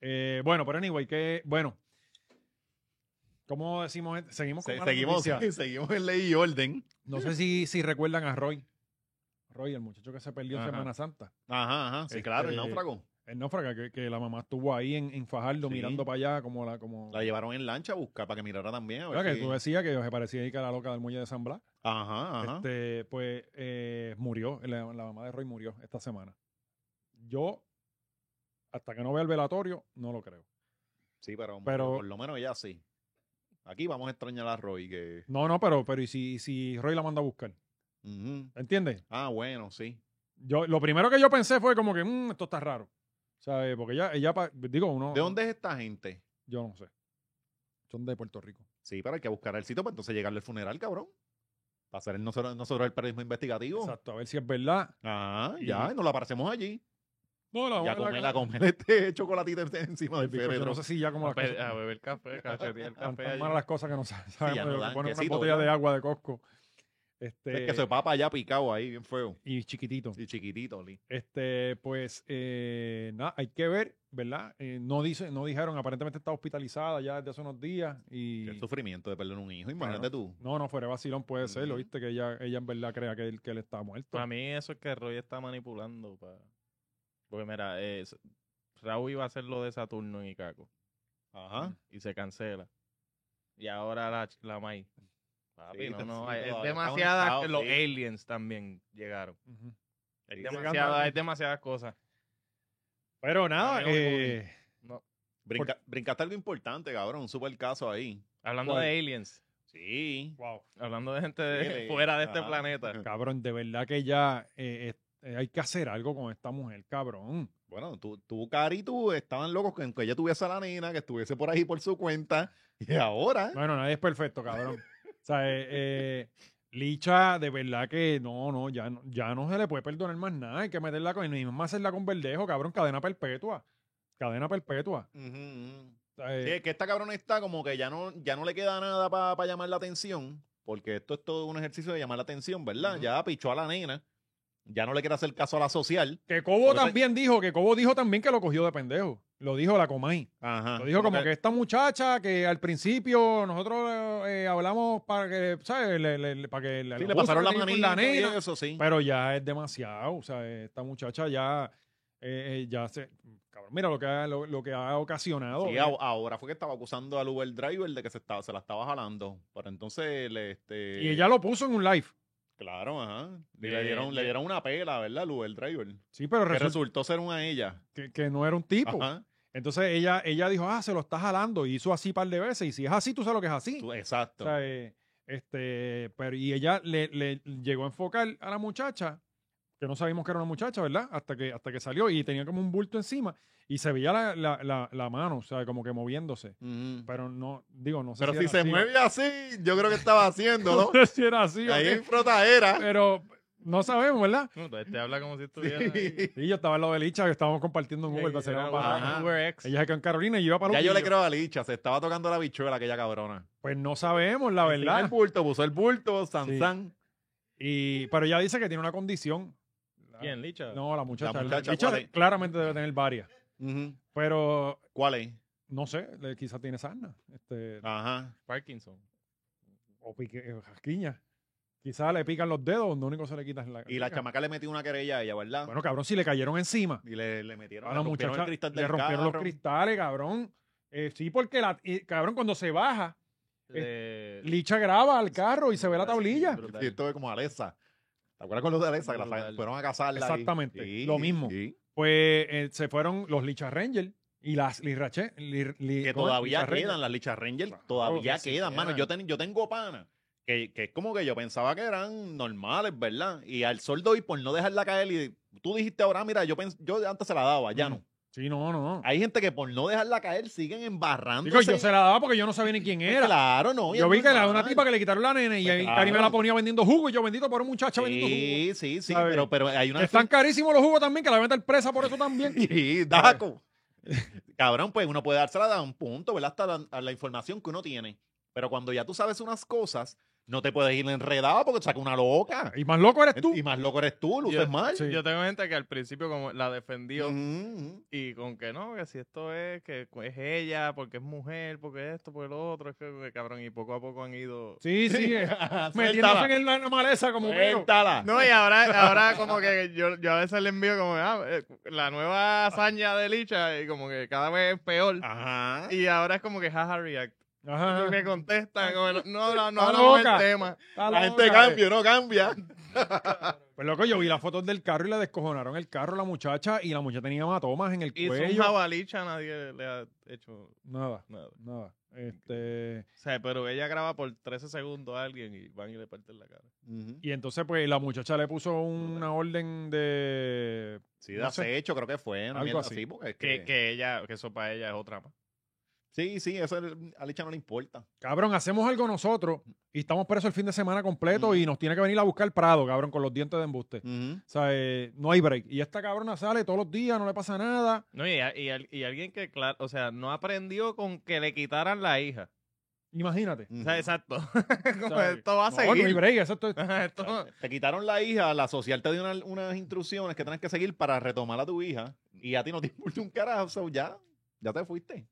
Speaker 2: Eh, bueno, pero anyway, que, bueno. ¿Cómo decimos? esto? Seguimos con
Speaker 3: Se-
Speaker 2: malas
Speaker 3: seguimos,
Speaker 4: <laughs>
Speaker 2: noticias.
Speaker 3: seguimos en ley y orden.
Speaker 2: No sé si, si recuerdan a Roy. Roy, el muchacho que se perdió en
Speaker 3: Ajá.
Speaker 2: Semana Santa.
Speaker 3: Ajá, ajá. Sí,
Speaker 2: Este-
Speaker 3: claro, el náufrago.
Speaker 2: El náufrago que, que la mamá estuvo ahí en, en Fajardo
Speaker 3: Sí.
Speaker 2: mirando para allá como la... Como...
Speaker 3: La llevaron en lancha a buscar para que mirara también. a ver
Speaker 2: Claro, que
Speaker 3: si-
Speaker 2: tú decías que se parecía ahí que era la loca del muelle de San Blas.
Speaker 3: Ajá, ajá.
Speaker 2: Este, pues eh, murió, la, la mamá de Roy murió esta semana. Yo, hasta que no vea el velatorio, no lo creo.
Speaker 3: Sí, pero,
Speaker 2: pero-
Speaker 3: por lo menos ella sí. Aquí vamos a extrañar a Roy. Que...
Speaker 2: No, no, pero, pero ¿y si, y si Roy la manda a buscar?
Speaker 3: Ujú.
Speaker 2: ¿Entiendes?
Speaker 3: Ah, bueno, sí.
Speaker 2: Yo, lo primero que yo pensé fue como que, "Mm, esto está raro. ¿Sabes? Porque ella, ella pa- digo, uno...
Speaker 3: ¿De dónde es esta gente?
Speaker 2: Yo no sé. Son de Puerto Rico.
Speaker 3: Sí, pero hay que buscar el sitio para entonces llegarle al funeral, cabrón. Para hacer el- nosotros, nosotros el periodismo investigativo.
Speaker 2: Exacto, a ver si es verdad.
Speaker 3: Ah, ya, y nos la aparecemos allí.
Speaker 2: No, la,
Speaker 3: Ya
Speaker 2: la-
Speaker 3: comé,
Speaker 2: la-
Speaker 3: la comé <laughs> este chocolatito en- encima
Speaker 2: el
Speaker 3: del
Speaker 2: bizcocho,
Speaker 3: féretro.
Speaker 2: no sé si ya como
Speaker 4: A,
Speaker 2: las
Speaker 4: pe- a
Speaker 3: ah,
Speaker 2: cosas,
Speaker 4: beber café, cachetear
Speaker 2: tan-
Speaker 4: el café.
Speaker 2: tan
Speaker 4: allí.
Speaker 2: malas las cosas que no sa- sabemos.
Speaker 3: no
Speaker 2: lo que
Speaker 3: dan
Speaker 2: ponen una
Speaker 3: quesito,
Speaker 2: botella de
Speaker 3: ¿verdad?
Speaker 2: agua de Costco.
Speaker 3: Es
Speaker 2: Este,
Speaker 3: que se papa ya picado ahí, bien feo.
Speaker 2: y chiquitito.
Speaker 3: Y chiquitito, Lee.
Speaker 2: Este, pues, eh, nada, hay que ver, ¿verdad? Eh, no dice, no dijeron, aparentemente está hospitalizada ya desde hace unos días y...
Speaker 3: El sufrimiento de perder un hijo, imagínate tú.
Speaker 2: No, no, fuera de vacilón puede ser,
Speaker 3: Ujú.
Speaker 2: ¿oíste? Que ella, ella en verdad crea que él, que él está muerto.
Speaker 4: Para mí eso es que Roy está manipulando. pa- Porque mira, eh, s- Raúl iba a hacer lo de Saturno en Icaco
Speaker 3: Ajá.
Speaker 4: y se cancela. Y ahora la, ch- la May. Papi,
Speaker 3: Sí,
Speaker 4: no,
Speaker 3: sí,
Speaker 4: no,
Speaker 3: todavía
Speaker 4: es
Speaker 3: está
Speaker 4: demasiada.
Speaker 3: conectado,
Speaker 4: los
Speaker 3: sí.
Speaker 4: aliens también llegaron.
Speaker 2: Ujú.
Speaker 4: Hay
Speaker 2: Sí,
Speaker 4: demasiadas,
Speaker 2: sí.
Speaker 4: hay demasiadas cosas.
Speaker 2: Pero nada,
Speaker 4: Para mí, obvio,
Speaker 2: eh,
Speaker 3: Brinca- Brincaste algo importante, cabrón. Un super caso ahí.
Speaker 4: Hablando
Speaker 2: ¿Cuál?
Speaker 4: de aliens,
Speaker 3: Sí.
Speaker 2: wow.
Speaker 4: hablando de gente <laughs>
Speaker 3: Sí,
Speaker 4: de-
Speaker 3: de- Ah.
Speaker 4: fuera de este
Speaker 3: ajá. <laughs>
Speaker 4: planeta.
Speaker 2: Cabrón, de verdad que ya eh, es- eh, hay que hacer algo con esta mujer, cabrón.
Speaker 3: Bueno, tú, tú, Cari, tú estaban locos con que ella tuviese a la nena, que estuviese por ahí por su cuenta. <laughs> Y ahora.
Speaker 2: Bueno, nadie es perfecto, cabrón. o sea, eh, eh, Licha, de verdad que no, no, ya no, ya no se le puede perdonar más nada. Hay que meterla con, y más hacerla con verdejo, cabrón, cadena perpetua. Cadena perpetua.
Speaker 3: Ujú, ujú.
Speaker 2: O sea, eh,
Speaker 3: Sí, es que esta cabrona está como que ya no, ya no le queda nada para llamar la atención, porque esto es todo un ejercicio de llamar la atención, ¿verdad? Ya pichó a la nena, ya no le quiere hacer caso a la social.
Speaker 2: Que Cobo
Speaker 3: Por eso-
Speaker 2: también dijo, que Cobo dijo también que lo cogió de pendejo. Lo dijo la Comay.
Speaker 3: Ajá.
Speaker 2: Lo dijo como que esta muchacha que al principio nosotros eh, hablamos para que, ¿sabes? Le- le- le- para que la-
Speaker 3: Sí,
Speaker 2: el
Speaker 3: le
Speaker 2: abuso
Speaker 3: pasaron
Speaker 2: que
Speaker 3: la
Speaker 2: tenía con
Speaker 3: manita y
Speaker 2: nena.
Speaker 3: eso sí.
Speaker 2: Pero ya es demasiado. O sea, esta muchacha ya, eh, eh, ya se. Cabrón, mira lo que ha, lo, lo que ha ocasionado.
Speaker 3: Sí,
Speaker 2: eh,
Speaker 3: a- ahora fue que estaba acusando al Uber driver de que se, estaba, se la estaba jalando. Pero entonces, le, este,
Speaker 2: y ella lo puso en un live.
Speaker 3: Claro, ajá. Y
Speaker 4: Eh,
Speaker 3: le, dieron,
Speaker 4: eh.
Speaker 3: le dieron una pela, ¿verdad? Al Uber driver.
Speaker 2: Sí, pero
Speaker 3: Que
Speaker 2: resulta
Speaker 3: resultó ser una ella.
Speaker 2: que, que no era un tipo.
Speaker 3: Ajá.
Speaker 2: Entonces ella, ella dijo, ah, se lo está jalando. Y hizo así par de veces. Y si es así, tú sabes lo que es así.
Speaker 3: Tú-
Speaker 2: O
Speaker 3: exacto.
Speaker 2: sea, eh, este, pero y ella le, le llegó a enfocar a la muchacha, que no sabíamos que era una muchacha, ¿verdad? Hasta que, hasta que salió y tenía como un bulto encima y se veía la, la, la, la mano, o sea, como que moviéndose.
Speaker 3: Ujú.
Speaker 2: Pero no, digo, no sé
Speaker 3: Pero si
Speaker 2: era
Speaker 3: se
Speaker 2: así,
Speaker 3: mueve así, yo creo que estaba haciendo,
Speaker 2: No <laughs>
Speaker 3: ¿no?
Speaker 2: sé si era así o
Speaker 3: Ahí
Speaker 2: qué,
Speaker 3: en frotadera.
Speaker 2: pero no sabemos, ¿verdad?
Speaker 4: No, te habla como si
Speaker 2: Eh,
Speaker 3: <laughs>
Speaker 4: estuviera. ahí.
Speaker 2: Y yo estaba al lado de Licha, que estábamos compartiendo un Uber para hacer
Speaker 4: Era
Speaker 2: la
Speaker 3: Uber.
Speaker 2: parada.
Speaker 3: Ajá.
Speaker 4: UberX.
Speaker 2: Ella se quedó en Carolina y yo iba para
Speaker 3: Ya
Speaker 2: Luquillo.
Speaker 3: yo le creo a Licha, se estaba tocando la bichuela aquella cabrona.
Speaker 2: Pues no sabemos, la
Speaker 3: Encima El
Speaker 2: verdad.
Speaker 3: bulto, puso el bulto, San
Speaker 2: Sí.
Speaker 3: San.
Speaker 2: Y, pero ella dice que tiene una condición.
Speaker 4: ¿Quién, Licha?
Speaker 2: No, la muchacha. La
Speaker 3: muchacha,
Speaker 2: Licha
Speaker 3: ¿cuál es?
Speaker 2: claramente debe tener varias.
Speaker 3: Ujú.
Speaker 2: Pero
Speaker 3: ¿Cuál es?
Speaker 2: no sé, le- quizá tiene sarna. Este,
Speaker 3: Ajá.
Speaker 4: Parkinson.
Speaker 2: O pique, eh, jasquiña. Quizá le pican los dedos, lo único que se le quita es la.
Speaker 3: Y la
Speaker 2: pica.
Speaker 3: chamaca le metió una querella a ella, ¿verdad?
Speaker 2: Bueno, cabrón, si le cayeron encima.
Speaker 3: y le, le metieron,
Speaker 2: A
Speaker 3: le
Speaker 2: la
Speaker 3: rompieron
Speaker 2: muchacha
Speaker 3: el cristal
Speaker 2: le
Speaker 3: del
Speaker 2: rompieron los
Speaker 3: carro.
Speaker 2: cristales, cabrón. Eh, sí, porque la, eh, cabrón, cuando se baja,
Speaker 4: de-
Speaker 2: Licha graba al carro y se ve la tablilla.
Speaker 4: Brutal.
Speaker 3: Y esto es como Alexa. ¿Te acuerdas con los de Alexa? Que la
Speaker 4: Brutal.
Speaker 3: fueron a casarla. ahí?
Speaker 2: Exactamente, lo mismo. Pues eh, se fueron los Licha Rangers y las Lirache.
Speaker 3: Que todavía quedan, las Licha Rangers todavía
Speaker 2: que sí
Speaker 3: quedan, mano.
Speaker 2: quedan.
Speaker 3: Yo, ten- yo tengo panas que, que es como que yo pensaba que eran normales, ¿verdad? Y al sol de hoy, por no dejarla caer, y tú dijiste ahora, mira, yo, pens- yo antes se la daba, ya
Speaker 2: Mm.
Speaker 3: no.
Speaker 2: Sí, no, no.
Speaker 3: Hay gente que por no dejarla caer siguen embarrando.
Speaker 2: Digo, yo se la daba porque yo no sabía ni quién era.
Speaker 3: Claro, no. y
Speaker 2: yo
Speaker 3: es
Speaker 2: vi que era una
Speaker 3: normal.
Speaker 2: tipa que le quitaron la nena y
Speaker 3: Pues
Speaker 2: ahí
Speaker 3: claro.
Speaker 2: Karime la ponía vendiendo jugo y yo bendito por un muchacho vendiendo jugo.
Speaker 3: Sí, sí, sí,
Speaker 2: ¿Sabes?
Speaker 3: pero, pero hay una...
Speaker 2: Están carísimos los jugos también, que la venden presa por eso también. <laughs>
Speaker 3: Sí, Daco. Cabrón, pues uno puede dársela a un punto, ¿verdad? Hasta la, a la información que uno tiene. Pero cuando ya tú sabes unas cosas, no te puedes ir enredado porque te saca una loca.
Speaker 2: Y más loco eres tú.
Speaker 3: Y más loco eres tú, luces
Speaker 4: Yo-
Speaker 3: mal.
Speaker 2: Sí.
Speaker 4: Yo tengo gente que al principio como la defendió
Speaker 3: Ujú, ujú.
Speaker 4: y con que no, que si esto es, que es ella, porque es mujer, porque esto, porque lo otro, es que cabrón, y poco a poco han
Speaker 2: <laughs>
Speaker 4: ido...
Speaker 2: Sí,
Speaker 3: <laughs>
Speaker 2: sí. eh,
Speaker 3: Suéltala.
Speaker 2: Metiéndose en la maleza como veo.
Speaker 3: Suéltala.
Speaker 4: No, y ahora, ahora como que yo, yo a veces le envío como ah, eh, la nueva hazaña de Licha y como que cada vez es peor.
Speaker 3: Ajá.
Speaker 4: Y ahora es como que jaja react.
Speaker 2: Ajá.
Speaker 4: Lo que contestan, como no, no, habla- no
Speaker 2: Ah. Está
Speaker 4: hablamos
Speaker 2: loca.
Speaker 4: del tema.
Speaker 2: Está
Speaker 3: La gente
Speaker 2: loca,
Speaker 3: cambia, no cambia.
Speaker 2: eh. Pues loco, yo vi las fotos del carro y le descojonaron el carro a la muchacha y la muchacha tenía hematomas en el
Speaker 4: Y
Speaker 2: cuello.
Speaker 4: su jabalicha nadie le ha hecho
Speaker 2: Nada,
Speaker 4: nada. O
Speaker 2: nada. Este...
Speaker 4: sea, pero ella graba por 13 segundos a alguien y van y le parten la cara.
Speaker 3: Ujú.
Speaker 2: Y entonces, pues, la muchacha le puso una orden de.
Speaker 3: Sí,
Speaker 2: No
Speaker 3: de
Speaker 2: sé.
Speaker 3: acecho, creo que fue. Una
Speaker 2: Algo
Speaker 3: mierda
Speaker 2: así.
Speaker 3: así. porque es
Speaker 4: Que,
Speaker 3: que-
Speaker 4: que ella, que eso para ella es otra más.
Speaker 3: Sí, sí, eso el- a Licha no le importa.
Speaker 2: Cabrón, hacemos algo nosotros y estamos presos el fin de semana completo y nos tiene que venir a buscar Prado, cabrón, con los dientes de embuste.
Speaker 3: Ujú.
Speaker 2: O sea, eh, no hay break. Y esta cabrona sale todos los días, no le pasa nada.
Speaker 4: No, y, a- y al- y alguien que, claro, o sea, no aprendió con que le quitaran la hija.
Speaker 2: Imagínate.
Speaker 4: O
Speaker 3: <laughs>
Speaker 4: sea, exacto. Como
Speaker 2: ¿Sabes?
Speaker 4: esto va a
Speaker 2: No,
Speaker 4: seguir.
Speaker 2: no hay break. eso esto es-
Speaker 4: <laughs> Ajá, esto no-
Speaker 3: Te quitaron la hija, la social te dio una- unas instrucciones que tienes que seguir para retomar a tu hija
Speaker 2: Mm.
Speaker 3: y a ti no te <laughs> importa un carajo, so ya, ya te fuiste.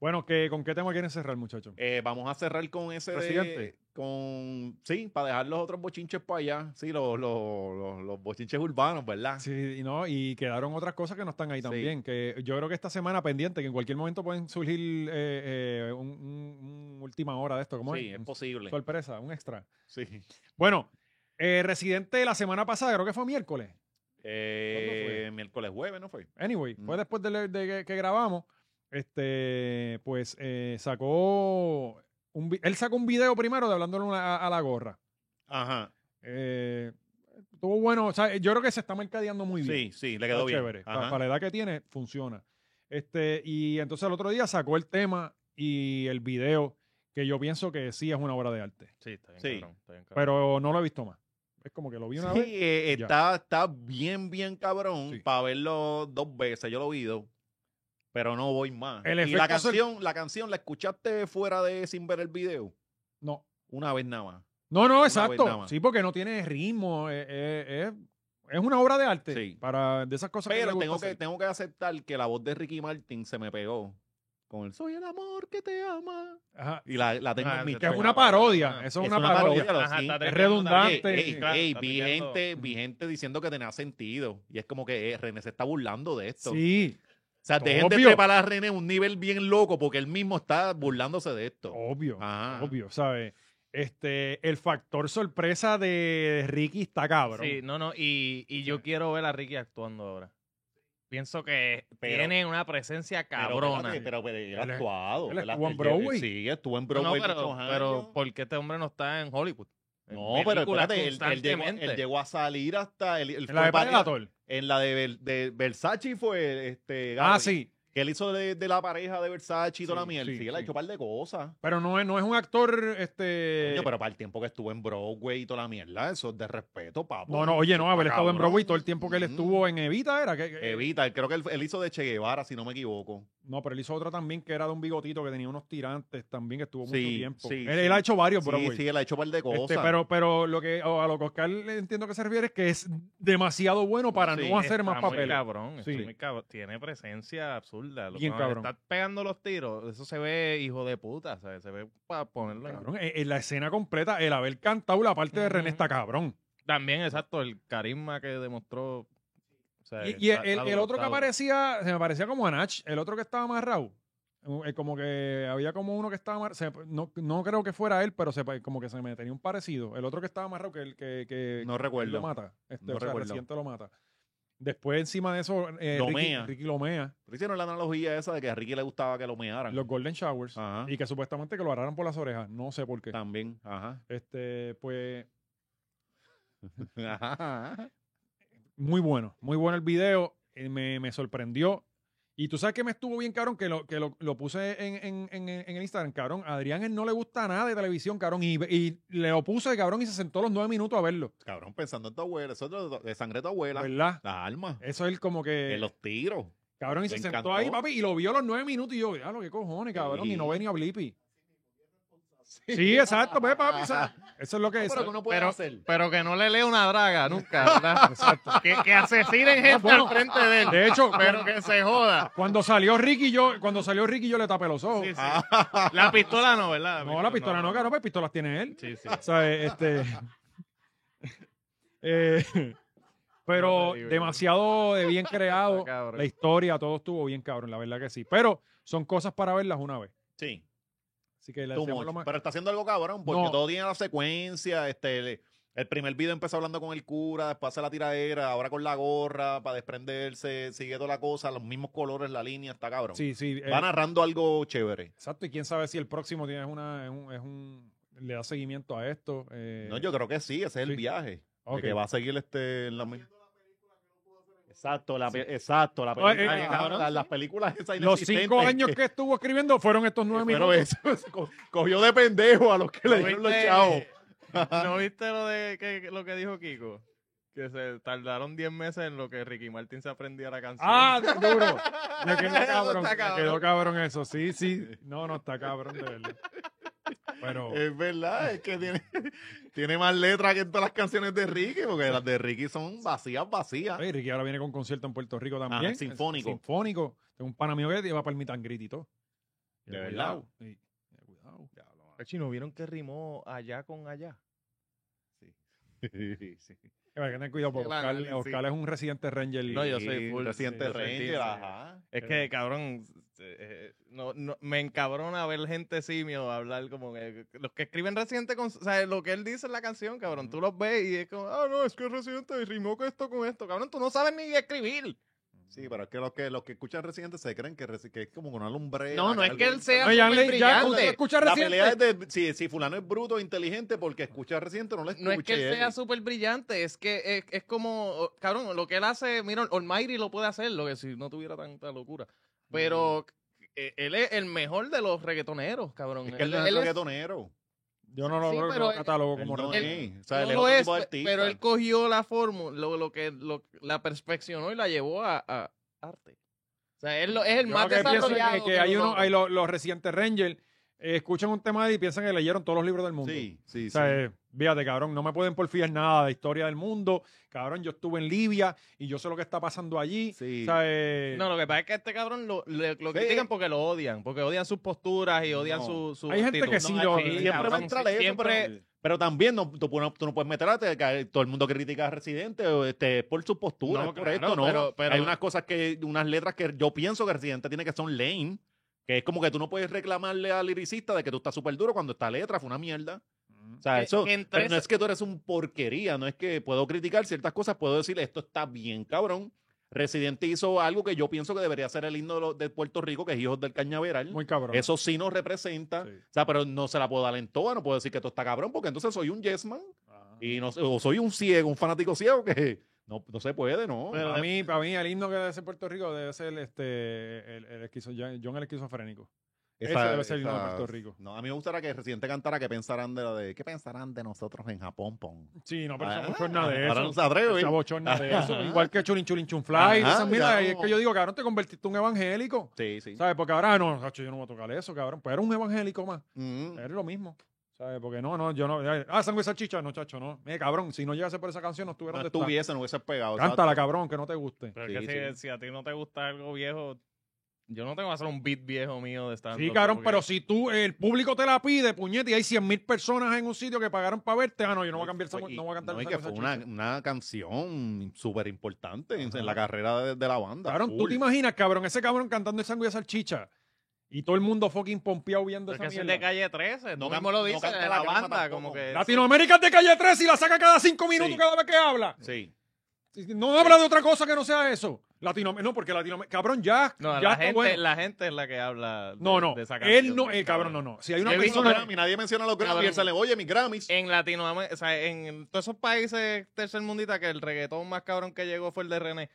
Speaker 2: Bueno, que ¿con qué tema quieren cerrar, muchachos?
Speaker 3: Eh, vamos a cerrar con ese de-
Speaker 2: Presidente.
Speaker 3: con sí, para dejar los otros bochinches para allá, sí, los, los, los- los bochinches urbanos, ¿verdad?
Speaker 2: Sí, y no, y quedaron otras cosas que no están ahí
Speaker 3: Sí.
Speaker 2: también. Que yo creo que esta semana pendiente, que en cualquier momento pueden surgir eh, eh, un, un- un última hora de esto. ¿Cómo
Speaker 3: Sí,
Speaker 2: es?
Speaker 3: es posible.
Speaker 2: Sorpresa, un extra.
Speaker 3: Sí.
Speaker 2: Bueno, eh, Residente la semana pasada, creo que fue miércoles.
Speaker 3: Eh,
Speaker 2: ¿Cuándo fue?
Speaker 3: miércoles jueves, ¿no fue?
Speaker 2: Anyway,
Speaker 3: Mm.
Speaker 2: fue después de, le- de que, que grabamos. Este, pues eh, sacó. Un, vi- él sacó un video primero de hablándole una- a, a la gorra.
Speaker 3: Ajá.
Speaker 2: Eh, estuvo bueno. O sea, yo creo que se está mercadeando muy bien.
Speaker 3: Sí, sí, le
Speaker 2: Está
Speaker 3: quedó bien.
Speaker 2: chévere. Pa-
Speaker 3: Ajá.
Speaker 2: Para, la edad que tiene, funciona. Este, y entonces el otro día sacó el tema y el video, que yo pienso que sí es una obra de arte.
Speaker 4: Sí, está bien,
Speaker 3: Sí.
Speaker 4: cabrón, está bien cabrón.
Speaker 2: Pero no lo he visto más. Es como que lo vi una
Speaker 3: Sí,
Speaker 2: vez.
Speaker 3: eh,
Speaker 2: ya.
Speaker 3: está, está bien, bien cabrón
Speaker 2: Sí.
Speaker 3: para verlo dos veces. Yo lo he oído, pero no voy más.
Speaker 2: El
Speaker 3: y la
Speaker 2: efecto sor-
Speaker 3: canción, la canción la escuchaste fuera de sin ver el video.
Speaker 2: No.
Speaker 3: Una vez nada más.
Speaker 2: No, no,
Speaker 3: vez nada
Speaker 2: exacto.
Speaker 3: más.
Speaker 2: Sí, porque no tiene ritmo. eh, eh, eh, es una obra de arte.
Speaker 3: Sí.
Speaker 2: Para de esas cosas que le
Speaker 3: Pero
Speaker 2: gusta
Speaker 3: tengo que,
Speaker 2: hacer.
Speaker 3: tengo que aceptar que la voz de Ricky Martin se me pegó. Con el soy el amor que te ama.
Speaker 2: Ajá.
Speaker 3: Y la, la tengo
Speaker 4: Ah,
Speaker 3: en mi
Speaker 4: se
Speaker 2: Que es
Speaker 4: te
Speaker 2: una
Speaker 4: pegó.
Speaker 2: parodia.
Speaker 4: Ah.
Speaker 2: Eso es,
Speaker 3: Es
Speaker 2: una,
Speaker 3: una
Speaker 2: parodia.
Speaker 3: parodia. los
Speaker 4: Ajá, está
Speaker 3: cinco.
Speaker 2: Es
Speaker 4: tripeando también.
Speaker 2: redundante.
Speaker 3: Ey, ey,
Speaker 4: claro,
Speaker 3: ey,
Speaker 4: está
Speaker 3: vi,
Speaker 4: tripeando.
Speaker 3: gente, vi gente diciendo que tenía sentido. Y es como que eh, René se está burlando de esto.
Speaker 2: Sí,
Speaker 3: O sea, dejen de
Speaker 2: Obvio.
Speaker 3: preparar a René un nivel bien loco porque él mismo está burlándose de esto.
Speaker 2: obvio.
Speaker 3: Ajá.
Speaker 2: Obvio, ¿sabes? Este, el factor sorpresa de Ricky está cabrón.
Speaker 4: Sí, no, no, y, y yo quiero ver a Ricky actuando ahora. Pienso que
Speaker 3: Pero-
Speaker 4: tiene una presencia
Speaker 3: Pero,
Speaker 4: cabrona.
Speaker 3: espérate, Pero, pero él
Speaker 2: Él
Speaker 3: ha
Speaker 2: es-
Speaker 3: actuado.
Speaker 2: él
Speaker 3: él
Speaker 2: estuvo
Speaker 3: ha-
Speaker 2: en Broadway.
Speaker 3: Sí, estuvo en
Speaker 4: No,
Speaker 3: Broadway.
Speaker 4: pero,
Speaker 3: muchos años.
Speaker 4: pero ¿por qué este hombre no está en Hollywood? En
Speaker 3: No, pero
Speaker 4: películas
Speaker 3: espérate, él, él llegó,
Speaker 4: constantemente.
Speaker 3: él llegó a salir hasta. El, el-
Speaker 2: En la de
Speaker 3: fue pareja-
Speaker 2: Predator.
Speaker 3: en la de, Ver- de Versace fue. Este,
Speaker 2: Ah,
Speaker 3: Gaby,
Speaker 2: sí.
Speaker 3: Que él hizo de, de la pareja de Versace y toda
Speaker 2: Sí,
Speaker 3: la mierda.
Speaker 2: sí,
Speaker 3: Sí, él ha
Speaker 2: sí.
Speaker 3: hecho un par de cosas.
Speaker 2: Pero no es, no es un actor, este...
Speaker 3: Coño, pero para el tiempo que estuvo en Broadway y toda la mierda, eso es de respeto, papo.
Speaker 2: no, no, oye, no, haber estado en
Speaker 3: Cabrón.
Speaker 2: Broadway todo el tiempo que él
Speaker 3: Mm.
Speaker 2: estuvo en Evita era que... que-
Speaker 3: Evita, él- creo que él, él hizo de Che Guevara, si no me equivoco.
Speaker 2: No, pero él hizo otra también que era de un bigotito que tenía unos tirantes también que estuvo mucho
Speaker 3: Sí,
Speaker 2: tiempo.
Speaker 3: sí,
Speaker 2: él,
Speaker 3: sí.
Speaker 2: él ha hecho varios,
Speaker 3: Sí,
Speaker 2: Broadway.
Speaker 3: sí, él ha hecho un par de cosas.
Speaker 2: Este, pero, pero lo que a lo que Oscar le entiendo que se refiere es que es demasiado bueno para
Speaker 3: Sí,
Speaker 2: no hacer más
Speaker 4: Está muy
Speaker 2: papeles.
Speaker 4: cabrón, está
Speaker 2: Sí.
Speaker 4: muy cabrón. Tiene presencia absurda. Lo
Speaker 2: Bien
Speaker 4: cuando
Speaker 2: cabrón.
Speaker 4: Está pegando los tiros. Eso se ve hijo de puta, ¿sabes? Se ve para ponerlo en-
Speaker 2: Cabrón, en, en la escena completa, el haber cantado la parte de René está cabrón.
Speaker 4: También, exacto, el carisma que demostró. o sea,
Speaker 2: Y, y
Speaker 4: está-
Speaker 2: el,
Speaker 4: está
Speaker 2: el
Speaker 4: duro,
Speaker 2: otro que
Speaker 4: está duro.
Speaker 2: aparecía, se me parecía como a Nach, el otro que estaba más rau eh, como que había como uno que estaba amar- se- no, no creo que fuera él, pero se, pa- como que se me tenía un parecido. El otro que estaba amarrado que el que, que
Speaker 3: No recuerdo.
Speaker 2: lo mata. Este,
Speaker 3: No
Speaker 2: o sea,
Speaker 3: recuerdo.
Speaker 2: Residente lo mata. Después, encima de eso, eh,
Speaker 3: Lomea.
Speaker 2: Ricky, Ricky Lomea,
Speaker 3: Pero hicieron la analogía esa de que a Ricky le gustaba que lo mearan.
Speaker 2: los Golden Showers,
Speaker 3: Ajá.
Speaker 2: y que supuestamente que lo agarraron por las orejas. No sé por qué.
Speaker 3: También.
Speaker 2: <laughs>
Speaker 3: Ajá.
Speaker 2: Este, pues,
Speaker 3: Ajá.
Speaker 2: muy bueno, muy bueno el video, eh, me, me sorprendió. Y tú sabes que me estuvo bien, cabrón, que lo, que lo, lo puse en, en, en, en el Instagram, cabrón. A Adrián él no le gusta nada de televisión, cabrón, y, y le lo puse, cabrón, y se sentó los nueve minutos a verlo,
Speaker 3: Cabrón, pensando en tu abuela. Eso es de- de sangre de tu abuela.
Speaker 2: ¿verdad?
Speaker 3: Las armas.
Speaker 2: Eso es como que,
Speaker 3: de los tiros.
Speaker 2: cabrón, y
Speaker 3: me
Speaker 2: se sentó
Speaker 3: encantó.
Speaker 2: ahí, papi, y lo vio los nueve minutos, y yo, lo que cojones, cabrón,
Speaker 3: Sí.
Speaker 2: y no ve ni a Blippi. Sí, exacto, ve, papi, o sea, eso es lo que es.
Speaker 3: Pero que uno puede
Speaker 4: Pero-
Speaker 3: hacer.
Speaker 4: Pero que no le lea una draga
Speaker 2: <laughs>
Speaker 4: nunca, ¿verdad? Que, que asesinen gente
Speaker 2: Ah, bueno.
Speaker 4: al frente de él.
Speaker 2: De hecho,
Speaker 4: <laughs> pero
Speaker 2: cuando,
Speaker 4: que se joda.
Speaker 2: cuando salió Ricky, yo, cuando salió Ricky, yo le tapé los ojos.
Speaker 4: Sí, sí. La pistola no, ¿verdad?
Speaker 2: Ah. No, la pistola no, cabrón, pues pistolas tiene él.
Speaker 4: Sí, sí.
Speaker 2: ¿Sabes? Este. <laughs> Eh, pero
Speaker 4: No te digo,
Speaker 2: demasiado de
Speaker 4: <laughs>
Speaker 2: bien creado.
Speaker 4: Está cabrón.
Speaker 2: La historia, todo estuvo bien cabrón, la verdad que sí. Pero son cosas para verlas una vez.
Speaker 3: Sí.
Speaker 2: Así que le
Speaker 3: Too
Speaker 2: deseamos
Speaker 3: much.
Speaker 2: lo más-
Speaker 3: Pero está haciendo algo cabrón, porque
Speaker 2: No.
Speaker 3: todo tiene la secuencia, este, el, el primer video empezó hablando con el cura, después hace la tiradera, ahora con la gorra, para desprenderse, sigue toda la cosa, los mismos colores, la línea, está cabrón.
Speaker 2: Sí, sí. eh,
Speaker 3: Va narrando algo chévere.
Speaker 2: exacto. Y quién sabe si el próximo tiene una, es un, es un- le da seguimiento a esto. eh,
Speaker 3: no, yo creo que sí, ese es
Speaker 2: sí.
Speaker 3: el viaje. de
Speaker 2: ok.
Speaker 3: que va a seguir este en la mi- Exacto, la, pe- exacto,
Speaker 4: Oh,
Speaker 3: la
Speaker 2: No, eh,
Speaker 3: película-
Speaker 2: eh,
Speaker 3: ah,
Speaker 2: cabrón,
Speaker 3: la- las películas esas
Speaker 2: Los cinco
Speaker 3: inexistentes.
Speaker 2: años que estuvo escribiendo fueron estos nueve
Speaker 3: Pero
Speaker 2: minutos.
Speaker 3: eso, <laughs> co- cogió de pendejo a los que <laughs> le
Speaker 4: ¿No
Speaker 3: dieron los
Speaker 4: viste-
Speaker 3: chavos. <laughs>
Speaker 4: <laughs> ¿No viste lo, de, que, lo que dijo Kiko? Que se tardaron 10 meses en lo que Ricky Martin se aprendía la canción.
Speaker 2: Ah, duro. Me
Speaker 3: <laughs>
Speaker 2: quedó
Speaker 4: Eso
Speaker 2: cabrón.
Speaker 4: está
Speaker 2: Me
Speaker 4: cabrón.
Speaker 2: quedó cabrón eso. Sí, sí. No, no está cabrón, de verdad. Pero.
Speaker 3: Es verdad, es que tiene, <laughs> tiene más letras que todas las canciones de Ricky, porque las de Ricky son vacías, vacías.
Speaker 2: Oye, Ricky ahora viene con concierto en Puerto Rico también.
Speaker 3: Ah. Ajá, el sinfónico.
Speaker 2: El sinfónico. Tengo un pana mío que va para el mitangrit y todo.
Speaker 3: De
Speaker 2: Cuidado. Sí, cuidado.
Speaker 4: Chino, ¿vieron que rimó allá con allá?
Speaker 2: Que Hay que tener cuidado porque
Speaker 4: Sí, van,
Speaker 2: Oscar,
Speaker 4: sí.
Speaker 2: Oscar es un residente Ranger. y-
Speaker 4: No, yo
Speaker 3: Sí,
Speaker 4: soy full-
Speaker 3: Residente
Speaker 4: sí,
Speaker 3: Ranger,
Speaker 4: sí, sí.
Speaker 3: ajá.
Speaker 4: Es que, cabrón, eh, eh, no, no- me encabrona ver gente simio hablar como que los que escriben Residente con. O sea, lo que él dice en la canción, cabrón, tú los ves y es como, ah, no, es que Residente rimó con esto, con esto. Cabrón, tú no sabes ni escribir.
Speaker 3: Sí, pero es que los que, los que escuchan Residente se creen que, Resi- que es como una lumbrera.
Speaker 4: No, no es
Speaker 3: algo-
Speaker 4: que él sea.
Speaker 2: No, ya,
Speaker 4: muy
Speaker 2: le- ya
Speaker 4: brillante.
Speaker 2: usted escucha
Speaker 3: La
Speaker 2: residente.
Speaker 3: pelea es de si, si fulano es bruto e inteligente porque escucha Residente, no le escuché.
Speaker 4: No es que él sea súper brillante, es que es, es como, o- cabrón, lo que él hace, mira, Almighty lo puede hacer, lo que si no tuviera tanta locura. Pero eh, él es el mejor de los reggaetoneros, cabrón.
Speaker 3: Es que él no es reggaetonero.
Speaker 2: Yo no lo,
Speaker 4: Sí,
Speaker 2: no lo
Speaker 4: pero él-
Speaker 2: catalogo como
Speaker 3: Él no
Speaker 2: residente.
Speaker 3: es. O sea, él
Speaker 4: no
Speaker 3: es
Speaker 4: lo
Speaker 3: otro
Speaker 4: es,
Speaker 3: tipo de
Speaker 4: pe-
Speaker 3: artista.
Speaker 4: pero él cogió la fórmula, lo, lo que lo- la perfeccionó y la llevó a, a arte. O sea, él lo- es el
Speaker 2: Yo
Speaker 4: más
Speaker 2: lo que pienso es que,
Speaker 4: desarrollado.
Speaker 2: que
Speaker 4: de
Speaker 2: hay
Speaker 4: los
Speaker 2: uno,
Speaker 4: dos.
Speaker 2: hay los, los residentes Ranger eh, escuchan un tema y piensan que leyeron todos los libros del mundo.
Speaker 3: Sí, sí,
Speaker 2: O
Speaker 3: sí.
Speaker 2: sea, eh, fíjate, cabrón, no me pueden porfiar nada de historia del mundo. Cabrón, yo estuve en Libia y yo sé lo que está pasando allí.
Speaker 3: Sí.
Speaker 2: O sea, eh,
Speaker 4: No, lo que pasa es que a este cabrón lo, le- lo
Speaker 3: Sí.
Speaker 4: critican porque lo odian, porque odian sus posturas y odian
Speaker 3: No.
Speaker 4: su, su
Speaker 2: Hay gente
Speaker 4: actitud.
Speaker 2: que sí lo-
Speaker 4: aquí,
Speaker 2: siempre
Speaker 4: cabrón,
Speaker 3: va a entrar eso,
Speaker 4: siempre-
Speaker 3: pero- Pero también no, tú, no- tú no puedes meterate, que eh, todo el mundo critica a Residente o, este, por su postura,
Speaker 4: No,
Speaker 3: es por
Speaker 4: claro,
Speaker 3: esto, ¿no?
Speaker 4: pero- pero-
Speaker 3: Hay unas cosas que, unas letras que yo pienso que Residente tiene que son lame, que es como que tú no puedes reclamarle al liricista de que tú estás súper duro cuando esta letra fue una mierda. O sea,
Speaker 4: Que-
Speaker 3: eso,
Speaker 4: que entre
Speaker 3: pero no
Speaker 4: esa-
Speaker 3: es que tú eres un porquería, no es que puedo criticar ciertas cosas, puedo decir esto está bien cabrón. Residente hizo algo que yo pienso que debería ser el himno de, lo- de Puerto Rico, que es Hijos del Cañaveral.
Speaker 2: muy cabrón.
Speaker 3: Eso sí nos representa.
Speaker 2: Sí.
Speaker 3: O sea, pero no se la puedo dar en toda, no puedo decir que esto está cabrón, porque entonces soy un yes man
Speaker 2: Ah.
Speaker 3: y no, o soy un ciego, un fanático ciego que no, no se puede, ¿no?
Speaker 2: para, mí, para mí, el himno que debe ser Puerto Rico debe ser este, el, el esquizo- John el esquizofrénico. ese debe ser el himno de Puerto Rico.
Speaker 3: No, a mí me gustaría que Residente cantara que pensarán de la de qué pensarán de nosotros en Japón, pon.
Speaker 2: Sí, no, pero
Speaker 3: Ah,
Speaker 2: esa bochorna de
Speaker 3: Ahora no se
Speaker 2: eso.
Speaker 3: atreve.
Speaker 2: Esa bochorna de eso.
Speaker 3: Ajá.
Speaker 2: Igual que Chulin Chulin Chunfly.
Speaker 3: Ajá,
Speaker 2: esas mierdas.
Speaker 3: ya
Speaker 2: Y es
Speaker 3: no.
Speaker 2: que yo digo, cabrón, te convertiste en un evangélico.
Speaker 3: Sí, sí.
Speaker 2: ¿Sabes? Porque ahora, no, chacho, yo no voy a tocar eso, cabrón. Pues era un evangélico más.
Speaker 3: Mm.
Speaker 2: Era lo mismo. ¿Sabes? Porque no, no, yo no. Ah, sangre y salchicha. No, chacho, no. Mira, cabrón, si no llegase por esa canción, no estuviera
Speaker 3: No
Speaker 2: donde está.
Speaker 3: estuviese, no hubiese pegado.
Speaker 2: Cántala, cabrón, que no te guste.
Speaker 4: Pero es
Speaker 3: Sí,
Speaker 4: que si,
Speaker 3: sí.
Speaker 4: si a ti no te gusta algo viejo, yo no tengo que hacer un beat viejo mío de stand
Speaker 2: Sí, cabrón, pero si tú, el público te la pide, puñete, y hay 100 mil personas en un sitio que pagaron para verte, ah, no, yo no voy a cambiar, esa-
Speaker 3: Pues, Y-
Speaker 2: no voy a cantar
Speaker 3: no, y
Speaker 2: esa
Speaker 3: que
Speaker 2: cosa,
Speaker 3: fue una,
Speaker 2: chico.
Speaker 3: una canción súper importante en,
Speaker 2: Ajá.
Speaker 3: en la carrera de, de la banda.
Speaker 2: Cabrón, tú
Speaker 3: Full.
Speaker 2: te imaginas, cabrón, ese cabrón cantando el sangue de salchicha. Y todo el mundo fucking pompeado viendo
Speaker 4: Porque
Speaker 2: esa
Speaker 4: eso es de
Speaker 2: mierda.
Speaker 4: calle 13.
Speaker 3: No
Speaker 4: No,
Speaker 3: canta-
Speaker 4: como lo
Speaker 3: no
Speaker 4: dice
Speaker 3: canta
Speaker 4: la,
Speaker 3: la crema
Speaker 4: banda,
Speaker 3: tampoco.
Speaker 4: como que.
Speaker 2: Latinoamérica es de calle 3 y la saca cada cinco minutos
Speaker 3: Sí.
Speaker 2: cada vez que habla.
Speaker 3: Sí.
Speaker 2: No habla de otra cosa que no sea eso. Latinoamérica, no, porque Latinoamérica, cabrón, ya.
Speaker 4: No,
Speaker 2: ya
Speaker 4: la
Speaker 2: está
Speaker 4: gente,
Speaker 2: bueno.
Speaker 4: la gente es la que habla. de-
Speaker 2: no, no.
Speaker 4: de esa
Speaker 2: él
Speaker 4: canción, pues,
Speaker 2: no, eh, cabrón, no, no. Si hay una
Speaker 4: Yo he visto
Speaker 2: persona.
Speaker 4: Grammy,
Speaker 3: nadie menciona los
Speaker 4: Grammys,
Speaker 3: Grammys.
Speaker 4: y él sale,
Speaker 3: oye, mis Grammys.
Speaker 4: En Latinoamérica, o sea, en todos esos países tercermundistas que el reggaetón más cabrón que llegó fue el de René.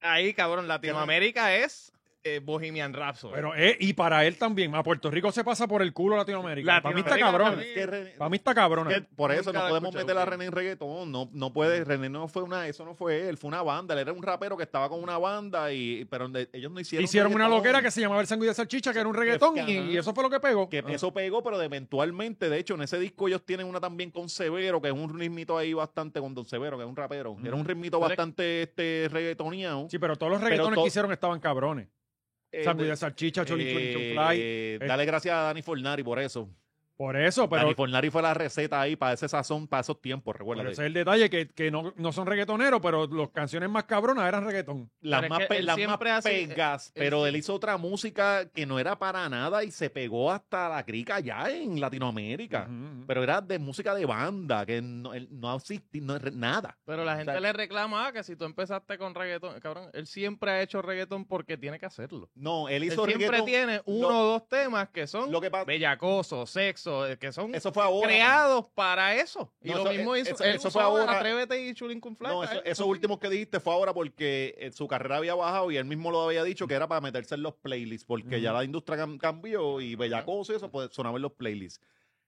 Speaker 4: Ahí, cabrón, Latinoamérica es eh, Bohemian Rhapsody.
Speaker 2: Pero, eh, y para él también. A Puerto Rico se pasa por el culo Latinoamérica. Para mí está
Speaker 4: Latinoamérica
Speaker 2: cabrón. Para mí está cabrón. eh.
Speaker 3: por eso no
Speaker 4: Nunca la he
Speaker 3: podemos
Speaker 4: escuchado,
Speaker 3: meter a
Speaker 4: sí.
Speaker 3: René en reggaetón. No, no puede. René no fue una. Eso no fue él. Fue una banda. Él era un rapero que estaba con una banda. y Pero de- ellos no hicieron.
Speaker 2: Hicieron una
Speaker 3: reggaetón.
Speaker 2: loquera que se llamaba El Sanguí de Salchicha, que era un reggaetón,
Speaker 3: que-
Speaker 2: y, y eso fue lo que pegó.
Speaker 3: Que eso pegó, pero de- eventualmente, de hecho, en ese disco ellos tienen una también con Severo, que es un ritmito ahí bastante con Don Severo, que es un rapero. Era un ritmito
Speaker 4: Pero es-
Speaker 3: bastante este, reggaetoneado.
Speaker 2: Ah, Sí, pero todos los reggaetones
Speaker 3: to-
Speaker 2: que hicieron estaban cabrones.
Speaker 3: Eh,
Speaker 2: Sanguí
Speaker 3: de-
Speaker 2: de Salchicha, Cholín, Cholín,
Speaker 3: Eh,
Speaker 2: Cholín, Fly.
Speaker 3: eh, dale gracias a Dani Fornari por eso.
Speaker 2: Por eso, pero
Speaker 3: Dani Fornari fue la receta ahí para ese sazón, para esos tiempos,
Speaker 2: Pero
Speaker 3: recuérdate.
Speaker 2: ese es el detalle, que, que no, no son reggaetoneros, pero las canciones más cabronas eran reggaetón.
Speaker 3: Las
Speaker 4: Pero es
Speaker 3: más,
Speaker 4: que
Speaker 3: pe-
Speaker 4: él
Speaker 3: las más
Speaker 4: siempre hace- eh,
Speaker 3: pegas,
Speaker 4: él
Speaker 3: pero
Speaker 4: sí-
Speaker 3: él hizo otra música que no era para nada y se pegó hasta la crica allá en Latinoamérica.
Speaker 2: Ujú, ujú.
Speaker 3: Pero era de música de banda, que no, él no existía no, re- nada.
Speaker 4: Pero la
Speaker 3: O sea,
Speaker 4: gente le reclama ah, que si tú empezaste con reggaetón, cabrón, él siempre ha hecho reggaetón porque tiene que hacerlo.
Speaker 3: No, él
Speaker 4: Él
Speaker 3: hizo
Speaker 4: siempre
Speaker 3: reggaetón.
Speaker 4: tiene uno
Speaker 3: lo-
Speaker 4: o dos temas que son
Speaker 3: Lo que pasa,
Speaker 4: bellacoso, sexo, eh, que son
Speaker 3: eso fue ahora.
Speaker 4: creados para eso. Y
Speaker 3: No,
Speaker 4: lo
Speaker 3: eso-
Speaker 4: mismo
Speaker 3: eh,
Speaker 4: hizo,
Speaker 3: eso-
Speaker 4: él
Speaker 3: eso
Speaker 4: usó
Speaker 3: fue ahora.
Speaker 4: Atrévete y Chulín con Fly.
Speaker 3: No,
Speaker 4: Ah,
Speaker 3: eso, eso último que dijiste fue ahora porque eh, su carrera había bajado y él mismo lo había dicho que era para meterse en los playlists, porque ya la industria cam- cambió y Bellacoso y eso pues, sonaba en los playlists.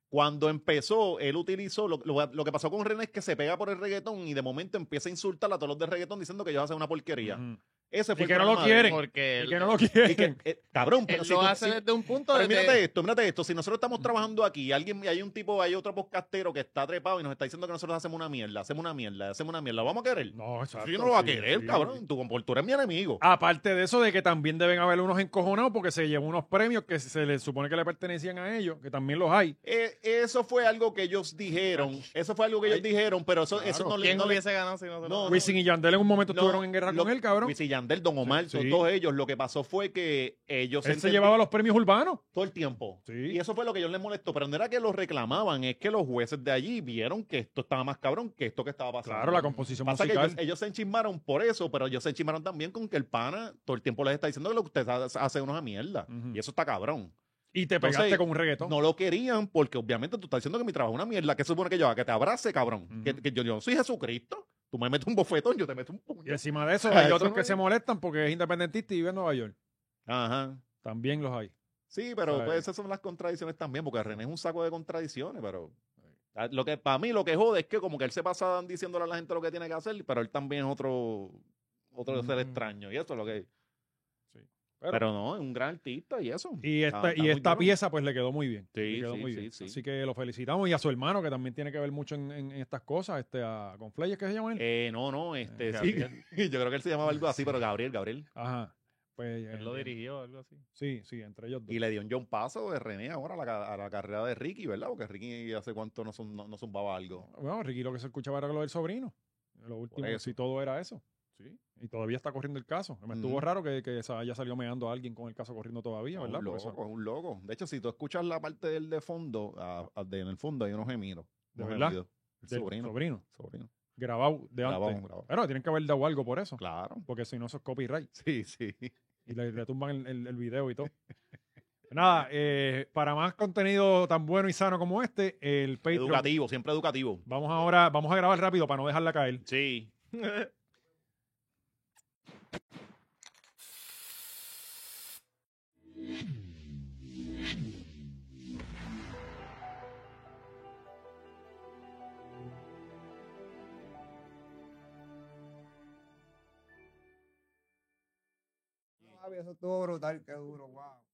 Speaker 3: Cuando empezó, él utilizó, lo, lo- lo que pasó con René es que se pega por el reggaetón y de momento empieza a insultar a todos los de reggaetón diciendo que ellos hacen una porquería.
Speaker 2: Ujú.
Speaker 3: Ese
Speaker 2: Y
Speaker 3: fue el
Speaker 2: que no lo
Speaker 3: problema de él.
Speaker 2: quieren.
Speaker 4: Porque
Speaker 2: Y
Speaker 4: él,
Speaker 2: que no lo
Speaker 3: pues, Y que,
Speaker 2: quieren. <laughs>
Speaker 3: eh, cabrón, pero
Speaker 4: él
Speaker 3: si
Speaker 4: lo
Speaker 3: tú-
Speaker 4: hace
Speaker 3: si-
Speaker 4: desde un punto
Speaker 3: pero
Speaker 4: de...
Speaker 3: mírate esto, mírate esto. Si nosotros estamos trabajando aquí, alguien, hay un tipo, hay otro podcastero que está trepado y nos está diciendo que nosotros hacemos una mierda, hacemos una mierda, hacemos una mierda. ¿Lo vamos a querer?
Speaker 2: No, exacto,
Speaker 3: Sí, yo no lo va a
Speaker 2: sí,
Speaker 3: querer,
Speaker 2: sí. Ah.
Speaker 3: cabrón. Tu comportura es mi enemigo.
Speaker 2: Aparte de eso, de que también deben haber unos encojonados porque se llevó unos premios que se les supone que le pertenecían a ellos, que también los hay.
Speaker 3: Eh, eso fue algo que ellos dijeron. Eso fue algo que ellos dijeron, pero eso, eso no le.
Speaker 4: ¿Quién
Speaker 3: No le
Speaker 4: hubiese ganado si no
Speaker 3: No,
Speaker 4: se lo
Speaker 3: no.
Speaker 2: Wisin y Yandel en un momento
Speaker 3: no,
Speaker 2: estuvieron en guerra
Speaker 3: lo-
Speaker 2: con él, cabrón.
Speaker 3: Wisin y Yandel, Don Omar,
Speaker 2: Sí.
Speaker 3: todos ellos. Lo que pasó fue que ellos
Speaker 2: Él se
Speaker 3: entendían
Speaker 2: llevaba los premios urbanos.
Speaker 3: todo el tiempo.
Speaker 2: Sí.
Speaker 3: Y eso fue lo que ellos les molestó. Pero no era que los reclamaban, es que los jueces de allí vieron que esto estaba más cabrón que esto que estaba pasando.
Speaker 2: Claro, la composición
Speaker 3: Pasa que
Speaker 2: musical.
Speaker 3: ellos, ellos se enchismaron por eso, pero ellos se enchismaron también con que el pana todo el tiempo les está diciendo que lo que ustedes ha- hacen es una mierda.
Speaker 2: Ujú.
Speaker 3: Y eso está cabrón.
Speaker 2: y te pegaste
Speaker 3: entonces,
Speaker 2: con un reggaetón.
Speaker 3: No lo querían porque obviamente tú estás diciendo que mi trabajo es una mierda. ¿Qué se supone que yo haga? Que te abrace, cabrón.
Speaker 2: Ujú.
Speaker 3: Que, que yo, yo no soy Jesucristo. Tú me metes un bofetón, yo te meto un
Speaker 2: Y
Speaker 3: puño.
Speaker 2: encima
Speaker 3: <laughs>
Speaker 2: de eso,
Speaker 3: Ah,
Speaker 2: hay
Speaker 3: eso
Speaker 2: otros
Speaker 3: no
Speaker 2: que
Speaker 3: es.
Speaker 2: se molestan porque es independentista y vive en Nueva York.
Speaker 3: Ajá.
Speaker 2: También los hay.
Speaker 3: Sí, pero
Speaker 2: Ay.
Speaker 3: pues esas son las contradicciones también, porque René es un saco de contradicciones, pero ah, lo que para mí lo que jode es que como que él se pasa diciéndole a la gente lo que tiene que hacer, pero él también es otro otro ser
Speaker 2: Mm.
Speaker 3: extraño y eso es lo que
Speaker 2: Pero-
Speaker 3: Pero, no, es un gran artista y eso.
Speaker 2: Y esta,
Speaker 3: Ah, Está- está
Speaker 2: y
Speaker 3: muy
Speaker 2: esta
Speaker 3: duro.
Speaker 2: pieza pues le quedó muy bien.
Speaker 3: Sí,
Speaker 2: le quedó
Speaker 3: sí,
Speaker 2: muy
Speaker 3: sí,
Speaker 2: bien.
Speaker 3: sí.
Speaker 2: Así que lo felicitamos y a su hermano que también tiene que ver mucho en, en- en estas cosas, este a, con Fleyes que se llama él.
Speaker 3: Eh, no, no,
Speaker 2: Gabriel.
Speaker 3: este sí, <laughs> yo creo que él se llamaba algo así, pero Gabriel, Gabriel.
Speaker 2: Ajá. Pues, eh,
Speaker 4: Él lo dirigió algo así.
Speaker 2: Sí, sí, entre ellos dos.
Speaker 3: Y le dio un John paso de René ahora a la, ca- a la carrera de Ricky, ¿verdad? Porque Ricky hace cuánto no, son, no, no zumbaba algo.
Speaker 2: Bueno, Ricky lo que se escuchaba era lo del sobrino. Lo último,
Speaker 3: eso.
Speaker 2: si todo era eso. Sí. Y todavía está corriendo el caso. Me estuvo
Speaker 3: Ujú.
Speaker 2: raro que, que sa- haya salido meando a alguien con el caso corriendo todavía, ¿verdad?
Speaker 3: Un
Speaker 2: Porque
Speaker 3: loco,
Speaker 2: eso-
Speaker 3: es un loco. De hecho, si tú escuchas la parte del de fondo, a- a- de- en el fondo hay unos gemidos.
Speaker 2: ¿De
Speaker 3: unos
Speaker 2: verdad?
Speaker 3: gemidos. El
Speaker 2: del
Speaker 3: sobrino.
Speaker 2: sobrino.
Speaker 3: sobrino.
Speaker 2: Grabado de
Speaker 3: Grabado,
Speaker 2: antes.
Speaker 3: grabado.
Speaker 2: Pero tienen que haber dado algo por eso.
Speaker 3: Claro. <laughs>
Speaker 2: Porque si no, eso es copyright.
Speaker 3: Sí, sí.
Speaker 2: y le, le tumban el, el- el video y todo. <laughs> Nada, eh, para más contenido tan bueno y sano como este, el Patreon.
Speaker 3: Educativo, siempre educativo.
Speaker 2: Vamos ahora, vamos a grabar rápido para no dejarla caer.
Speaker 3: Sí.
Speaker 7: Eso estuvo brutal, qué duro, wow.